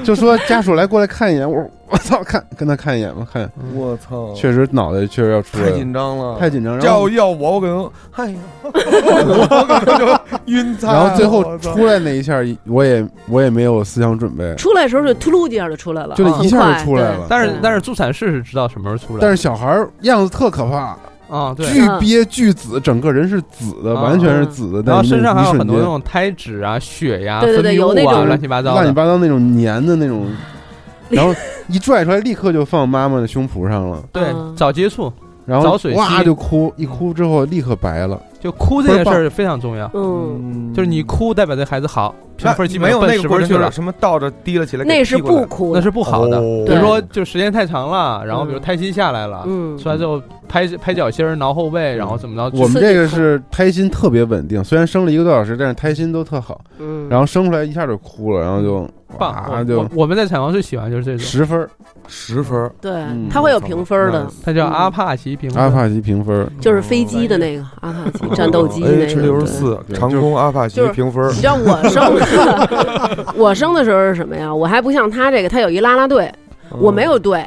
Speaker 6: 就说家属来过来看一眼，我说我操，看跟他看一眼吧，看一
Speaker 3: 哦
Speaker 6: 眼，
Speaker 8: 我操，
Speaker 6: 确实脑袋确实要出来
Speaker 8: 太
Speaker 6: 了，
Speaker 8: 紧张了，
Speaker 6: 太紧张，然
Speaker 8: 要
Speaker 6: 后
Speaker 8: 要我，我可能，哎呀，我可能就晕菜了。
Speaker 6: 然后最后
Speaker 8: 我操
Speaker 6: 出来那一下，我也我也没有思想准备，
Speaker 5: 出来的时候就秃噜一下就出来了，
Speaker 6: 就
Speaker 5: 啊很
Speaker 6: 那一下
Speaker 5: 快
Speaker 6: 就出来了
Speaker 5: 对，
Speaker 4: 但是但是助产士是知道什么时候出来的，
Speaker 6: 但是小孩儿样子特可怕，
Speaker 4: 啊对，
Speaker 6: 巨憋巨紫，整个人是紫的，
Speaker 4: 啊
Speaker 6: 完全是紫的，
Speaker 4: 然后
Speaker 6: 但是
Speaker 4: 身上还
Speaker 6: 那一
Speaker 4: 有很
Speaker 6: 瞬
Speaker 4: 多那
Speaker 6: 间
Speaker 4: 种胎脂啊、血呀、
Speaker 5: 对对对
Speaker 4: 分泌物
Speaker 5: 有那
Speaker 4: 啊
Speaker 5: 种
Speaker 4: 乱七八糟
Speaker 6: 乱七
Speaker 4: 的。
Speaker 6: 八糟那种黏的那种， 然后一拽出来立刻就放妈妈的胸脯上了，
Speaker 4: 对，
Speaker 5: 嗯
Speaker 4: 早接触
Speaker 6: 然
Speaker 4: 早
Speaker 6: 后
Speaker 4: 水
Speaker 6: 哇
Speaker 4: 吸
Speaker 6: 就哭，一哭之后立刻白了，
Speaker 4: 就哭这件事儿非常重要，
Speaker 5: 嗯，
Speaker 4: 就是你哭代表这孩子好，评分基
Speaker 8: 没
Speaker 4: 本
Speaker 8: 有
Speaker 4: 上奔
Speaker 8: 那
Speaker 4: 十
Speaker 8: 个过
Speaker 4: 分
Speaker 8: 程，
Speaker 4: 去
Speaker 8: 就是
Speaker 4: 了，
Speaker 8: 什么倒着滴了起来，
Speaker 5: 那
Speaker 8: 给
Speaker 5: 是
Speaker 8: 踢过来
Speaker 5: 不，哭
Speaker 4: 那
Speaker 5: 的，
Speaker 4: 是不好的。
Speaker 8: 哦
Speaker 4: 比如说
Speaker 8: 对
Speaker 4: 就时间太长了，然后比如
Speaker 5: 嗯
Speaker 4: 胎心下来了，
Speaker 5: 嗯，
Speaker 4: 出来之后拍拍脚心儿、挠后背，然后怎么着？
Speaker 6: 我
Speaker 5: 刺
Speaker 6: 们
Speaker 5: 激
Speaker 6: 这个
Speaker 5: 痛
Speaker 6: 是胎心特别稳定，虽然生了一个多小时，但是胎心都特好。
Speaker 5: 嗯，
Speaker 6: 然后生出来一下就哭了，然后就
Speaker 4: 棒！
Speaker 6: 哇
Speaker 4: 我
Speaker 6: 就
Speaker 4: 我我们在产房最喜欢就是这种，
Speaker 6: 十分儿
Speaker 8: 十分儿，
Speaker 5: 对
Speaker 6: 嗯，
Speaker 5: 他会有评分的，
Speaker 4: 它叫阿帕奇评分
Speaker 6: 阿帕奇评分儿，
Speaker 5: 就是飞机的那个阿帕奇战斗
Speaker 3: 哎
Speaker 5: 机那
Speaker 8: H
Speaker 5: 个。
Speaker 8: 六十
Speaker 5: 对
Speaker 8: 四
Speaker 6: 对
Speaker 8: 长空阿帕奇
Speaker 5: 就是
Speaker 8: 评分儿
Speaker 5: 你，知 道我生我生的时候是什么呀？我还不像他这个，他有一啦啦队，
Speaker 8: 嗯
Speaker 5: 我没有对，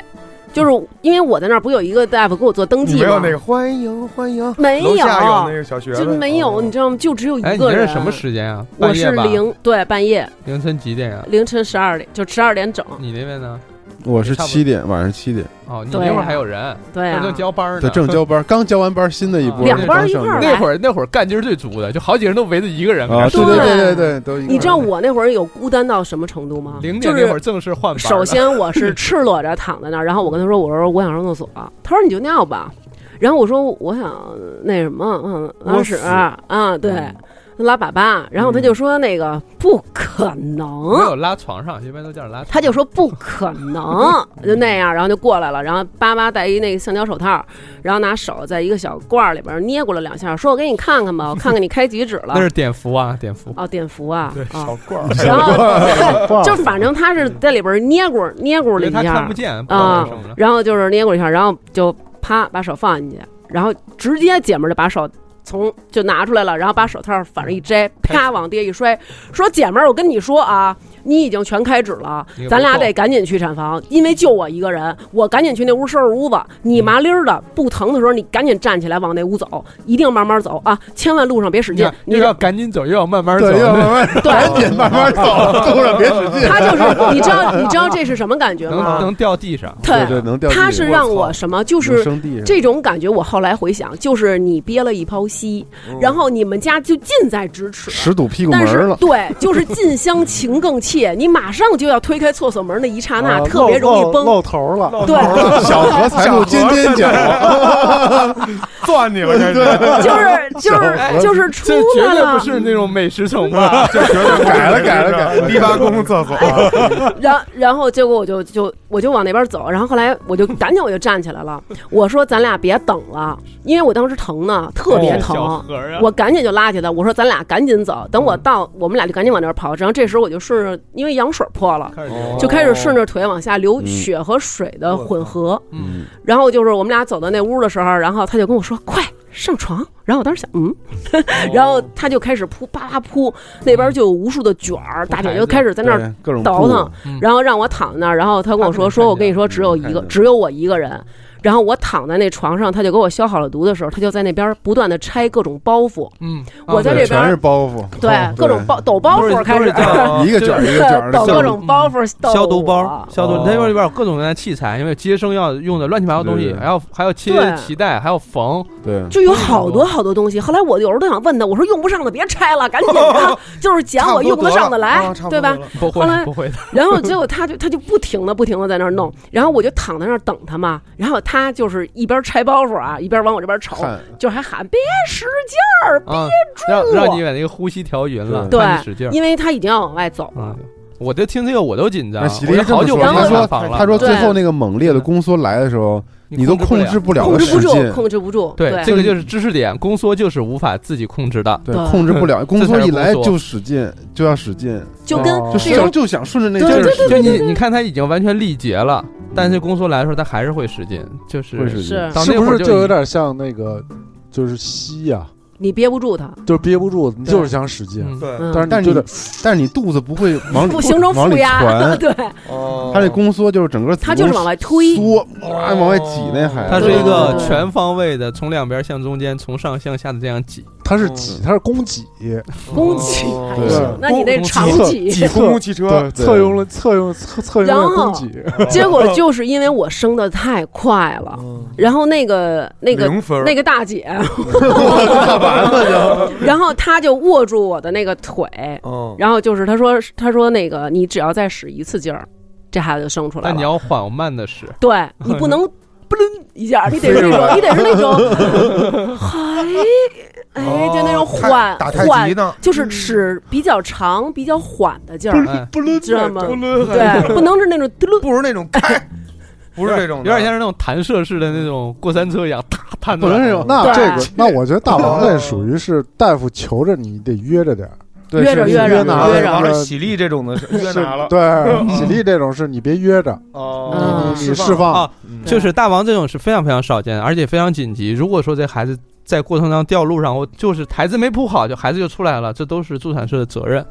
Speaker 5: 就是因为我在那儿不有一个大夫给我做登
Speaker 8: 你
Speaker 5: 记
Speaker 8: 没有
Speaker 5: 吗？
Speaker 8: 那个欢迎欢迎，
Speaker 5: 没有
Speaker 8: 楼下有那个小学
Speaker 5: 就
Speaker 8: 问
Speaker 5: 没有，
Speaker 8: 哦
Speaker 5: 你知道吗？就只有一
Speaker 4: 哎，你
Speaker 5: 个
Speaker 4: 那
Speaker 5: 人。
Speaker 4: 是什么？时间啊？
Speaker 5: 我
Speaker 4: 半夜
Speaker 5: 是
Speaker 4: 吧？
Speaker 5: 零对半夜
Speaker 4: 凌晨几点啊？
Speaker 5: 凌晨十二点，就十二点整。
Speaker 4: 你那边呢？
Speaker 6: 我是
Speaker 4: 嗯差不多
Speaker 6: 七点，晚上七点，
Speaker 4: 哦，你
Speaker 5: 对啊
Speaker 4: 那会儿还有人，
Speaker 5: 对
Speaker 4: 那
Speaker 5: 啊
Speaker 4: 正，交班呢。
Speaker 6: 对，正交班，刚交完班，新的一波
Speaker 5: 两班
Speaker 6: 刚
Speaker 5: 一
Speaker 6: 上
Speaker 5: 块儿
Speaker 6: 班
Speaker 4: 那会儿那会儿干劲儿最足的，就好几个人都围着一个人
Speaker 6: 啊，
Speaker 4: 干
Speaker 6: 对对对对对，都一块儿
Speaker 5: 你知道我那会儿有孤单到什么程度吗？
Speaker 4: 零
Speaker 5: 就
Speaker 4: 点那会
Speaker 5: 是
Speaker 4: 儿正式换班。
Speaker 5: 首，先我是赤裸着躺在那儿，然后我跟他说：“我说我想上厕所。”他说：“你就尿吧。”然后我说：“我想那什么，嗯，拉屎啊，对，拉粑粑。”然后他
Speaker 8: 嗯
Speaker 5: 就说：“那个不可
Speaker 4: 没
Speaker 5: 能。
Speaker 4: 有拉床上，一般都叫拉床。
Speaker 5: 嗯他就说不可 能，就那样，然后就过来了，然后巴巴戴一那个橡胶手套，然后拿手在一个小罐儿里边捏过了两下，说我给你看看吧，我看看你开几指了
Speaker 4: 那。是点服啊，点服。
Speaker 5: 哦，碘伏啊，啊，
Speaker 8: 罐儿
Speaker 5: 然 后
Speaker 7: 棒
Speaker 5: 就反正他是在里边捏咕捏咕了
Speaker 4: 因为
Speaker 5: 一
Speaker 4: 他看
Speaker 5: 下
Speaker 4: 不，见，不知道
Speaker 5: 啊
Speaker 4: 为什么了。
Speaker 5: 然后就是捏咕一下，然后就啪把手放进去，然后直接姐们儿就把手从就拿出来了，然后把手套反正一
Speaker 6: 嗯
Speaker 5: 摘，啪往地下一摔，说姐们儿，我跟你说啊。你已经全开指了
Speaker 4: 你，
Speaker 5: 咱俩
Speaker 4: 别动
Speaker 5: 得赶紧去产房，因为就我一个人，我赶紧去那屋收拾屋子。你麻利儿的不疼的时候，你赶紧站起来往那屋走，一定慢慢走啊，千万路上别使
Speaker 4: 你
Speaker 5: 劲
Speaker 6: 嗯
Speaker 4: 看。
Speaker 5: 你
Speaker 4: 又要赶紧走，又要慢慢走
Speaker 6: 对，，要慢 慢
Speaker 5: 对，
Speaker 6: 赶紧慢慢走， 路上别使劲。
Speaker 5: 他就是，你知道，你知道这是什么感觉
Speaker 4: 能
Speaker 5: 吗？
Speaker 4: 能掉地上。
Speaker 6: 对对，能掉地。
Speaker 5: 他是让我
Speaker 6: 操
Speaker 5: 什么？就
Speaker 6: 能
Speaker 5: 是
Speaker 6: 生地上，
Speaker 5: 这种感觉。我后来回想，就是你憋了一泡稀，
Speaker 7: 嗯
Speaker 5: 然后你们家就近在咫尺。
Speaker 6: 屎堵屁股门
Speaker 5: 但
Speaker 6: 儿
Speaker 5: 是
Speaker 6: 了，
Speaker 5: 对，就是近乡情更怯，你马上就要推开厕所门那一刹那，
Speaker 7: 啊
Speaker 5: 特别容易
Speaker 7: 露露
Speaker 5: 崩。
Speaker 7: 露头了，
Speaker 5: 对，
Speaker 6: 小荷才露尖尖角，
Speaker 8: 攥你了，开始
Speaker 5: 就是就是就是出
Speaker 4: 这绝
Speaker 5: 来
Speaker 4: 对不
Speaker 5: 了，
Speaker 4: 是那种美食城吧？
Speaker 8: 就觉得
Speaker 6: 改了改了改了
Speaker 8: 第八公厕所，
Speaker 5: 然然后结果我就就我就往那边走，然后后来我就赶紧我就站起来了，我说咱俩别等了，因为我当时疼呢， 特别疼。
Speaker 4: 小盒儿啊，
Speaker 5: 我赶紧就拉起他，我说咱俩赶紧走，等我到，我们俩就赶紧往那儿跑。然后这时候我就顺着，因为羊水破了，
Speaker 4: 开始流
Speaker 8: 哦
Speaker 5: 就开始顺着腿往下流
Speaker 6: 嗯
Speaker 5: 血和水的混合。
Speaker 4: 嗯，
Speaker 5: 然后就是我们俩走到那屋的时候，然后他就跟我说：“快上床。”然后我当时想，嗯，
Speaker 4: 哦
Speaker 5: 然后他就开始扑，啪啪扑，
Speaker 4: 嗯
Speaker 5: 那边就有无数的卷儿，大卷就开始在那儿。
Speaker 6: 对各种
Speaker 5: 倒腾
Speaker 6: 吐，
Speaker 4: 嗯
Speaker 5: 然后让我躺在那儿，然后他跟我说：“
Speaker 4: 他可能看见
Speaker 5: 说我跟你说，只有一
Speaker 6: 看
Speaker 5: 个，
Speaker 6: 见
Speaker 5: 只有我一个人。”然后我躺在那床上，他就给我消好了毒的时候，他就在那边不断的拆各种包袱，
Speaker 4: 嗯，
Speaker 5: 我在
Speaker 4: 啊
Speaker 5: 这
Speaker 6: 对
Speaker 5: 边
Speaker 6: 全是包袱，
Speaker 5: 对，各种包抖包
Speaker 4: 都是
Speaker 5: 袱开
Speaker 4: 都是
Speaker 5: 始，
Speaker 4: 叫
Speaker 6: 一个卷儿一个卷儿的
Speaker 5: 抖各
Speaker 6: 像
Speaker 5: 种包袱，抖啊
Speaker 4: 消毒包
Speaker 5: 我、
Speaker 4: 消毒，
Speaker 6: 哦
Speaker 4: 它里边有各种各样的器材，因为接生要用的乱七八糟东
Speaker 6: 对
Speaker 4: 西，
Speaker 6: 对对
Speaker 4: 还要还要切
Speaker 5: 对
Speaker 4: 脐带，还要缝，
Speaker 6: 对，
Speaker 5: 就有好多好多东西。后来我有时候都想问他，我说用不上的别拆了，赶紧的，就是捡我用得上的来，
Speaker 3: 啊
Speaker 5: 对吧？
Speaker 4: 不
Speaker 5: 后来
Speaker 4: 会不会的，
Speaker 5: 然后结果他就他就不停的不停的在那儿弄，然后我就躺在那儿等他嘛，然后他就是一边拆包袱啊，一边往我这边瞅，
Speaker 6: 看
Speaker 5: 就是还喊别使劲儿，
Speaker 4: 啊，让让你把那个呼吸调匀了，
Speaker 5: 对
Speaker 4: 让你使劲儿
Speaker 5: 因为他已经要往外走了
Speaker 4: 啊。。我就听这个我都紧张，
Speaker 6: 那
Speaker 4: 我
Speaker 6: 喜力
Speaker 4: 都好久没
Speaker 5: 这么说
Speaker 4: 看房了。
Speaker 6: 他说
Speaker 5: 对
Speaker 6: 最后那个猛烈的宫缩来的时候，你都控制
Speaker 4: 不了。
Speaker 6: 不了
Speaker 5: 控
Speaker 6: 的
Speaker 5: 制不
Speaker 6: 使
Speaker 5: 住，
Speaker 6: 劲，
Speaker 5: 控制不住，
Speaker 4: 对，
Speaker 5: 对
Speaker 4: 这个就是知识点，宫缩就是无法自己控制的。
Speaker 6: 对
Speaker 5: 对，
Speaker 6: 控制不了，宫
Speaker 4: 嗯这才
Speaker 6: 缩
Speaker 4: 是
Speaker 6: 一来
Speaker 4: 宫缩哦
Speaker 6: 就使劲，就要使劲，
Speaker 5: 就跟
Speaker 6: 就
Speaker 5: 这
Speaker 6: 想
Speaker 5: 种
Speaker 6: 就想顺着那
Speaker 5: 对
Speaker 6: 劲儿
Speaker 5: 对
Speaker 6: 使
Speaker 4: 就你你看他已经完全力竭了，但是宫缩来的时候他还是会使劲，就是
Speaker 6: 会使劲
Speaker 5: 是
Speaker 4: 到
Speaker 7: 是
Speaker 4: 那
Speaker 7: 不
Speaker 4: 会儿
Speaker 7: 是
Speaker 4: 就
Speaker 7: 就有
Speaker 4: 已
Speaker 7: 点像那个就是吸呀，
Speaker 5: 你憋不住他，
Speaker 7: 就是憋不住，你
Speaker 4: 对
Speaker 7: 就是想使劲，
Speaker 4: 嗯
Speaker 8: 对，
Speaker 5: 嗯
Speaker 7: 但是
Speaker 6: 但
Speaker 7: 你
Speaker 6: 是
Speaker 7: 就
Speaker 6: 你
Speaker 7: 得，
Speaker 6: 但是你肚子不会往
Speaker 5: 不形成
Speaker 6: 往
Speaker 5: 负
Speaker 6: 里
Speaker 5: 压，
Speaker 6: 传，
Speaker 5: 对，
Speaker 8: 哦
Speaker 6: 他这宫缩就是整个子
Speaker 5: 他就是
Speaker 6: 宫
Speaker 5: 往外推，
Speaker 6: 缩，哇，往外挤那孩子，
Speaker 4: 它是一个
Speaker 5: 对对对
Speaker 4: 全方位的，从两边向中间，从上向下的这样挤。
Speaker 7: 它是挤，它是供给，
Speaker 5: 攻击
Speaker 8: 哦
Speaker 5: 还行，那你那长
Speaker 7: 攻
Speaker 5: 期。
Speaker 8: 挤公共汽车，
Speaker 7: 对，侧用了侧用侧侧用
Speaker 5: 然
Speaker 7: 了
Speaker 5: 后
Speaker 7: 供给，
Speaker 5: 结果就是因为我升的太快了，然后那个那个
Speaker 8: 哦零分儿哦
Speaker 5: 那个大姐，然后她就握住我的那个腿，
Speaker 8: 嗯，
Speaker 5: 然后就是她说她说那个你只要再使一次劲儿，这孩子就生出来
Speaker 4: 但你
Speaker 5: 了。
Speaker 4: 要缓慢的使，
Speaker 5: 对你 不能不抡一下，你得是那种你得是那种， 哎哎，就那种
Speaker 8: 哦太
Speaker 5: 缓
Speaker 8: 打太
Speaker 5: 缓
Speaker 8: 极，呢，
Speaker 5: 就是使比较长、比较缓的劲 儿，
Speaker 4: 哎，
Speaker 8: 不抡
Speaker 5: 知道吗
Speaker 8: 不抡，
Speaker 5: 对，不能是那种嘟噜
Speaker 8: 不如那种开，不是这种
Speaker 4: 有
Speaker 8: 的，
Speaker 4: 点像是那种弹射式的那种过山车一样，踏踏
Speaker 6: 不能这种，
Speaker 7: 那
Speaker 5: 对
Speaker 7: 这个，那我觉得大王这属于是大夫求着你得约着点儿，
Speaker 6: 对
Speaker 5: 约
Speaker 6: 是
Speaker 5: 着
Speaker 6: 是
Speaker 5: 约着
Speaker 6: 约拿
Speaker 5: 约
Speaker 6: 了
Speaker 5: 着
Speaker 8: 完了喜力这种的是约拿了，
Speaker 7: 对，喜力这种事你别约着，
Speaker 5: 嗯
Speaker 8: 哦，
Speaker 7: 你你释
Speaker 8: 释
Speaker 7: 放
Speaker 4: 啊，就是大王这种是非常非常少见的，而且非常紧急。如果说这孩子在过程当中掉路上，我就是台子没铺好，就孩子就出来了，这都是助产士的责任。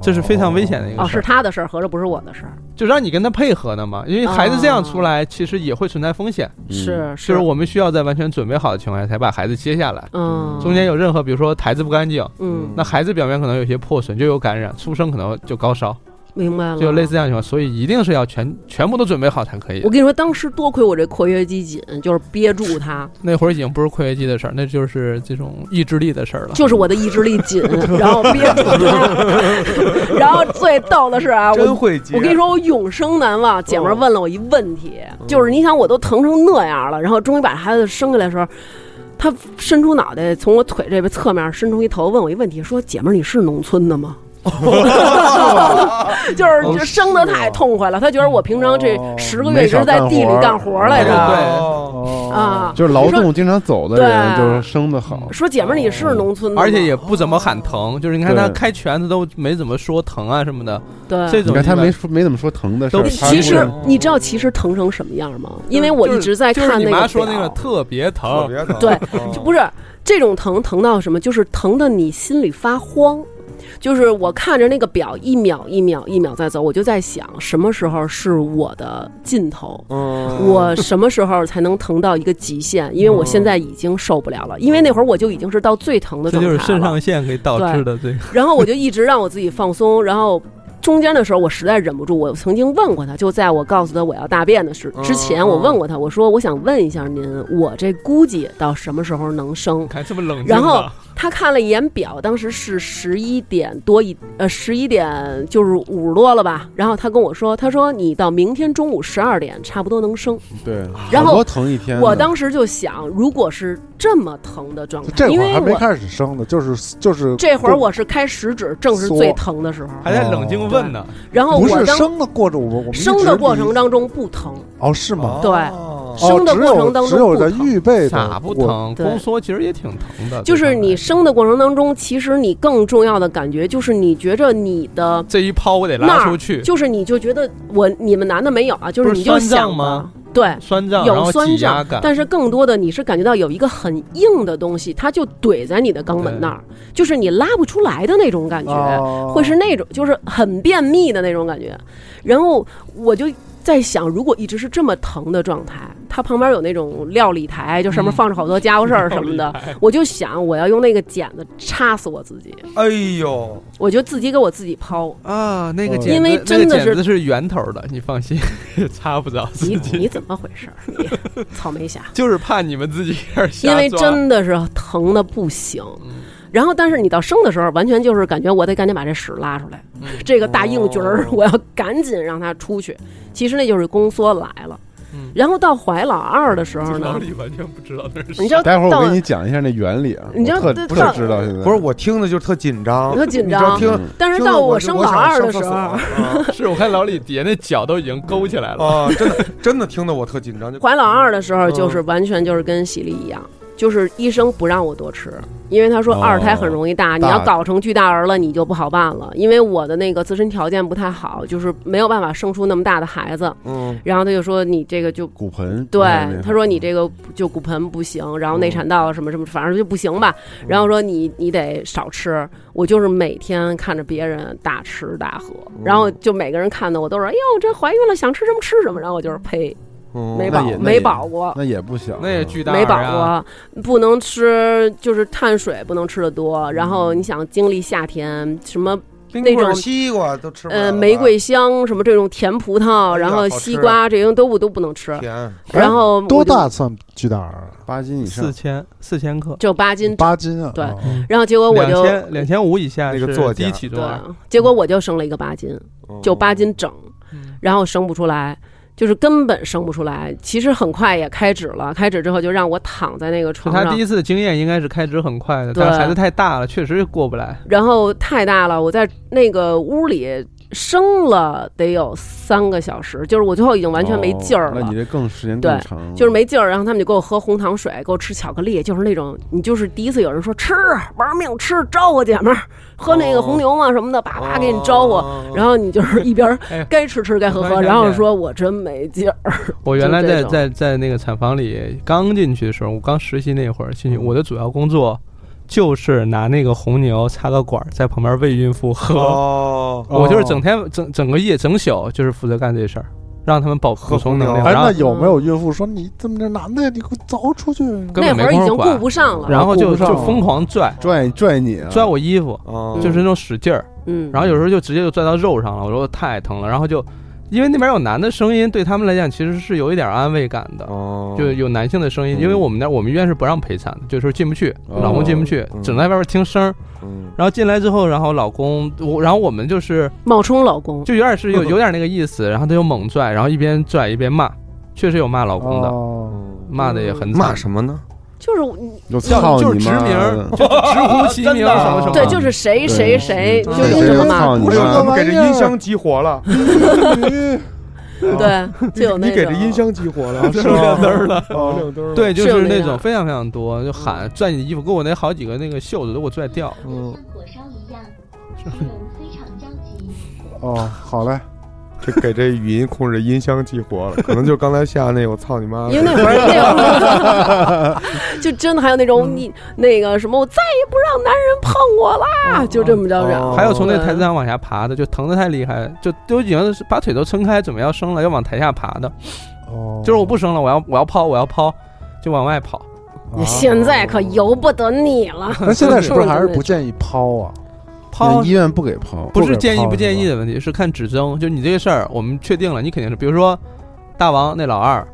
Speaker 4: 这是非常危险的一个
Speaker 5: 哦，
Speaker 4: 事
Speaker 5: 是
Speaker 4: 儿，
Speaker 5: 他的事儿，合着不是我的事儿，
Speaker 4: 就让你跟他配合呢嘛，因为孩子这样出
Speaker 5: 哦
Speaker 4: 来，其实也会存在风险，
Speaker 5: 嗯
Speaker 6: 嗯
Speaker 5: 是
Speaker 4: 就是嗯我们需要在完全准备好的情况下才把孩子接下来。
Speaker 5: 嗯，
Speaker 4: 中间有任何，比如说台子不干净，
Speaker 5: 嗯，
Speaker 4: 那孩子表面可能有些破损，就有感染，出生可能就高烧，
Speaker 5: 明白了，
Speaker 4: 就类似这样的情况，所以一定是要全全部都准备好才可以
Speaker 5: 嗯我。跟你说，当时多亏我这括约肌紧，就是憋住它，
Speaker 4: 那会儿已经不是括约肌的事儿，那就是这种意志力的事儿了。
Speaker 5: 就是我的意志力 紧，然后憋住它。 然后最逗的是啊，
Speaker 8: 真
Speaker 5: 我
Speaker 8: 会接。
Speaker 5: 我跟你说，我永生难忘。姐们
Speaker 4: 哦
Speaker 5: 儿问了我一问题，就是你想我都疼成那样了，然后终于把孩子生下来的时候，她伸出脑袋从我腿这边侧面伸出一头，问我一问题，说：“姐们儿，你是农村的吗？” 就是
Speaker 4: 哦
Speaker 5: 就生的
Speaker 4: 啊
Speaker 5: 太痛快了，她觉得我平常这
Speaker 7: 哦
Speaker 5: 十个月一直在地里干活来着，
Speaker 4: 没少干活儿
Speaker 7: 哦
Speaker 5: 啊，
Speaker 6: 就是劳动经常走的人，
Speaker 5: 对
Speaker 6: 就是生的好。
Speaker 5: 说姐们儿你是农村的吗，
Speaker 4: 嗯而且也不怎么喊疼，就是你看他
Speaker 6: 对
Speaker 4: 开拳，他都没怎么说疼啊什么的。
Speaker 5: 对
Speaker 4: 这
Speaker 6: 你
Speaker 4: 种
Speaker 6: 看他
Speaker 4: 一般
Speaker 6: 没说没怎么说疼的事儿，
Speaker 4: 都
Speaker 6: 他
Speaker 5: 其
Speaker 6: 就
Speaker 5: 实
Speaker 6: 是
Speaker 5: 你知道其实疼成什么样吗？因为我一直在
Speaker 4: 就是
Speaker 5: 看
Speaker 4: 你
Speaker 5: 那
Speaker 4: 妈
Speaker 5: 个
Speaker 4: 说那个
Speaker 5: 表
Speaker 4: 特别
Speaker 8: 特
Speaker 4: 疼，
Speaker 8: 别疼，
Speaker 5: 对
Speaker 8: 嗯，
Speaker 5: 就不是这种疼疼到什么，就是疼的你心里发慌。就是我看着那个表一秒一秒一秒在走，我就在想什么时候是我的尽头，
Speaker 8: 嗯，
Speaker 5: 我什么时候才能疼到一个极限？因为我现在已经受不了了，因为那会儿我就已经是到最疼的
Speaker 4: 嗯这
Speaker 5: 状态
Speaker 4: 就
Speaker 5: 了。
Speaker 4: 是肾上腺给导致的这个。
Speaker 5: 然后我就一直让我自己放松，然后中间的时候我实在忍不住，我曾经问过他，就在我告诉他我要大便的
Speaker 4: 嗯
Speaker 5: 时之前，我问过他，我说我想问一下您，我这估计到什么时候能生
Speaker 4: 你？看这么冷静的，
Speaker 5: 然后他看了一眼表，当时是十一点多一呃十一点就是五十多了吧，然后他跟我说，他说你到明天中午十二点差不多能生。
Speaker 6: 对，
Speaker 5: 然后
Speaker 6: 好多疼一天呢。
Speaker 5: 我当时就想，如果是这么疼的状态，
Speaker 7: 这
Speaker 5: 因
Speaker 7: 会
Speaker 5: 为
Speaker 7: 儿还没
Speaker 5: 我
Speaker 7: 开始生呢，就是就是
Speaker 5: 这会儿我是开食指，正是最疼的时候。
Speaker 4: 还在
Speaker 7: 哦
Speaker 4: 哎冷静问呢。
Speaker 5: 然后
Speaker 7: 不
Speaker 5: 哦我
Speaker 7: 是
Speaker 5: 当
Speaker 7: 生的过程，我我们一
Speaker 5: 生
Speaker 7: 直
Speaker 5: 的过
Speaker 7: 离
Speaker 5: 程当中不疼，
Speaker 7: 哦是吗？
Speaker 5: 对
Speaker 8: 哦
Speaker 5: 生的
Speaker 7: 哦只
Speaker 5: 过
Speaker 7: 有
Speaker 5: 程当
Speaker 7: 只
Speaker 5: 中
Speaker 7: 有
Speaker 5: 不
Speaker 7: 在
Speaker 5: 疼。
Speaker 7: 预备
Speaker 4: 咋
Speaker 7: 的
Speaker 4: 不
Speaker 7: 过
Speaker 4: 疼？
Speaker 5: 对
Speaker 4: 宫缩其实也挺疼的，
Speaker 5: 就是你
Speaker 4: 对吧
Speaker 5: 生的过程当中，其实你更重要的感觉就是你觉着你的，
Speaker 4: 这一抛我得
Speaker 5: 那
Speaker 4: 拉
Speaker 5: 儿
Speaker 4: 出去，
Speaker 5: 就是你就觉得我你们男的没有啊，就
Speaker 4: 不是
Speaker 5: 你就
Speaker 4: 酸胀
Speaker 5: 想
Speaker 4: 吗
Speaker 5: 吧？对，
Speaker 4: 酸胀，然
Speaker 5: 有
Speaker 4: 后
Speaker 5: 酸
Speaker 4: 挤压
Speaker 5: 胀
Speaker 4: 感，，
Speaker 5: 但是更多的你是感觉到有一个很硬的东西，它就怼在你的肛门那儿，就是你拉不出来的那种感觉。
Speaker 7: 哦
Speaker 5: 会是那种就是很便秘的那种感觉。然后我就在想，如果一直是这么疼的状态，它旁边有那种料理台，就上面
Speaker 4: 嗯
Speaker 5: 放着好多家伙事儿什么的，
Speaker 4: 哎
Speaker 5: 我就想我要用那个剪子插死我自己，
Speaker 8: 哎呦，
Speaker 5: 我就自己给我自己剖。
Speaker 4: 啊，那个
Speaker 7: 因
Speaker 4: 剪子，
Speaker 5: 为真
Speaker 4: 那
Speaker 5: 的
Speaker 4: 个
Speaker 5: 是
Speaker 4: 剪子是圆头的，你放心， 插不着自
Speaker 5: 你
Speaker 4: 己，
Speaker 5: 你怎么回事儿？你草莓侠，
Speaker 4: 就是怕你们自己有点瞎
Speaker 5: 因为
Speaker 4: 抓
Speaker 5: 真的是疼的不行
Speaker 4: 嗯。
Speaker 5: 然后，但是你到生的时候，完全就是感觉我得赶紧把这屎拉出来，
Speaker 4: 嗯哦
Speaker 5: 这个大硬局儿，我要赶紧让它出去。其实那就是宫缩来了。
Speaker 4: 嗯
Speaker 5: 然后到怀老二的时候
Speaker 4: 脑
Speaker 5: 呢，
Speaker 4: 里完全不知道那是
Speaker 5: 你知道
Speaker 6: 待会儿我
Speaker 5: 到
Speaker 6: 给你讲一下那原理啊，
Speaker 5: 你知道
Speaker 6: 我
Speaker 5: 这
Speaker 6: 特
Speaker 5: 这
Speaker 6: 特知道现在
Speaker 8: 不是我听着就特紧张，
Speaker 5: 特紧
Speaker 8: 你知道
Speaker 5: 张
Speaker 8: 听
Speaker 6: 嗯
Speaker 5: 但是
Speaker 8: 听
Speaker 5: 到
Speaker 8: 着我
Speaker 5: 生
Speaker 8: 我
Speaker 5: 老
Speaker 8: 想
Speaker 5: 二
Speaker 8: 上
Speaker 5: 的时
Speaker 8: 厕所
Speaker 5: 候，
Speaker 8: 啊
Speaker 4: 是我看老李底下那脚都已经勾起来了，
Speaker 8: 啊，真的真的听得我特紧张，就
Speaker 5: 怀老二的时候
Speaker 6: 嗯
Speaker 5: 就是完全就是跟喜力一样，就是医生不让我多吃，因为他说
Speaker 6: 哦
Speaker 5: 二胎很容易大，你要
Speaker 6: 大
Speaker 5: 搞成巨大儿了你就不好办了。因为我的那个自身条件不太好，就是没有办法生出那么大的孩子。
Speaker 8: 嗯
Speaker 5: 然后他就说你这个就
Speaker 6: 骨盆。
Speaker 5: 对
Speaker 6: 那个，
Speaker 5: 他说你这个就骨盆不行，然后内产道什么什么，反正就不行吧。然后说你你得少吃，我就是每天看着别人大吃大喝，
Speaker 6: 哦
Speaker 5: 然后就每个人看的我都说，哎呦这怀孕了想吃什么吃什么，然后我就是呸，
Speaker 8: 嗯，
Speaker 5: 没
Speaker 6: 那
Speaker 5: 饱
Speaker 6: 也那
Speaker 5: 没
Speaker 6: 也
Speaker 5: 饱过。
Speaker 6: 那也不小，
Speaker 4: 那也巨大
Speaker 5: 没饱
Speaker 4: 儿啊，
Speaker 5: 过，不能吃，就是碳水不能吃的多。然后
Speaker 4: 嗯
Speaker 5: 你想经历夏天，什么
Speaker 8: 冰
Speaker 5: 那
Speaker 8: 棍儿
Speaker 5: 种
Speaker 8: 西瓜都吃不了
Speaker 4: 啊
Speaker 5: 呃
Speaker 8: 吧
Speaker 5: 玫瑰香，什么这种甜葡萄，
Speaker 8: 哎呀
Speaker 5: 然
Speaker 8: 好
Speaker 5: 后
Speaker 8: 吃
Speaker 5: 西
Speaker 4: 啊
Speaker 5: 瓜这些都不都不能吃。
Speaker 8: 甜，
Speaker 7: 哎
Speaker 5: 然后我
Speaker 7: 多
Speaker 5: 就
Speaker 7: 大算巨大儿？
Speaker 6: 八斤以
Speaker 4: 四
Speaker 6: 上，
Speaker 4: 千四千克，
Speaker 5: 就八斤，
Speaker 7: 八斤啊？
Speaker 5: 对
Speaker 7: 哦
Speaker 5: 然后结果呃我
Speaker 4: 两
Speaker 5: 就
Speaker 4: 千两千五以下
Speaker 8: 那个
Speaker 4: 是
Speaker 8: 作
Speaker 4: 低
Speaker 8: 家
Speaker 4: 体重
Speaker 5: 对啊
Speaker 4: 儿，，
Speaker 5: 结果我就生了一个八斤，就八斤整，
Speaker 4: 哦嗯
Speaker 5: 然后生不出来，就是根本生不出来。其实很快也开指了，开指之后就让我躺在那个
Speaker 4: 就
Speaker 5: 床
Speaker 4: 他
Speaker 5: 上
Speaker 4: 第，一次的经验应该是开指很快的，
Speaker 5: 对
Speaker 4: 但是孩子太大了，确实过不来。
Speaker 5: 然后太大了，我在那个屋里生了得有三个小时，就是我最后已经完全没劲儿
Speaker 6: 哦那
Speaker 5: 了
Speaker 6: 你。这更时间更
Speaker 5: 对
Speaker 6: 长了，
Speaker 5: 就是没劲儿，然后他们就给我喝红糖水，给我吃巧克力，就是那种你就是第一次有人说吃，玩命吃，招呼姐们儿，喝那个红牛嘛什么的，叭叭给你招呼，
Speaker 8: 哦
Speaker 5: 然后你就是一边儿
Speaker 4: 哎
Speaker 5: 该吃吃该喝
Speaker 4: 我突
Speaker 5: 喝，
Speaker 4: 然
Speaker 5: 然后
Speaker 4: 想起来
Speaker 5: 说我真没劲儿，
Speaker 4: 我原来
Speaker 5: 就
Speaker 4: 在
Speaker 5: 这种
Speaker 4: 嗯在在那个产房里刚进去的时候，我刚实习那会儿进去，我的主要工作就是拿那个红牛插个管儿在旁边喂孕妇喝。
Speaker 8: 哦，
Speaker 4: 我就是整天整整个夜整宿就是负责干这事儿，让他们保补充能
Speaker 8: 红
Speaker 4: 量，
Speaker 8: 牛
Speaker 7: 哎，
Speaker 4: 然后
Speaker 7: 那有没有孕妇说你怎么这男的，你给我凿出去？啊
Speaker 4: 根
Speaker 5: 那
Speaker 4: 本
Speaker 5: 会
Speaker 4: 没
Speaker 5: 儿已
Speaker 4: 工
Speaker 5: 经
Speaker 4: 夫
Speaker 5: 顾
Speaker 4: 管，
Speaker 5: 不上了，
Speaker 4: 然后就
Speaker 7: 顾不上
Speaker 4: 就
Speaker 7: 了
Speaker 4: 疯狂拽
Speaker 6: 拽拽你啊，
Speaker 4: 拽我衣服，
Speaker 8: 哦
Speaker 4: 就是那种使劲儿，
Speaker 5: 嗯，
Speaker 4: 然后有时候就直接就拽到肉上了，我说太疼了，然后就因为那边有男的声音，对他们来讲其实是有一点安慰感的。
Speaker 8: 哦，
Speaker 4: 就有男性的声音，
Speaker 8: 嗯
Speaker 4: 因为我们那我们医院是不让陪产的，就是进不去，
Speaker 6: 哦
Speaker 4: 老公进不去，
Speaker 8: 嗯
Speaker 4: 只能在外边听声儿。
Speaker 8: 嗯
Speaker 4: 然后进来之后，然后老公，我然后我们就是
Speaker 5: 冒充老公，
Speaker 4: 就有点是有有点那个意思，然后他就猛拽，然后一边拽一边骂，确实有骂老公的，
Speaker 7: 哦，
Speaker 8: 嗯
Speaker 4: 骂的也很惨
Speaker 8: 骂什么呢？
Speaker 5: 就是你
Speaker 6: 我操
Speaker 4: 就是
Speaker 6: 你
Speaker 4: 直
Speaker 6: 妈
Speaker 4: 名儿
Speaker 6: 的！
Speaker 4: 直呼其名
Speaker 8: 真的啊
Speaker 4: 什么什么，
Speaker 5: 对，就是谁谁
Speaker 6: 对
Speaker 5: 谁，就
Speaker 4: 嗯
Speaker 5: 是
Speaker 4: 对
Speaker 5: 这么骂
Speaker 6: 操你
Speaker 8: 哎
Speaker 6: 妈
Speaker 8: 呦，我
Speaker 6: 的
Speaker 8: 们给这音箱激活了，
Speaker 5: 对， 就有那
Speaker 8: 你给这
Speaker 5: 种
Speaker 8: 音箱激活 了，是
Speaker 4: 是亮
Speaker 8: 吧？
Speaker 4: 灯儿了。
Speaker 8: 哦，亮灯儿了，
Speaker 4: 对，就是
Speaker 5: 有
Speaker 4: 是
Speaker 5: 那
Speaker 4: 那
Speaker 5: 样
Speaker 4: 种非常非常多，就喊拽你衣服，给我那好几个那个袖子都给我拽掉。
Speaker 8: 嗯，
Speaker 9: 火烧一 样，病人非常焦急。
Speaker 7: 哦，好嘞，
Speaker 8: 这给这语音控制音箱激活了，可能就是刚才下那个我操你妈的，
Speaker 5: 因为那会儿那会儿 就真的还有那种你那个什么，我再也不让男人碰我啦，啊就这么着
Speaker 8: 哦
Speaker 5: 嚷。
Speaker 4: 还有从那台子上往下爬的，就疼的太厉害，就都已经是把腿都撑开，准备要生了，要往台下爬的，
Speaker 7: 哦，
Speaker 4: 就是我不生了，我要我要抛，我要抛，就往外跑。
Speaker 7: 啊
Speaker 5: 嗯现在可由不得你了，
Speaker 4: 哦
Speaker 7: 那现在是不是还是 不建议抛啊？
Speaker 4: 抛
Speaker 6: 那医院不给抛，
Speaker 4: 不是
Speaker 7: 给
Speaker 4: 建议
Speaker 7: 泡
Speaker 4: 不
Speaker 7: 是
Speaker 4: 建
Speaker 7: 吧
Speaker 4: 议的问题，是看指征。就你这个事儿，我们确定了，你肯定是，比如说大王那老二，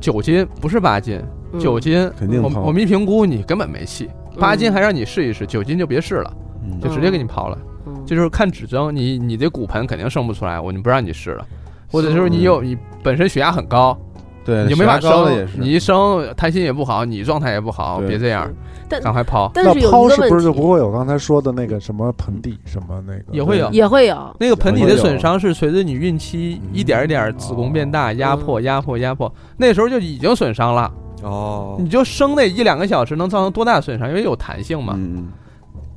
Speaker 4: 九斤不是八斤，
Speaker 5: 嗯
Speaker 4: 九斤
Speaker 6: 肯定
Speaker 4: 我
Speaker 6: 胖
Speaker 4: 我们一评估你根本没戏，八斤还让你试一试，九斤就别试了，
Speaker 6: 嗯
Speaker 4: 就直接给你刨了。
Speaker 5: 嗯
Speaker 4: 这就是看指征，你你这骨盆肯定生不出来，我就不让你试了。或者就是你有你本身血压很高，
Speaker 6: 对，
Speaker 4: 你就没法
Speaker 6: 呃血压高的
Speaker 4: 生
Speaker 6: 也，是
Speaker 4: 你一生胎心也不好，你状态也不好，
Speaker 6: 对
Speaker 4: 别这样，
Speaker 5: 但
Speaker 4: 赶快抛。
Speaker 5: 但
Speaker 7: 那
Speaker 5: 是有
Speaker 7: 抛
Speaker 5: 一个
Speaker 7: 是不是就
Speaker 5: 问
Speaker 7: 不
Speaker 5: 题，
Speaker 7: 会有刚才说的那个什么盆底什么那个？
Speaker 4: 也会有
Speaker 5: 也会有，
Speaker 4: 那个盆底的
Speaker 6: 会有
Speaker 4: 损伤是随着你孕期
Speaker 6: 嗯
Speaker 4: 一点一点子宫变
Speaker 6: 哦
Speaker 4: 大，压迫、压迫、压迫，那时候就已经损伤了。
Speaker 8: 哦
Speaker 4: 你就生那一两个小时能造成多大损伤？因为有弹性嘛，
Speaker 6: 嗯嗯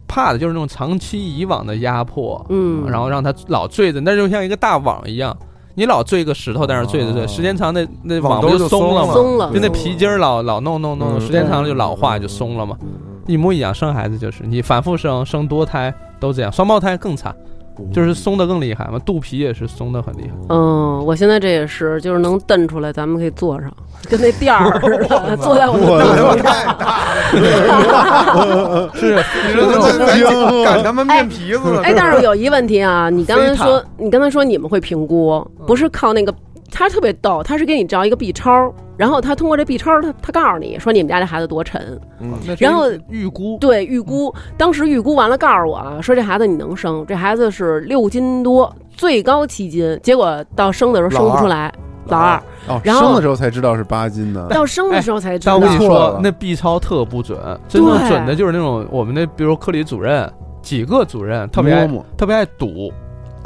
Speaker 4: 怕的就是那种长期以往的压迫，
Speaker 5: 嗯，
Speaker 4: 然后让它老坠着，那就像一个大网一样，你老坠个石头在那儿坠着坠，
Speaker 8: 哦
Speaker 4: 时间长那那
Speaker 8: 网
Speaker 4: 不
Speaker 8: 兜
Speaker 4: 就
Speaker 8: 就
Speaker 4: 松
Speaker 8: 松
Speaker 4: 了
Speaker 8: 了
Speaker 4: 吗？
Speaker 8: 嘛
Speaker 5: 松了，
Speaker 4: 就那皮筋儿老老弄弄弄，
Speaker 8: 嗯
Speaker 4: 时间长了就老化就松了嘛，
Speaker 6: 嗯
Speaker 4: 一模一样。生孩子就是你反复生，生多胎都这样，双胞胎更惨，
Speaker 6: 嗯
Speaker 4: 就是松的更厉害嘛，肚皮也是松的很厉害。
Speaker 5: 嗯，我现在这也是，就是能蹬出来，咱们可以坐上，跟那垫 儿似的，坐在我的
Speaker 8: 我
Speaker 5: 凳子
Speaker 8: 太
Speaker 5: 上。
Speaker 8: 大了，
Speaker 4: 是，
Speaker 8: 你说这赶他们面皮子 了，
Speaker 5: 哎，但是有一个问题啊，你刚才
Speaker 4: 非常嗯
Speaker 5: 说，你刚才说你们会评估，不是靠那个，他特别逗，他是给你照一个 B 超，然后他通过这 B 超，他他告诉你说你们家这孩子多沉，
Speaker 4: 那是
Speaker 5: 然后
Speaker 4: 预估
Speaker 5: 对，预估，当时预估完了告诉我啊，说这孩子你能生，这孩子是六斤多，最高七斤，结果到生的时候生不出来，老二，
Speaker 6: 哦，
Speaker 5: 然后
Speaker 6: 生的时候才知道是八斤呢。
Speaker 5: 到生的时候才知
Speaker 4: 但
Speaker 5: 道
Speaker 4: 我，跟你
Speaker 6: 错
Speaker 4: 说
Speaker 6: 了，
Speaker 4: 那 B 超特不准，真正准的就是那种我们那，比如科里主任，几个主任特别爱
Speaker 6: 摸摸
Speaker 4: 特别爱赌，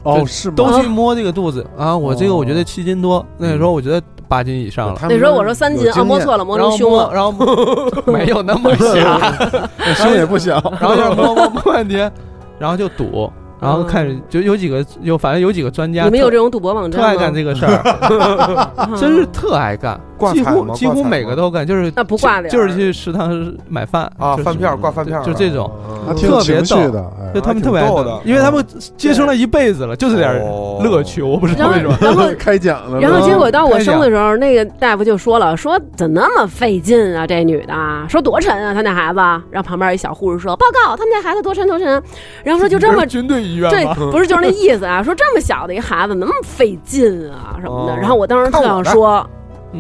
Speaker 7: 哦，是吗？
Speaker 4: 都去摸这个肚子啊。我这个我觉得七斤多，那时
Speaker 6: 嗯
Speaker 4: 候我觉得八斤以上了。
Speaker 6: 他们
Speaker 5: 那时候我说三斤
Speaker 6: 有经
Speaker 5: 啊，
Speaker 6: 验
Speaker 5: 摸错了，摸
Speaker 4: 然
Speaker 5: 成
Speaker 4: 后
Speaker 5: 胸
Speaker 4: 摸，
Speaker 5: 了，
Speaker 4: 然后摸 没有那么瞎，
Speaker 6: 胸也不小，
Speaker 4: 然后就是摸摸摸半天，然后就赌，然后看着就有几个有反正有几个专家
Speaker 5: 你们嗯有
Speaker 4: 特
Speaker 5: 这种赌博网站
Speaker 4: 特
Speaker 5: 吗？啊
Speaker 4: 爱干这个 事儿，
Speaker 5: 个
Speaker 4: 真是特爱干，
Speaker 8: 挂
Speaker 4: 几
Speaker 8: 彩
Speaker 4: 乎
Speaker 8: 吗
Speaker 4: 几乎
Speaker 8: 挂彩
Speaker 4: 每
Speaker 8: 吗
Speaker 4: 个都干，就是
Speaker 5: 那不挂脸儿
Speaker 4: 就是去食堂买饭
Speaker 8: 啊，
Speaker 4: 就是
Speaker 8: 饭票挂饭票，
Speaker 4: 就这种。
Speaker 7: 还
Speaker 8: 嗯，
Speaker 7: 挺有情绪的，哎
Speaker 4: 就他 们特别爱
Speaker 8: 还挺逗
Speaker 4: 弄
Speaker 8: 的嗯
Speaker 4: 因为他们接生了一辈子了，就这点儿
Speaker 8: 哦
Speaker 4: 乐趣，我不知
Speaker 5: 然
Speaker 4: 道
Speaker 5: 后
Speaker 4: 为什么。
Speaker 5: 然 后
Speaker 6: 开奖了。
Speaker 5: 然后结果到我
Speaker 4: 开
Speaker 5: 生
Speaker 4: 奖
Speaker 5: 的时候，那个大夫就说了，说怎么那么费劲啊？这女的说多沉啊，她那孩子。然后旁边一小护士说报告，他们家孩子多沉多沉。啊然后说就这么
Speaker 4: 不是军队医院
Speaker 5: 对
Speaker 4: 吗？，
Speaker 5: 不是就是那意思啊，说这么小的一孩子那么费劲 啊什么的。
Speaker 8: 哦
Speaker 5: 然后我当时特想说。
Speaker 4: 嗯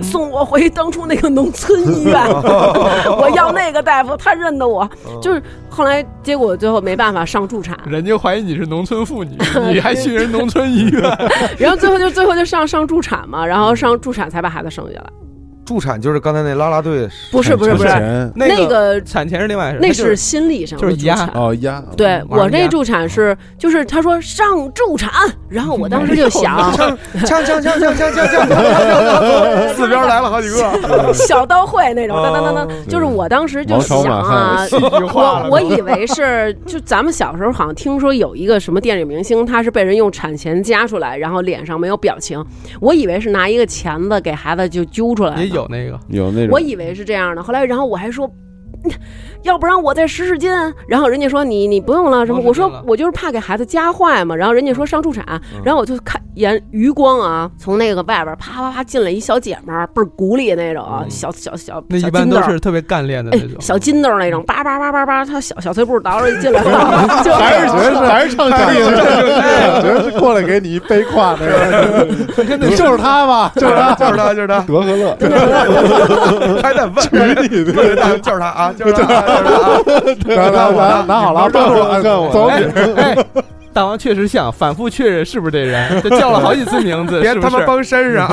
Speaker 5: 送我回当初那个农村医 院，我要那个大夫，他认得我。就是后来结果最后没办法上助 产，
Speaker 4: 嗯人家怀疑你是农村 妇女，你还去人农村医院？
Speaker 5: 然后最后就最后就上上助产嘛，然后上助产才把孩子生下来。
Speaker 8: 助产就是刚才那啦啦队，
Speaker 5: 不是不是不是，
Speaker 6: 钱
Speaker 5: 那个
Speaker 4: 产前是另外一 回事，
Speaker 5: 那
Speaker 4: 就是
Speaker 5: 心理上的
Speaker 4: 就是
Speaker 5: 助
Speaker 4: 压嗯
Speaker 5: 产。
Speaker 6: 哦呀，
Speaker 5: 对
Speaker 4: 玩
Speaker 5: 我
Speaker 4: 儿压
Speaker 5: 这助产是，就是他说上助产，然后我当时 就想，
Speaker 8: 锵锵锵锵锵锵锵，四边来了哦好几个，
Speaker 5: 小刀会那种，当当当当，就是我当时就
Speaker 6: 王朝
Speaker 5: 想
Speaker 6: 马
Speaker 5: 啊
Speaker 6: 汉，
Speaker 5: 我我以为是就咱们小时候好像听说有一个什么电影明星，他是被人用产钳夹出来，然后脸上没有表情，我以为是拿一个钳子给孩子就揪出来，
Speaker 4: 也有那个，
Speaker 6: 有那种
Speaker 5: 我以为是这样的，后来然后我还说。 要不然我再使使劲。啊然后人家说你你不用了什么，
Speaker 4: 不
Speaker 5: 我
Speaker 4: 用使劲了
Speaker 5: 说我就是怕给孩子夹坏嘛。然后人家说上助产，
Speaker 3: 嗯
Speaker 5: 然后我就看眼余光啊，从那个外边啪啪啪进来一小姐们儿，倍儿鼓励那种，啊
Speaker 3: 嗯
Speaker 5: 小小小
Speaker 4: 那
Speaker 5: 小
Speaker 4: 一般
Speaker 5: 金
Speaker 4: 都
Speaker 5: 豆儿。
Speaker 4: 是特别干练的
Speaker 5: 哎
Speaker 4: 那种，。
Speaker 5: 小金豆儿那种，叭叭叭叭叭，他小小碎步倒着就进来 了，就
Speaker 6: 还是觉得是还是唱小
Speaker 8: 太厉害
Speaker 6: 我觉得是过来给你一背胯那个， 就是他吧，就是他，
Speaker 8: 就是他，就是他，
Speaker 6: 德和乐，
Speaker 8: 还得问，
Speaker 6: 你
Speaker 8: 问着他，就是他啊，就是他，就是
Speaker 6: 拿拿拿拿好了，
Speaker 8: 干
Speaker 7: 啊
Speaker 8: 我的干我的
Speaker 6: 走你。
Speaker 4: 哎，大王确实像，反复确认是不是这人， 就叫了好几次名字，
Speaker 8: 他，别
Speaker 4: 是不
Speaker 8: 他妈
Speaker 4: 是
Speaker 8: 帮身上，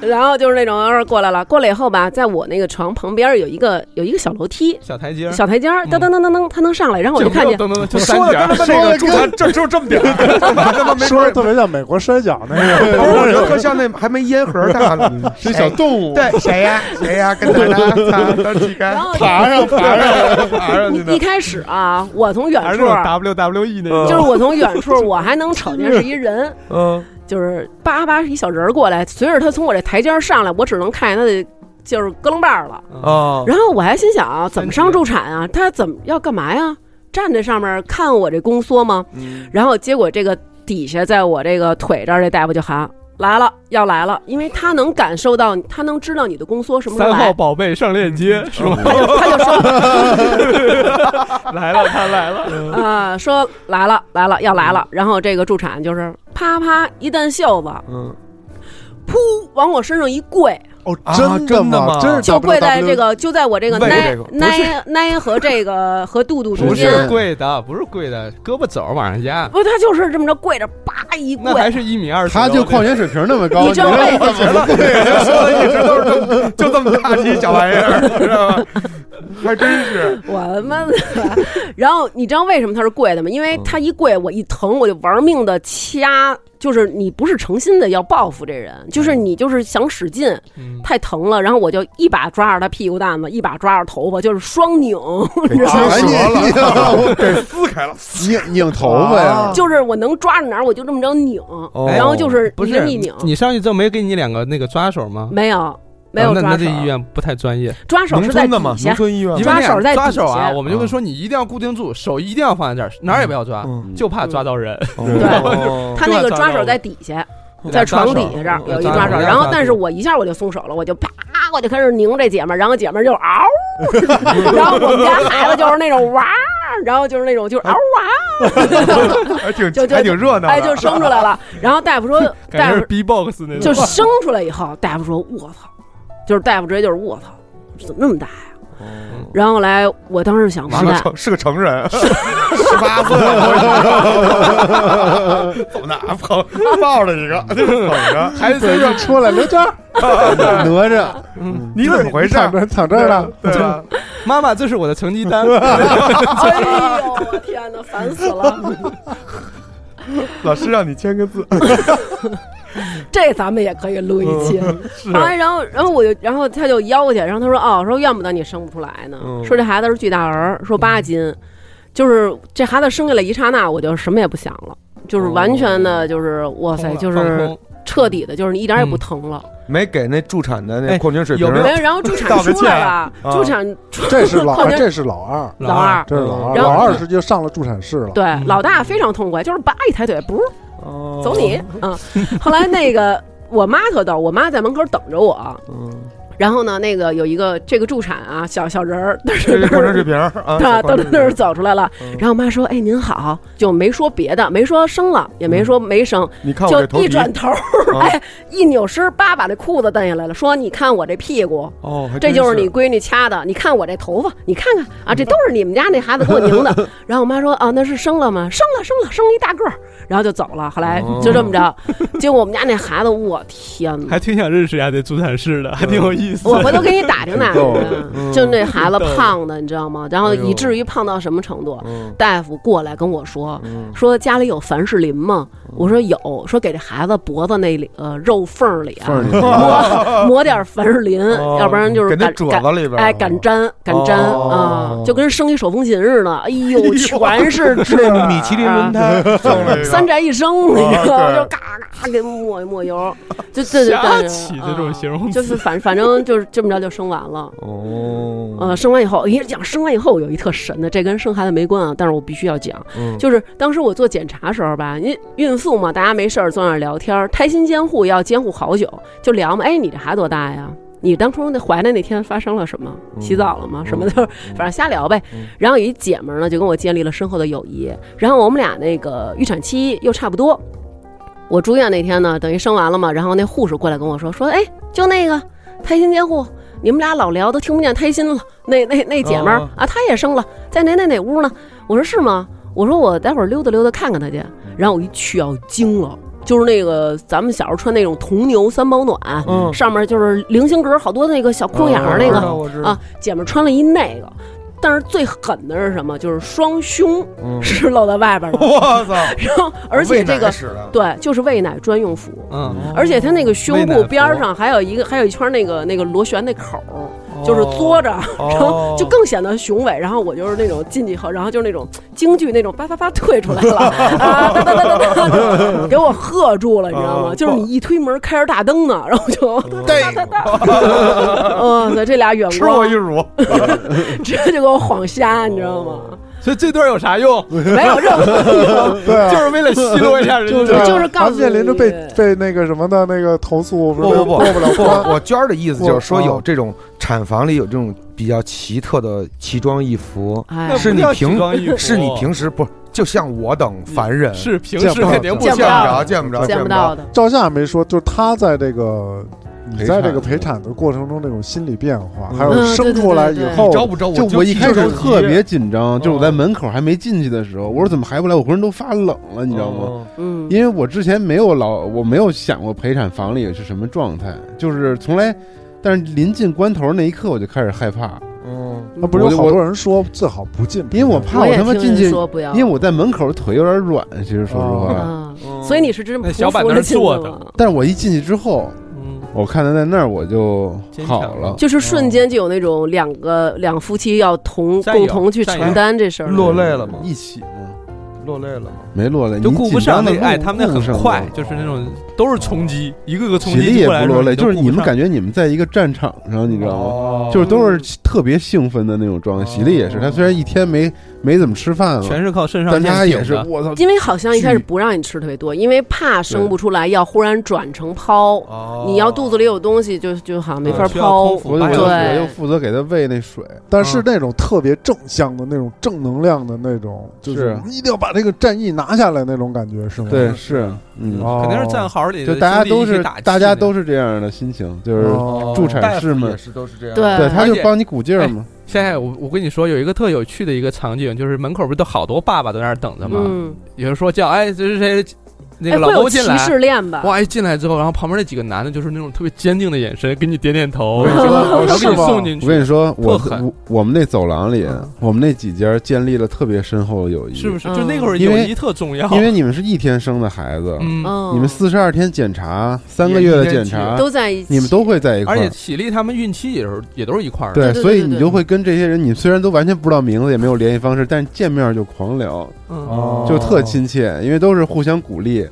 Speaker 5: 然后就是那种呃过来了，过来以后吧，在我那个床旁边有一个有一个小楼梯、
Speaker 4: 小台阶儿，
Speaker 5: 小台阶儿，
Speaker 4: 嗯
Speaker 5: 噔噔噔噔噔，他能上来，然后我就
Speaker 4: 就
Speaker 5: 看见
Speaker 4: 噔噔噔，就
Speaker 8: 说
Speaker 4: 三
Speaker 8: 的
Speaker 4: 节
Speaker 8: 跟
Speaker 4: 儿，
Speaker 8: 他妈那个猪坛，这就这么点儿， 他妈没
Speaker 7: 说的特别像美国摔跤那个，
Speaker 8: 不是，我觉得特像那还没烟盒大呢，
Speaker 6: 是小动物，
Speaker 8: 对谁呀谁呀，跟着他，当乞
Speaker 5: 然
Speaker 8: 丐，
Speaker 5: 后
Speaker 6: 爬上爬上，
Speaker 8: 爬上去
Speaker 5: 一一
Speaker 8: 呢，
Speaker 5: 开始啊，我从远
Speaker 4: 还是哦
Speaker 5: 处
Speaker 4: 那，种 WWE E 那种，
Speaker 5: 就是我从远 处，我还能瞅见是一人，
Speaker 8: 嗯，
Speaker 5: 就是叭叭一小人儿过来，随着他从我这台阶儿上来，我只能看见他的就是胳楞把儿了。
Speaker 8: 哦，
Speaker 5: 然后我还心想啊，怎么上助产啊？他怎么要干嘛呀？站在上面看我这宫缩吗？
Speaker 4: 嗯
Speaker 5: 然后结果这个底下在我这个腿这儿，这大夫就喊来了，要来了，因为他能感受到，他能知道你的宫缩什么时候
Speaker 4: 三号
Speaker 5: 来，
Speaker 4: 宝贝上链接是吧？
Speaker 5: 他就他就说
Speaker 4: 来了，他来了，
Speaker 5: 啊、说来了来了要来了，然后这个助产就是啪啪一弹袖子，
Speaker 8: 嗯，
Speaker 5: 噗往我身上一跪，
Speaker 7: 哦，
Speaker 8: 啊
Speaker 7: 的
Speaker 8: 真的吗
Speaker 7: 真是
Speaker 5: 就跪在这
Speaker 7: WWE
Speaker 5: 个就在我这个
Speaker 8: 喂
Speaker 5: 奶
Speaker 8: 这个不是
Speaker 5: 奶奶和这个和肚肚中
Speaker 6: 不
Speaker 4: 不
Speaker 5: 间
Speaker 6: 是
Speaker 4: 是，跪的，不是跪的，胳膊肘往上压，
Speaker 5: 不，他就是这么着跪着，叭一跪
Speaker 4: 那，还是一米二十，
Speaker 6: 他就矿泉水瓶那么高，
Speaker 5: 你知道为
Speaker 6: 怎么了？
Speaker 8: 对，说的一直都是这么， 就这么大一小玩意儿，知道吗？还真是，
Speaker 5: 我他妈的！ 然后你知道为什么他是跪的吗？因为他一跪，我一疼，我就玩命的掐，就是你不是诚心的要报复这人，就是你就是想使劲，
Speaker 4: 嗯，
Speaker 5: 太疼了，然后我就一把抓着他屁股蛋子，一把抓着头发，就是双拧，你知道吗？
Speaker 6: 哎 你
Speaker 8: 给撕开了，
Speaker 6: 拧拧头
Speaker 3: 哦
Speaker 6: 发呀，
Speaker 5: 就是我能抓着哪儿我就这么着拧，然后就是
Speaker 4: 不
Speaker 5: 一
Speaker 4: 是
Speaker 5: 人一拧，
Speaker 4: 你上去之后没给你两个那个抓手吗？
Speaker 5: 没有没
Speaker 4: 啊
Speaker 5: 有
Speaker 4: 那
Speaker 5: 抓
Speaker 4: 那
Speaker 5: 手
Speaker 4: 这，医院不太专业。
Speaker 5: 抓手
Speaker 8: 农
Speaker 5: 是在
Speaker 8: 村的
Speaker 5: 底
Speaker 8: 嘛，
Speaker 5: 下
Speaker 8: 农，村医院
Speaker 4: 因为
Speaker 8: 嘛，
Speaker 5: 抓
Speaker 4: 那样
Speaker 5: 手在
Speaker 4: 抓
Speaker 5: 底
Speaker 4: 手啊，
Speaker 5: 下嗯
Speaker 4: 我们就会说你一定要固定住，手一定要放在这儿，哪儿也不要抓，
Speaker 8: 嗯
Speaker 4: 就怕抓到人。
Speaker 3: 哦
Speaker 8: 对
Speaker 5: 他那个抓手在底下。嗯在床底下这儿有一抓手，然后但是我一下我就松手了，我就啪，我就开始拧这姐们儿，然后姐们儿就嗷，然后我们家孩子就是那种哇，然后就是那种就是嗷哇，
Speaker 8: 还挺
Speaker 5: 就就
Speaker 8: 还挺热闹的，
Speaker 5: 哎，就生出来了。然后大夫说，大
Speaker 4: 感觉是
Speaker 5: 夫
Speaker 4: B box 那种，
Speaker 5: 就生出来以后，大夫说我操，就是大夫直接就是我操，怎么那么大呀？然后后来我当时想
Speaker 8: 是
Speaker 5: 完
Speaker 8: 个
Speaker 5: 蛋，
Speaker 8: 成是个成人，十八岁 了，走哪捧抱着一个，就捧着，
Speaker 4: 孩子
Speaker 6: 要出来刘娟儿，哪吒，
Speaker 8: 你怎么回事？
Speaker 6: 躺 这躺这儿呢，
Speaker 8: 对啊吧？
Speaker 4: 妈妈，这是我的成绩 单。
Speaker 5: 哎呦我天哪，烦死了！
Speaker 8: 老师让你签个字，
Speaker 5: 这咱们也可以录一期。
Speaker 8: 嗯是
Speaker 5: 啊，然后然后我就，然后他就要去，然后他说哦，说怨不得你生不出来呢，
Speaker 8: 嗯
Speaker 5: 说这孩子是巨大儿，说八斤，就是这孩子生下来一刹那，我就什么也不想了。就是完全
Speaker 8: 哦
Speaker 5: 的，就是、哇塞，就
Speaker 4: 放
Speaker 5: 是
Speaker 4: 空
Speaker 5: 彻底的，就是一点也
Speaker 8: 嗯
Speaker 5: 不疼了。
Speaker 3: 没给那助产的那
Speaker 4: 哎
Speaker 3: 矿泉水瓶
Speaker 4: 有没
Speaker 3: 儿
Speaker 4: 有
Speaker 5: 然后然
Speaker 8: 道
Speaker 5: 后助产
Speaker 8: 个
Speaker 5: 出来
Speaker 8: 歉
Speaker 5: 了，
Speaker 8: 啊
Speaker 5: 助产
Speaker 7: 这是老
Speaker 5: 矿泉
Speaker 7: 这是老二，
Speaker 5: 老二，
Speaker 7: 这是老二，
Speaker 5: 然后
Speaker 7: 老二是就上了助产士了。
Speaker 5: 对、
Speaker 4: 嗯
Speaker 5: 老大非常痛快，就是叭一抬腿，不
Speaker 8: 哦
Speaker 5: 走你啊！后来 那个我妈特逗，我妈在门口等着我。
Speaker 8: 嗯，
Speaker 5: 然后呢，那个有一个这个助产啊，小小人儿，但
Speaker 8: 这
Speaker 5: 是
Speaker 8: 是矿泉水 瓶儿啊，
Speaker 5: 他
Speaker 8: 小矿泉
Speaker 5: 噔噔
Speaker 8: 水瓶
Speaker 5: 噔
Speaker 8: 儿
Speaker 5: 走出来了，
Speaker 8: 嗯
Speaker 5: 然后我妈说：“哎，您好。”就没说别的，没说生了，也没说没生，
Speaker 8: 你看我这头
Speaker 5: 就一
Speaker 8: 皮，哦
Speaker 5: 转头， 哎，一扭身，叭把这裤子蹬下来了，说：“你看我这屁股，
Speaker 8: 哦，还
Speaker 5: 这
Speaker 8: 真
Speaker 5: 就是你闺女掐的。你看我这头发，你看看啊，这都是你们家那孩子给我 拧的。”然后我妈说：“啊，那是生了吗？生了，生了，生了一大个儿。”然后就走了。后来
Speaker 8: 哦
Speaker 5: 就这么着，结果我们家那孩子，我天哪！
Speaker 4: 还挺想认识一下这助产士的，还挺有意思。
Speaker 5: 我回头给你打 听打听啊
Speaker 6: 挺逗的，
Speaker 8: 嗯
Speaker 5: 就那孩子胖的，你知道吗？然后以至于胖到什么程度？
Speaker 8: 哎嗯
Speaker 5: 大夫过来跟我说
Speaker 8: 嗯，
Speaker 5: 说家里有凡士林吗？我说有，说给这孩子脖子那里呃肉缝儿里
Speaker 6: 缝
Speaker 5: 啊
Speaker 6: 儿里
Speaker 5: 抹抹点凡士林，
Speaker 8: 啊哦
Speaker 5: 要不然就是
Speaker 8: 给那
Speaker 5: 敢
Speaker 8: 褶
Speaker 5: 敢
Speaker 8: 子里边儿
Speaker 5: 哎敢粘敢粘啊
Speaker 8: 哦，
Speaker 5: 就跟生一手风琴似的，哎呦
Speaker 8: 呦
Speaker 5: 全是
Speaker 3: 是米其林轮胎，啊
Speaker 8: 送了一个
Speaker 5: 三宅一生那
Speaker 8: 哦
Speaker 4: 啊
Speaker 5: 个
Speaker 8: 对
Speaker 5: 就嘎咔咔给抹一抹 油，就这就
Speaker 4: 瞎起的这种形容词
Speaker 5: 嗯就是反反正就是这么着就生完了。
Speaker 3: 哦，
Speaker 5: 呃，生完以后，一是讲生完以后有一特神的，这跟生孩子没关啊，但是我必须要讲，
Speaker 3: 嗯
Speaker 5: 就是当时我做检查时候吧，因为孕妇嘛，大家没事儿坐那儿聊天儿，胎心监护要监护好久，就聊嘛，哎，你这孩子多大呀？你当初那怀的那天发生了什么？
Speaker 3: 嗯
Speaker 5: 洗澡了吗？什么
Speaker 3: 嗯
Speaker 5: 的，反正瞎聊呗
Speaker 3: 嗯。
Speaker 5: 然后有一姐们儿呢，就跟我建立了深厚的友谊。然后我们俩那个预产期又差不多，我住院那天呢，等于生完了嘛，然后那护士过来跟我说说，哎，就那个胎心监护，你们俩老聊都听不见胎心了。那那那姐们儿
Speaker 3: 哦
Speaker 5: 啊，她也生了，在哪哪哪屋呢？我说是吗？我说我待会儿溜达溜达看看她去。然后我一去啊，我惊了。就是那个咱们小时候穿那种铜牛三保暖，
Speaker 3: 嗯
Speaker 5: 上面就是菱形格好多那个小窟窿眼儿那
Speaker 3: 哦我
Speaker 5: 个，
Speaker 3: 知道我知道
Speaker 5: 啊，姐们儿穿了一那个，但是最狠的是什么？就是双胸
Speaker 3: 嗯
Speaker 5: 是露在外边的，
Speaker 8: 我操！
Speaker 5: 然后 而且这
Speaker 8: 喂奶
Speaker 5: 个
Speaker 8: 使的
Speaker 5: 对，就是喂奶专用服，
Speaker 4: 嗯，
Speaker 5: 而且它那个胸
Speaker 4: 喂奶
Speaker 5: 部
Speaker 4: 服
Speaker 5: 边儿上还有一个还有一圈那个那个螺旋那口儿，就是嘬着，然
Speaker 4: 哦
Speaker 5: 后就更显得雄伟。然后我就是那种进去以后，然后就是那种京剧那种叭叭叭退出来了，啊，哒哒哒哒哒哒，给我吓住了，你知道吗？就是你一推门开着大灯呢，然后就哒哒哒，哇塞，这俩远
Speaker 8: 吃我
Speaker 5: 光
Speaker 8: 一乳，
Speaker 5: 直接就给我晃瞎，你知道吗？
Speaker 4: 所以这段有啥用？
Speaker 5: 没有任何用，
Speaker 7: 对啊，
Speaker 4: 就是为了奚落一下人
Speaker 7: 就
Speaker 4: 家。
Speaker 7: 是
Speaker 5: 就是
Speaker 7: 咱
Speaker 5: 告
Speaker 7: 们
Speaker 5: 诉
Speaker 7: 面临着被
Speaker 5: 你
Speaker 7: 被那个什么的那个投诉，
Speaker 3: 不不不
Speaker 7: 过不了
Speaker 3: 不，
Speaker 7: 关。
Speaker 3: 我娟儿的意思就是说，
Speaker 7: 我
Speaker 5: 嗯
Speaker 3: 有这种产房里有这种比较奇特的奇装异服，
Speaker 5: 哎，
Speaker 3: 是你平 是你
Speaker 4: 时
Speaker 3: 平时不就像我等凡人
Speaker 4: 是平
Speaker 7: 见
Speaker 4: 时
Speaker 7: 不到
Speaker 4: 肯定
Speaker 3: 见
Speaker 5: 见不
Speaker 3: 不
Speaker 5: 到
Speaker 3: 着见不着
Speaker 5: 见不
Speaker 3: 着
Speaker 5: 到，的，
Speaker 7: 赵夏没说，就是他在这个你
Speaker 3: 陪
Speaker 7: 在这
Speaker 3: 产
Speaker 7: 个陪产的过程中那种心理变化，
Speaker 3: 嗯
Speaker 7: 还有
Speaker 5: 嗯对
Speaker 7: 生
Speaker 5: 对
Speaker 7: 出来
Speaker 5: 对
Speaker 7: 以
Speaker 5: 对
Speaker 7: 后，
Speaker 8: 招不招？
Speaker 6: 就我一开始
Speaker 8: 着急
Speaker 6: 特别紧张，就是我在
Speaker 8: 哦
Speaker 6: 门口还没进去的时候，我说怎么还不来？我浑身都发冷了，你知道吗？？
Speaker 5: 嗯，
Speaker 6: 因为我之前没有老，我没有想过陪产房里是什么状态，就是从来，但是临近关头那一刻我就开始害怕，
Speaker 8: 哦
Speaker 3: 嗯，
Speaker 7: 那不是
Speaker 6: 我
Speaker 7: 有
Speaker 6: 就
Speaker 7: 好多人说最好不进，
Speaker 6: 因为我怕
Speaker 5: 我也
Speaker 6: 他妈
Speaker 5: 听
Speaker 6: 进
Speaker 5: 人
Speaker 6: 去，
Speaker 5: 说不要，
Speaker 6: 因为我在门口腿有点软，其实说实话，
Speaker 5: 啊，所以你是真
Speaker 4: 那小板
Speaker 5: 匍匐着
Speaker 4: 凳
Speaker 5: 进去
Speaker 4: 坐的
Speaker 5: 了
Speaker 6: 但是我一进去之后，
Speaker 4: 嗯，
Speaker 6: 我看他在那儿我就
Speaker 4: 坚强
Speaker 6: 好
Speaker 4: 了
Speaker 6: 了，
Speaker 5: 就是瞬间就有那种两个两夫妻要同
Speaker 4: 战友
Speaker 5: 共同去
Speaker 4: 战友
Speaker 5: 承担这事儿，
Speaker 3: 落泪了吗？
Speaker 6: 一起吗？
Speaker 3: 落泪了吗？
Speaker 6: 没落泪，
Speaker 4: 就
Speaker 6: 你
Speaker 4: 顾
Speaker 6: 紧
Speaker 4: 不上
Speaker 6: 张
Speaker 4: 那
Speaker 6: 的
Speaker 4: 个哎，他们那很快，就是那种都是冲击，一个个冲
Speaker 6: 体
Speaker 4: 击
Speaker 6: 力
Speaker 4: 就
Speaker 6: 也
Speaker 4: 过来
Speaker 6: 不
Speaker 4: 的时候
Speaker 6: 落泪，就是你们
Speaker 4: 都顾不上
Speaker 6: 感觉你们在一个战场上，你知道吗？
Speaker 3: 哦
Speaker 6: 就是都是特别兴奋的那种状态。喜力也是，他虽然一天没没怎么吃饭了，
Speaker 4: 哦全是靠肾上
Speaker 6: 但
Speaker 4: 腺
Speaker 6: 他
Speaker 4: 顶
Speaker 6: 也是
Speaker 4: 的嗯
Speaker 6: 我操，
Speaker 5: 因为好像一开始不让你吃特别多，因为怕生不出来，要忽然转成剖，
Speaker 3: 哦
Speaker 5: 你要肚子里有东西就就好像没法
Speaker 4: 嗯需要空
Speaker 5: 剖，
Speaker 4: 腹
Speaker 6: 我就我
Speaker 4: 对
Speaker 6: 就我就负责给他喂那水，
Speaker 7: 但
Speaker 6: 嗯
Speaker 7: 是那种特别正向的那种正能量的那种，就是
Speaker 6: 是
Speaker 7: 我们一定要把这个战役拿下来那种感觉，是吗？
Speaker 6: 对，是，嗯，
Speaker 7: 哦
Speaker 4: 肯定是战壕里的
Speaker 6: 就大家
Speaker 4: 兄弟
Speaker 6: 都
Speaker 4: 一起
Speaker 6: 是
Speaker 4: 打气
Speaker 6: 大家都
Speaker 4: 那种
Speaker 6: 是这样的心情，就是
Speaker 7: 哦
Speaker 6: 助产士们
Speaker 3: 也是都是这样，
Speaker 5: 对嗯
Speaker 6: 对，他
Speaker 4: 而
Speaker 6: 就
Speaker 4: 且哎
Speaker 6: 帮你鼓劲儿嘛，
Speaker 4: 现在我我跟你说，有一个特有趣的一个场景，就是门口不是都好多爸爸都在那儿等着吗？
Speaker 5: 嗯，
Speaker 4: 有人说叫哎，这是谁？那
Speaker 5: 哎，
Speaker 4: 个老
Speaker 5: 会有
Speaker 4: 公
Speaker 5: 歧
Speaker 4: 进来，
Speaker 5: 视链吧？
Speaker 4: 哇！一进来之后，然后旁边那几个男的，就是那种特别坚定的眼神，给你点点
Speaker 6: 我
Speaker 4: 头，
Speaker 6: 跟你说
Speaker 4: 然后给
Speaker 7: 是
Speaker 4: 你
Speaker 7: 吗
Speaker 4: 送进
Speaker 6: 我跟
Speaker 4: 去，
Speaker 6: 你说，我
Speaker 4: 特狠
Speaker 6: 我我们那走廊里
Speaker 4: 嗯，
Speaker 6: 我们那几家建立了特别深厚的友谊，
Speaker 4: 是不是？
Speaker 5: 嗯
Speaker 4: 就那会儿
Speaker 6: 因
Speaker 4: 友
Speaker 6: 为
Speaker 4: 谊特重要，
Speaker 6: 因为你们是一天生的孩子，
Speaker 4: 嗯，
Speaker 5: 嗯，
Speaker 6: 你们四十二天检查，三个月的检查，
Speaker 5: 都在一起，
Speaker 6: 你们都会在一块
Speaker 4: 而且
Speaker 6: 儿。
Speaker 4: 喜力他们孕期也是也都是一块儿的，
Speaker 6: 对，
Speaker 5: 对对
Speaker 6: 所以
Speaker 5: 对对
Speaker 6: 你就会跟这些人，你虽然都完全不知道名字，也没有联系方式，但是见面就狂聊，
Speaker 4: 嗯，
Speaker 3: 哦
Speaker 6: 就特亲切，因为都是互相鼓励。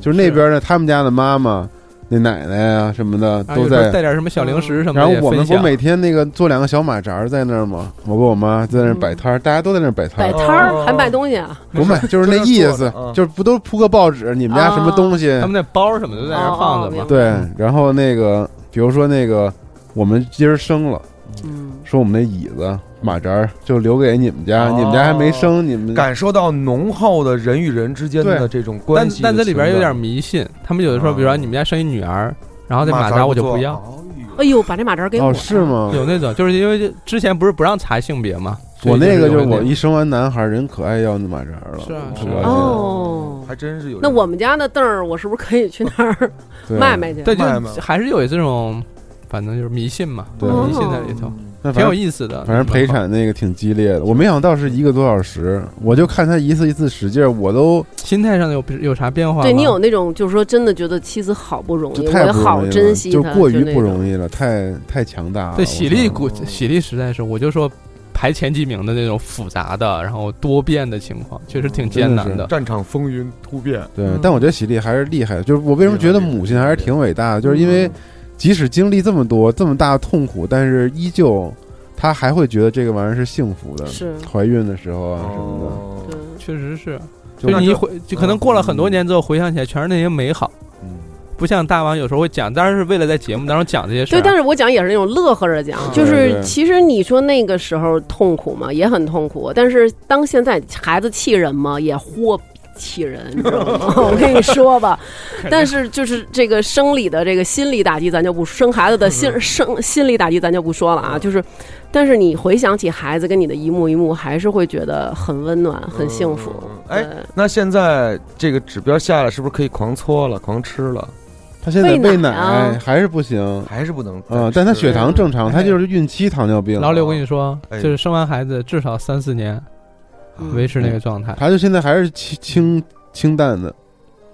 Speaker 6: 就是那边的他们家的妈妈、那奶奶啊什么的
Speaker 4: 啊
Speaker 6: 都
Speaker 4: 有时候
Speaker 6: 在。
Speaker 4: 带点什么小零食什么
Speaker 6: 然
Speaker 4: 的
Speaker 6: 后
Speaker 4: 也
Speaker 6: 我们
Speaker 4: 分
Speaker 6: 不
Speaker 4: 享，
Speaker 6: 每天那个做两个小马扎儿在那儿吗？我跟我妈在那儿摆摊儿，大家都在那儿摆摊
Speaker 5: 摆
Speaker 6: 儿，
Speaker 5: 摊儿
Speaker 3: 哦
Speaker 5: 还卖东西啊，
Speaker 6: 不卖就是那意思，就是不都铺个报纸，你们家什么东西？
Speaker 4: 他们那包什么的都在那儿放
Speaker 5: 哦哦
Speaker 4: 着嘛
Speaker 5: 明白，
Speaker 6: 对，然后那个，比如说那个，我们今儿生了，
Speaker 5: 嗯，
Speaker 6: 说我们那椅子、马扎儿就留给你们家，
Speaker 3: 哦
Speaker 6: 你们家还没生，你们
Speaker 3: 感受到浓厚的人与人之间的
Speaker 6: 对
Speaker 3: 这种关
Speaker 4: 但
Speaker 3: 系的
Speaker 4: 但
Speaker 3: 情感，
Speaker 4: 这里边有点迷信，他们有的时候，
Speaker 3: 嗯
Speaker 4: 比如说你们家生一女儿，然后这马
Speaker 3: 扎
Speaker 4: 扎我就
Speaker 3: 不
Speaker 4: 不
Speaker 3: 做啊
Speaker 4: 要，，
Speaker 5: 哎呦，把这马扎给我
Speaker 6: 哦，是？吗？
Speaker 4: 有那种就是因为之前不是不让查性别嘛，所以
Speaker 6: 我那个
Speaker 4: 就
Speaker 6: 就是
Speaker 4: 有那
Speaker 6: 我
Speaker 4: 种
Speaker 6: 一生完男孩，人可爱要那马扎儿了，
Speaker 4: 是啊
Speaker 6: 可
Speaker 4: 是
Speaker 6: 高
Speaker 4: 啊
Speaker 6: 兴了
Speaker 5: 哦
Speaker 3: 还真是有这
Speaker 5: 那
Speaker 3: 种。
Speaker 5: 我们家那凳儿，我是不是可以去那儿
Speaker 6: 对
Speaker 5: 卖卖去？
Speaker 4: 对，
Speaker 3: 卖嘛
Speaker 4: 就还是有这种，反正就是迷信嘛，
Speaker 6: 对
Speaker 4: 迷信在里头，
Speaker 5: 哦
Speaker 6: 那
Speaker 4: 挺
Speaker 6: 反
Speaker 4: 有
Speaker 6: 正
Speaker 4: 意思的。
Speaker 6: 反正陪产那个挺激烈的，我没想到是一个多小时，我就看他一次一次使劲儿，我都
Speaker 4: 心态上有有啥变化吗？
Speaker 5: 对你有那种就是说真的觉得妻子好不容
Speaker 6: 就
Speaker 5: 易，我
Speaker 6: 太
Speaker 5: 也
Speaker 6: 不容易
Speaker 5: 好
Speaker 6: 了
Speaker 5: 珍惜
Speaker 6: 就
Speaker 5: 她，
Speaker 6: 过于不
Speaker 5: 易。
Speaker 6: 容易了，太太强大了。
Speaker 4: 对
Speaker 6: 啊我
Speaker 4: 喜力
Speaker 6: 操
Speaker 4: 鼓喜力实在是，我就说。排前几名的那种复杂的，然后多变的情况，确实挺艰难
Speaker 6: 真的
Speaker 3: 战场风云突变，
Speaker 6: 对
Speaker 4: 嗯，
Speaker 6: 但我觉得喜力还是厉害的。就是我为什么觉得母亲还是挺伟大的，就是因为即使经历这么多这么大的痛苦，但是依旧她还会觉得这个玩意儿是幸福的。
Speaker 5: 是
Speaker 6: 怀孕的时候啊什么
Speaker 3: 哦
Speaker 5: 对，
Speaker 4: 确实是。
Speaker 6: 就
Speaker 4: 就你回，就可能过了很多年之后回想起来，全是那些美好，
Speaker 6: 的，嗯，
Speaker 4: 不像大王有时候会讲，当然是为了在节目当中讲这些事儿。
Speaker 5: 对，但是我讲也是那种乐呵着讲，就
Speaker 6: 啊对
Speaker 5: 是
Speaker 6: 对
Speaker 5: 其实你说那个时候痛苦嘛，也很痛苦，但是当现在孩子气人嘛，也豁气人，你知道吗？ 我跟你 说吧，但是就是这个生理的这个心理打击，咱就不生孩子的
Speaker 6: 嗯
Speaker 5: 心生心理打击，咱就不说了啊，就是。但是你回想起孩子跟你的一幕一幕，还是会觉得很温暖、很幸福。
Speaker 3: 嗯
Speaker 6: 哎
Speaker 5: 对
Speaker 3: 那现在这个指标下来，是不是可以狂搓了、狂吃了？
Speaker 6: 她现在
Speaker 5: 喂
Speaker 6: 喂奶
Speaker 5: 奶
Speaker 6: 哎
Speaker 5: 啊
Speaker 6: 还是不行。
Speaker 3: 还是不能再吃？
Speaker 6: 嗯，但她血糖正常，
Speaker 3: 哎
Speaker 6: 她就是孕期糖尿病，
Speaker 4: 老李，我跟你说，
Speaker 3: 哎
Speaker 4: 就是生完孩子至少三四年
Speaker 5: 嗯
Speaker 4: 维持那个状态。
Speaker 6: 她就现在还是清清清淡的，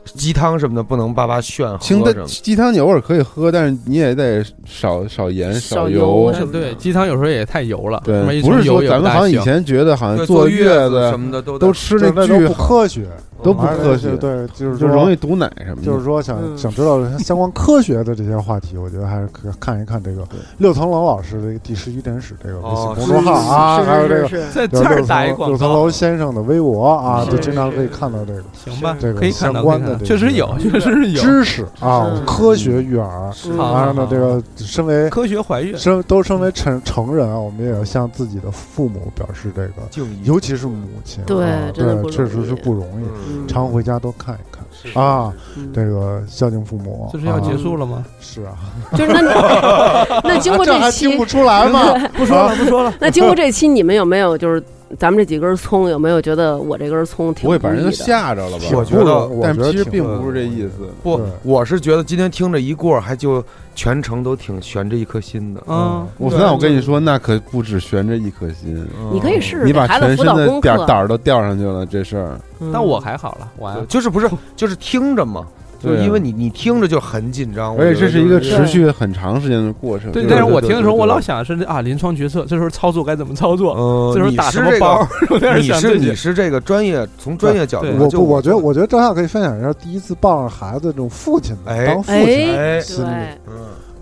Speaker 3: 鸡汤什么的不能叭叭炫喝
Speaker 6: 清
Speaker 3: 什么
Speaker 6: 淡
Speaker 3: 的
Speaker 6: 鸡汤你偶尔可以喝，但是你也得少少盐
Speaker 5: 少
Speaker 6: 少
Speaker 5: 油
Speaker 4: 但是对，鸡汤有时候也太油了，
Speaker 6: 对
Speaker 4: 什么一，
Speaker 6: 不是
Speaker 4: 说
Speaker 6: 说
Speaker 4: 油有
Speaker 6: 咱们
Speaker 4: 大
Speaker 6: 好像以
Speaker 4: 幸
Speaker 6: 前觉得好像
Speaker 3: 对
Speaker 6: 呃坐
Speaker 3: 坐
Speaker 6: 月
Speaker 3: 子
Speaker 6: 子
Speaker 3: 什么的都
Speaker 6: 都
Speaker 3: 得
Speaker 6: 吃
Speaker 7: 就
Speaker 6: 那
Speaker 7: 那
Speaker 6: 巨
Speaker 7: 不
Speaker 6: 好，
Speaker 7: 科学，
Speaker 6: 都不
Speaker 7: 而且
Speaker 6: 科学
Speaker 7: 对，就是
Speaker 6: 就
Speaker 7: 说
Speaker 6: 容易堵奶什么的。
Speaker 7: 就是说想，想
Speaker 5: 嗯
Speaker 7: 知道相关科学的这些话题，我觉得还是可看一看这个
Speaker 6: 对
Speaker 7: 六层楼老师这个第十一诊室这个微信
Speaker 3: 哦
Speaker 7: 公众号啊，还有这个
Speaker 5: 是是
Speaker 4: 在这
Speaker 7: 六
Speaker 4: 儿
Speaker 7: 层
Speaker 4: 打一
Speaker 7: 楼
Speaker 4: 广
Speaker 7: 六层
Speaker 4: 告，
Speaker 7: 楼先生的微博啊，
Speaker 5: 是
Speaker 7: 就经常可以看到这个
Speaker 4: 行吧？
Speaker 7: 这个
Speaker 4: 可以看到，
Speaker 7: 相关
Speaker 4: 可以看
Speaker 7: 的
Speaker 4: 到
Speaker 7: 这
Speaker 4: 确实
Speaker 7: 些
Speaker 4: 有，确实是有。嗯
Speaker 7: 知识啊
Speaker 5: 是，
Speaker 7: 科学育儿，
Speaker 5: 嗯
Speaker 4: 好
Speaker 7: 然后呢，这个身为
Speaker 4: 科学怀孕，
Speaker 7: 身都身为成成人啊，我们也要向自己的父母表示这个，
Speaker 3: 敬意，
Speaker 7: 尤其是母亲啊，
Speaker 5: 对真的不容
Speaker 7: 对，确实是
Speaker 5: 易
Speaker 7: 不容易，
Speaker 3: 嗯
Speaker 7: 常回家多看一看。
Speaker 3: 是
Speaker 7: 啊，
Speaker 5: 嗯
Speaker 7: 这个孝敬父母，
Speaker 4: 这是要结
Speaker 7: 啊
Speaker 4: 束了吗？
Speaker 7: 是啊，
Speaker 5: 就是那你那经过
Speaker 6: 啊
Speaker 7: 这还
Speaker 5: 期啊
Speaker 7: 听不出来吗？
Speaker 4: 不说了，不说了。
Speaker 5: 那经过这期，你们有没有就是咱们这几根葱，有没有觉得我这根葱挺
Speaker 6: 不会把人
Speaker 5: 无
Speaker 6: 都
Speaker 5: 意的
Speaker 6: 吓着了吧？
Speaker 3: 我觉得
Speaker 7: 我
Speaker 6: 但
Speaker 7: 觉得
Speaker 6: 其实
Speaker 7: 挺
Speaker 6: 并不是这意思。
Speaker 3: 不
Speaker 7: 对，
Speaker 3: 我是觉得今天听着一过，还就全程都挺悬着一颗心的。
Speaker 4: 嗯，
Speaker 6: 我
Speaker 3: 对
Speaker 6: 那我跟你说，那可不止悬着一颗心，
Speaker 3: 嗯
Speaker 5: 你可以试试
Speaker 6: 你
Speaker 5: 给
Speaker 6: 把
Speaker 5: 孩子
Speaker 6: 全
Speaker 5: 辅
Speaker 6: 身
Speaker 5: 导
Speaker 6: 的
Speaker 5: 功
Speaker 6: 点
Speaker 5: 课。
Speaker 6: 胆儿都吊上去了，这事儿。
Speaker 5: 嗯
Speaker 4: 但我还好了，我还
Speaker 3: 对就是不是就是听着嘛，就
Speaker 6: 对啊
Speaker 3: 是因为你你听着就很紧张，
Speaker 6: 而且这是一个
Speaker 3: 我觉得
Speaker 6: 持续很长时间的过程。
Speaker 4: 对。
Speaker 6: 就是
Speaker 4: 但是我听的时候，
Speaker 3: 对对对
Speaker 4: 我老想是啊，临床决策，这时候操作该怎么操
Speaker 6: 嗯
Speaker 4: 作？
Speaker 3: 呃，
Speaker 4: 这时候
Speaker 3: 你
Speaker 4: 打
Speaker 3: 是
Speaker 4: 什么
Speaker 3: 这个
Speaker 4: 包？我在这
Speaker 3: 你
Speaker 4: 想
Speaker 3: 是
Speaker 4: 自己
Speaker 3: 你。是这个专业，从专业角度
Speaker 4: 对，
Speaker 7: 我
Speaker 3: 就
Speaker 7: 不，我觉得，我觉得正好可以分享一下第一次抱着孩子这种父亲的
Speaker 3: 哎
Speaker 7: 当父亲，
Speaker 5: 哎，
Speaker 7: 心里
Speaker 5: 对，
Speaker 3: 嗯，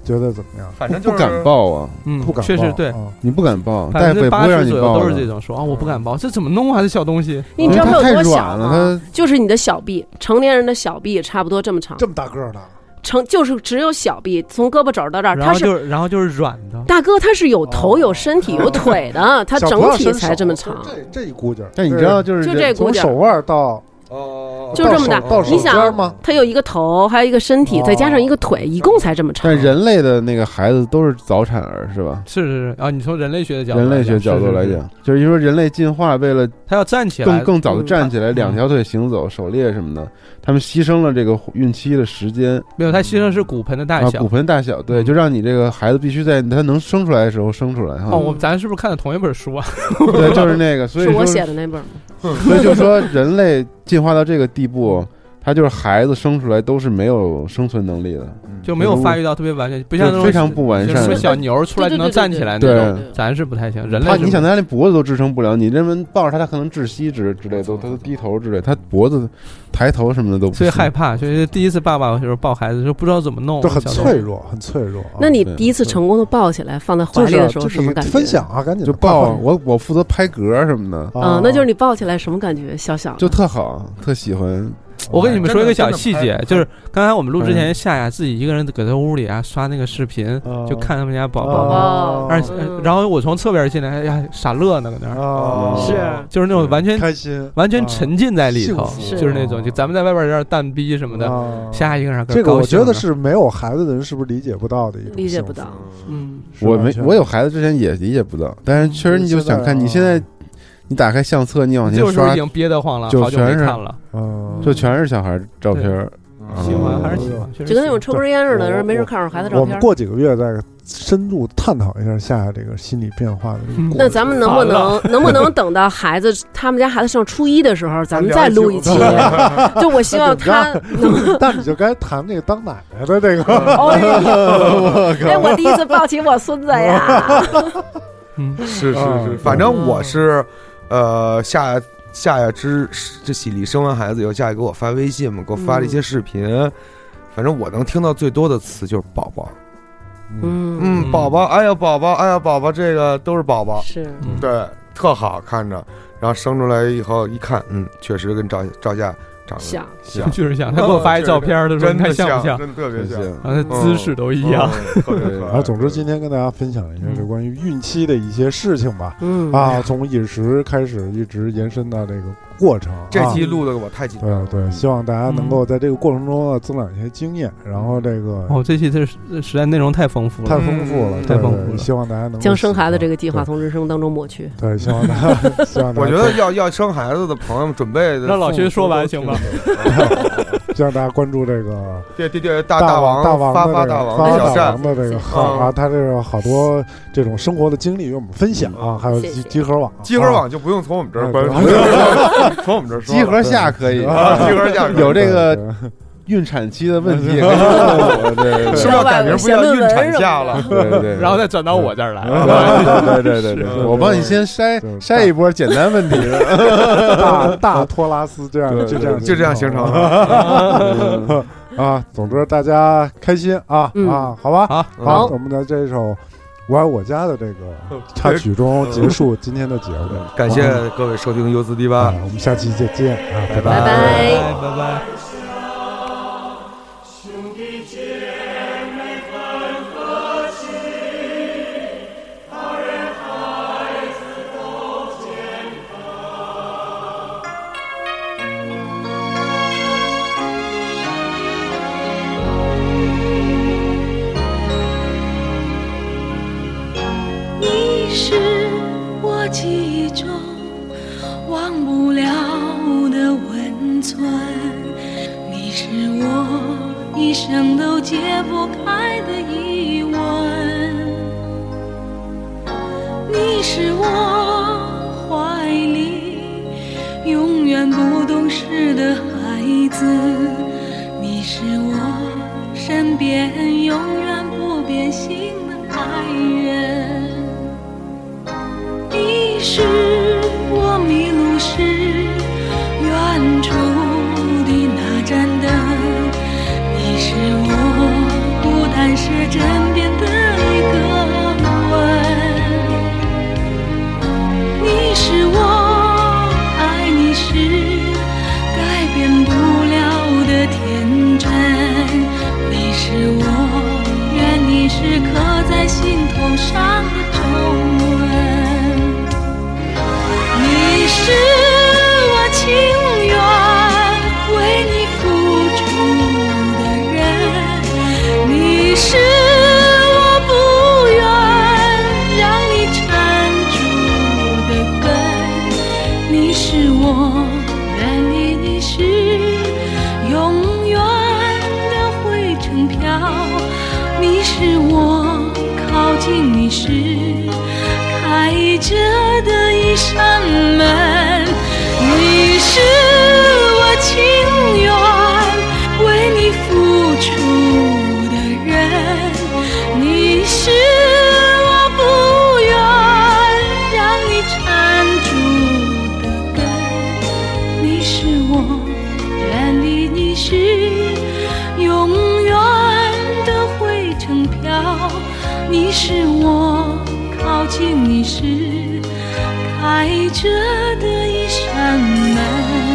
Speaker 7: 觉得怎么样？
Speaker 3: 反正就
Speaker 6: 不
Speaker 3: 是
Speaker 6: 敢，抱啊，
Speaker 4: 嗯，
Speaker 7: 不敢抱，
Speaker 4: 确实对。
Speaker 7: 啊
Speaker 6: 你不敢抱，
Speaker 4: 百
Speaker 6: 大夫
Speaker 4: 分
Speaker 6: 也不
Speaker 4: 之八
Speaker 6: 会让
Speaker 4: 十
Speaker 6: 你
Speaker 4: 左右
Speaker 6: 抱
Speaker 4: 都
Speaker 6: 的
Speaker 4: 是这种说啊，我不敢抱，这怎么弄啊？这小东西，
Speaker 5: 你知道
Speaker 6: 因
Speaker 5: 它
Speaker 6: 为
Speaker 5: 有
Speaker 6: 它太
Speaker 5: 多小
Speaker 6: 软了，
Speaker 5: 吗？
Speaker 6: 它
Speaker 5: 就是你的小臂，成年人的小臂差不多这么长
Speaker 7: 这，么大个儿的，
Speaker 5: 成就是只有小臂，从胳膊肘到这儿，
Speaker 4: 然
Speaker 5: 它
Speaker 4: 后
Speaker 5: 啊是
Speaker 4: 就是然后就是软的，
Speaker 5: 大哥，它是有头、
Speaker 7: 哦
Speaker 5: 有身体、有腿的，它
Speaker 7: 小
Speaker 5: 整
Speaker 7: 朋友
Speaker 5: 体
Speaker 7: 伸手啊
Speaker 5: 才这么长。
Speaker 7: 这这一股劲儿。
Speaker 6: 但你知道，就是
Speaker 5: 就
Speaker 6: 人
Speaker 5: 这股
Speaker 7: 从
Speaker 5: 劲儿
Speaker 7: 手腕儿到
Speaker 3: 哦
Speaker 5: 就这么大
Speaker 7: 到手
Speaker 5: 你
Speaker 7: 到手
Speaker 5: 想
Speaker 7: 尖儿吗？
Speaker 5: 它有一个头，还有一个身体，
Speaker 7: 哦
Speaker 5: 再加上一个腿，一共才这么长
Speaker 6: 但。人类的那个孩子都是早产儿，是吧？
Speaker 4: 是是是啊，你从人类学的角度来
Speaker 6: 人
Speaker 4: 讲，
Speaker 6: 类学角度来
Speaker 4: 是，是
Speaker 6: 讲，就是因为人类进化为了
Speaker 4: 是他要站起来
Speaker 6: 更，更早的站起来，
Speaker 4: 嗯
Speaker 6: 两条腿行走、狩猎什么的，他们牺牲了这个孕期的时间
Speaker 4: 没有他牺牲是骨盆的大
Speaker 6: 啊，
Speaker 4: 小
Speaker 6: 骨。盆大小，对，
Speaker 4: 嗯
Speaker 6: 就让你这个孩子必须在他能生出来的时候生出来
Speaker 4: 哦，
Speaker 6: 哈。
Speaker 4: 我咱是不是看的同一本书啊？
Speaker 6: 对，就是那个，所以
Speaker 5: 是我
Speaker 6: 说，
Speaker 5: 写的那本儿，
Speaker 6: 所以就说人类进化到这个地步，
Speaker 4: 嗯
Speaker 6: 他就是孩子生出来都是没有生存能力的，
Speaker 4: 就没有发育到特别完全，不像那
Speaker 6: 就嗯
Speaker 4: 种
Speaker 6: 非常不完
Speaker 4: 就
Speaker 6: 善
Speaker 4: 是。什么小牛儿出来就能站起来那
Speaker 6: 对
Speaker 4: 种，
Speaker 6: 对
Speaker 5: 对
Speaker 4: 咱是不太行。人类
Speaker 6: 他，
Speaker 4: 是
Speaker 6: 你想他连脖子都支撑不了，你认为抱着他，他可能窒息之之类的，都他都低头之类，他脖子抬头什么的都不
Speaker 4: 所以
Speaker 6: 行。
Speaker 4: 害怕，所以第一次爸爸就是抱孩子，就不知道怎么弄，啊
Speaker 7: 就很
Speaker 4: 小时候
Speaker 7: 脆弱，很脆弱啊。
Speaker 5: 那你
Speaker 6: 对
Speaker 5: 第一次成功的抱起来放在怀
Speaker 7: 就
Speaker 5: 里
Speaker 7: 是
Speaker 5: 的时候
Speaker 7: 就
Speaker 5: 什么
Speaker 7: 是
Speaker 5: 感觉？
Speaker 7: 分享啊，赶紧
Speaker 6: 就
Speaker 7: 的
Speaker 6: 抱
Speaker 7: 快快
Speaker 6: 我，我负责拍嗝什么的，
Speaker 7: 啊
Speaker 5: 嗯，那就是你抱起来什么感觉？小小的
Speaker 6: 就特好，特喜欢。
Speaker 4: 我跟你们说一个小细
Speaker 3: 真的
Speaker 4: 节
Speaker 3: 真的，
Speaker 4: 就是刚才我们录之前，
Speaker 6: 嗯
Speaker 4: 夏夏自己一个人搁在屋里啊刷那个视频，
Speaker 7: 哦
Speaker 4: 就看他们家宝
Speaker 5: 宝
Speaker 4: 宝，
Speaker 5: 哦
Speaker 4: 而
Speaker 5: 且
Speaker 4: 呃然后我从侧边进来，哎呀傻乐呢搁那儿，
Speaker 7: 啊
Speaker 5: 是
Speaker 4: 就是那种完全
Speaker 7: 开心，
Speaker 4: 完全
Speaker 7: 啊
Speaker 4: 沉浸在里头
Speaker 7: 幸，福
Speaker 5: 是
Speaker 4: 就是那种就咱们在外边有点蛋逼什么的，
Speaker 7: 啊
Speaker 4: 夏夏一个人搁那
Speaker 7: 这
Speaker 4: 儿
Speaker 7: 个
Speaker 4: 高
Speaker 7: 我
Speaker 4: 兴
Speaker 7: 觉
Speaker 4: 呢
Speaker 7: 得，是没有孩子的人是不是理解不到的一种
Speaker 5: 理解
Speaker 7: 幸
Speaker 5: 不
Speaker 7: 福
Speaker 5: 到。
Speaker 4: 嗯，
Speaker 7: 是
Speaker 6: 我
Speaker 7: 完
Speaker 6: 没
Speaker 7: 全
Speaker 6: 我有孩子之前也理解不到，但是确实
Speaker 7: 嗯
Speaker 6: 你就想看，
Speaker 7: 现在
Speaker 6: 你现在
Speaker 7: 啊
Speaker 6: 你打开相册，你
Speaker 5: 嗯
Speaker 6: 往前
Speaker 4: 这个时候已
Speaker 6: 刷，
Speaker 4: 经憋得慌了，
Speaker 6: 就
Speaker 4: 好久没
Speaker 6: 全是
Speaker 4: 看了，
Speaker 7: 嗯，
Speaker 6: 就全是小孩照片儿。
Speaker 3: 嗯哦
Speaker 4: 喜欢还是喜欢，确实
Speaker 5: 就跟那种
Speaker 4: 喜
Speaker 5: 抽根烟似的，
Speaker 7: 我
Speaker 5: 人没事看会儿孩子照
Speaker 7: 我
Speaker 5: 片
Speaker 7: 们
Speaker 5: 儿。
Speaker 7: 过几个月再深入探讨一下夏夏这个心理变化的这 个
Speaker 4: 嗯
Speaker 7: 过程。
Speaker 5: 那咱们能不能 能不能等到孩子他们家孩子上初一的时候，咱们再录一期？ 就我 希望他能。
Speaker 7: 但你就该谈这个当奶奶的 这个
Speaker 5: 哎，我第一次抱起我孙子呀！
Speaker 4: 嗯，
Speaker 3: 是是
Speaker 6: 啊
Speaker 3: 是，反正我是，呃，夏夏夏之这喜力生完孩子以后，夏夏给我发微信嘛，给我发了
Speaker 4: 嗯
Speaker 3: 一些视频，反正我能听到最多的词就是宝宝，
Speaker 5: 嗯
Speaker 3: 嗯，宝宝，哎呀宝宝，哎呀宝宝，这个都是宝宝，
Speaker 5: 是
Speaker 4: 嗯，
Speaker 3: 对，特好看着，然后生出来以后一看，嗯，确实跟赵赵夏长得
Speaker 5: 像
Speaker 3: 像，
Speaker 4: 确实像。他给我发一照片儿，他说
Speaker 3: 真
Speaker 4: 你看
Speaker 3: 的
Speaker 4: 像不像？
Speaker 3: 哦真的特别像，
Speaker 6: 行
Speaker 4: 然后他姿势都一样。
Speaker 3: 嗯，特别可
Speaker 6: 对
Speaker 3: 爱
Speaker 7: 然后，哎总之今天跟大家分享一下
Speaker 4: 嗯
Speaker 7: 这关于孕期的一些事情吧。
Speaker 5: 嗯，
Speaker 7: 啊，从饮食开始，一直延伸到这个过程啊。嗯
Speaker 3: 这期录的我太紧张
Speaker 7: 对
Speaker 3: 了，
Speaker 7: 对，希望大家能够在这个过程中啊增长一些经验，然后这个
Speaker 4: 哦，这期这实在内容太丰富
Speaker 7: 太
Speaker 4: 了，
Speaker 7: 丰富了，
Speaker 3: 嗯
Speaker 7: 对
Speaker 4: 太丰富
Speaker 7: 对
Speaker 4: 了
Speaker 7: 希望大家能够
Speaker 5: 将生孩子这
Speaker 7: 个
Speaker 5: 个计划从人生当中抹去。
Speaker 7: 对，希望大家希望大
Speaker 3: 我
Speaker 7: 家
Speaker 3: 觉得要要生孩子的朋友们准备的，
Speaker 4: 让老薛说完行吗？
Speaker 7: 希望大家关注这个
Speaker 3: 对对对，大
Speaker 7: 王
Speaker 3: 王
Speaker 7: 大
Speaker 3: 发发
Speaker 7: 的这
Speaker 3: 大
Speaker 7: 个发
Speaker 3: 小
Speaker 7: 发大
Speaker 3: 站嗯
Speaker 7: 王，的这个好啊，他这个好多这种生活的经历与我们分享啊，还有
Speaker 5: 谢谢
Speaker 7: 集集合网啊，
Speaker 3: 集合网就不用从我们这儿关注
Speaker 7: 啊，
Speaker 3: 从我们这儿说了
Speaker 6: 集合下可以，
Speaker 3: 啊，集合价格
Speaker 6: 有这个
Speaker 7: 对
Speaker 6: 孕产期的问题也可以问我，对对
Speaker 3: 是不是要改名不叫孕产假了？
Speaker 6: 对对对，
Speaker 4: 然后再转到我这儿来。
Speaker 6: 对对对对对对，我帮你先筛
Speaker 7: 对
Speaker 6: 筛一波简单问题，
Speaker 7: 大大托拉斯这样
Speaker 6: 对
Speaker 7: 就这样
Speaker 3: 就这样形成
Speaker 7: 了
Speaker 3: 了。
Speaker 7: 啊。总之大家开心啊
Speaker 5: 嗯
Speaker 7: 啊，好吧，
Speaker 4: 好，
Speaker 7: 好，我们在这首《我爱我家》的这个插曲中结束今天的节目，
Speaker 10: 感谢各位收听优四 D 八
Speaker 7: 啊，，我们下期再见啊，拜
Speaker 5: 拜拜。
Speaker 4: 拜拜。
Speaker 11: 兄弟姐妹很和气，大人孩子都健康。
Speaker 12: 你是我记忆中忘不了的温存，你是我一生都解不开的疑问，你是我怀里永远不懂事的孩子，你是我身边永远不变心的爱人。你是我迷路时远处的那盏灯，你是我孤单时枕边的一个吻，你是我爱你时改变不了的天真，你是我愿你时刻在心头上的皱纹。你是我情愿为你付出的人，你是我不愿让你缠住的根，你是我愿意你是永远的灰尘飘，你是我靠近你时。开着的一扇门。你是我情愿为你付出的人，你是我不愿让你缠住的根，你是我远离你时永远的灰尘飘。你是我靠近你时开着的一扇门。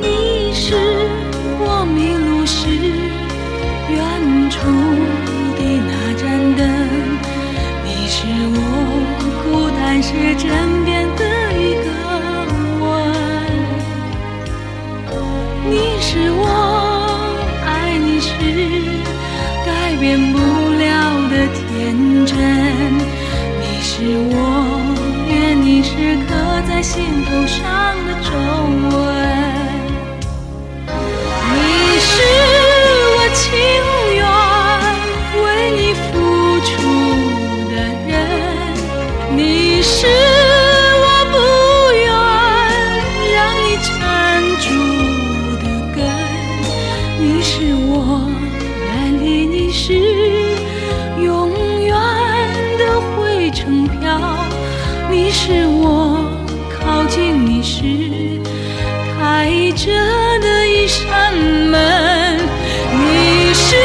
Speaker 12: 你是我迷路时远处的那盏灯，你是我孤单时枕边的一个吻，你是我爱你时改变不了的天真，你是我愿你时刻在心头上的皱纹。你是我情愿为你付出的人，你是我不愿
Speaker 5: 你是我靠近你时开着的一扇门，你是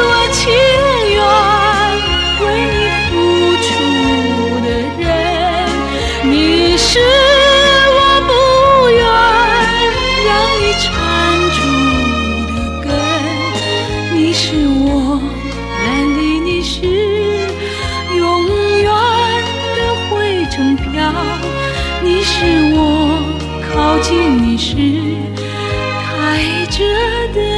Speaker 5: 我情愿为你付出的人，你是我不愿让你缠住的根，你是我愿的，你是。永远的灰尘飘。你是我靠近你时开着的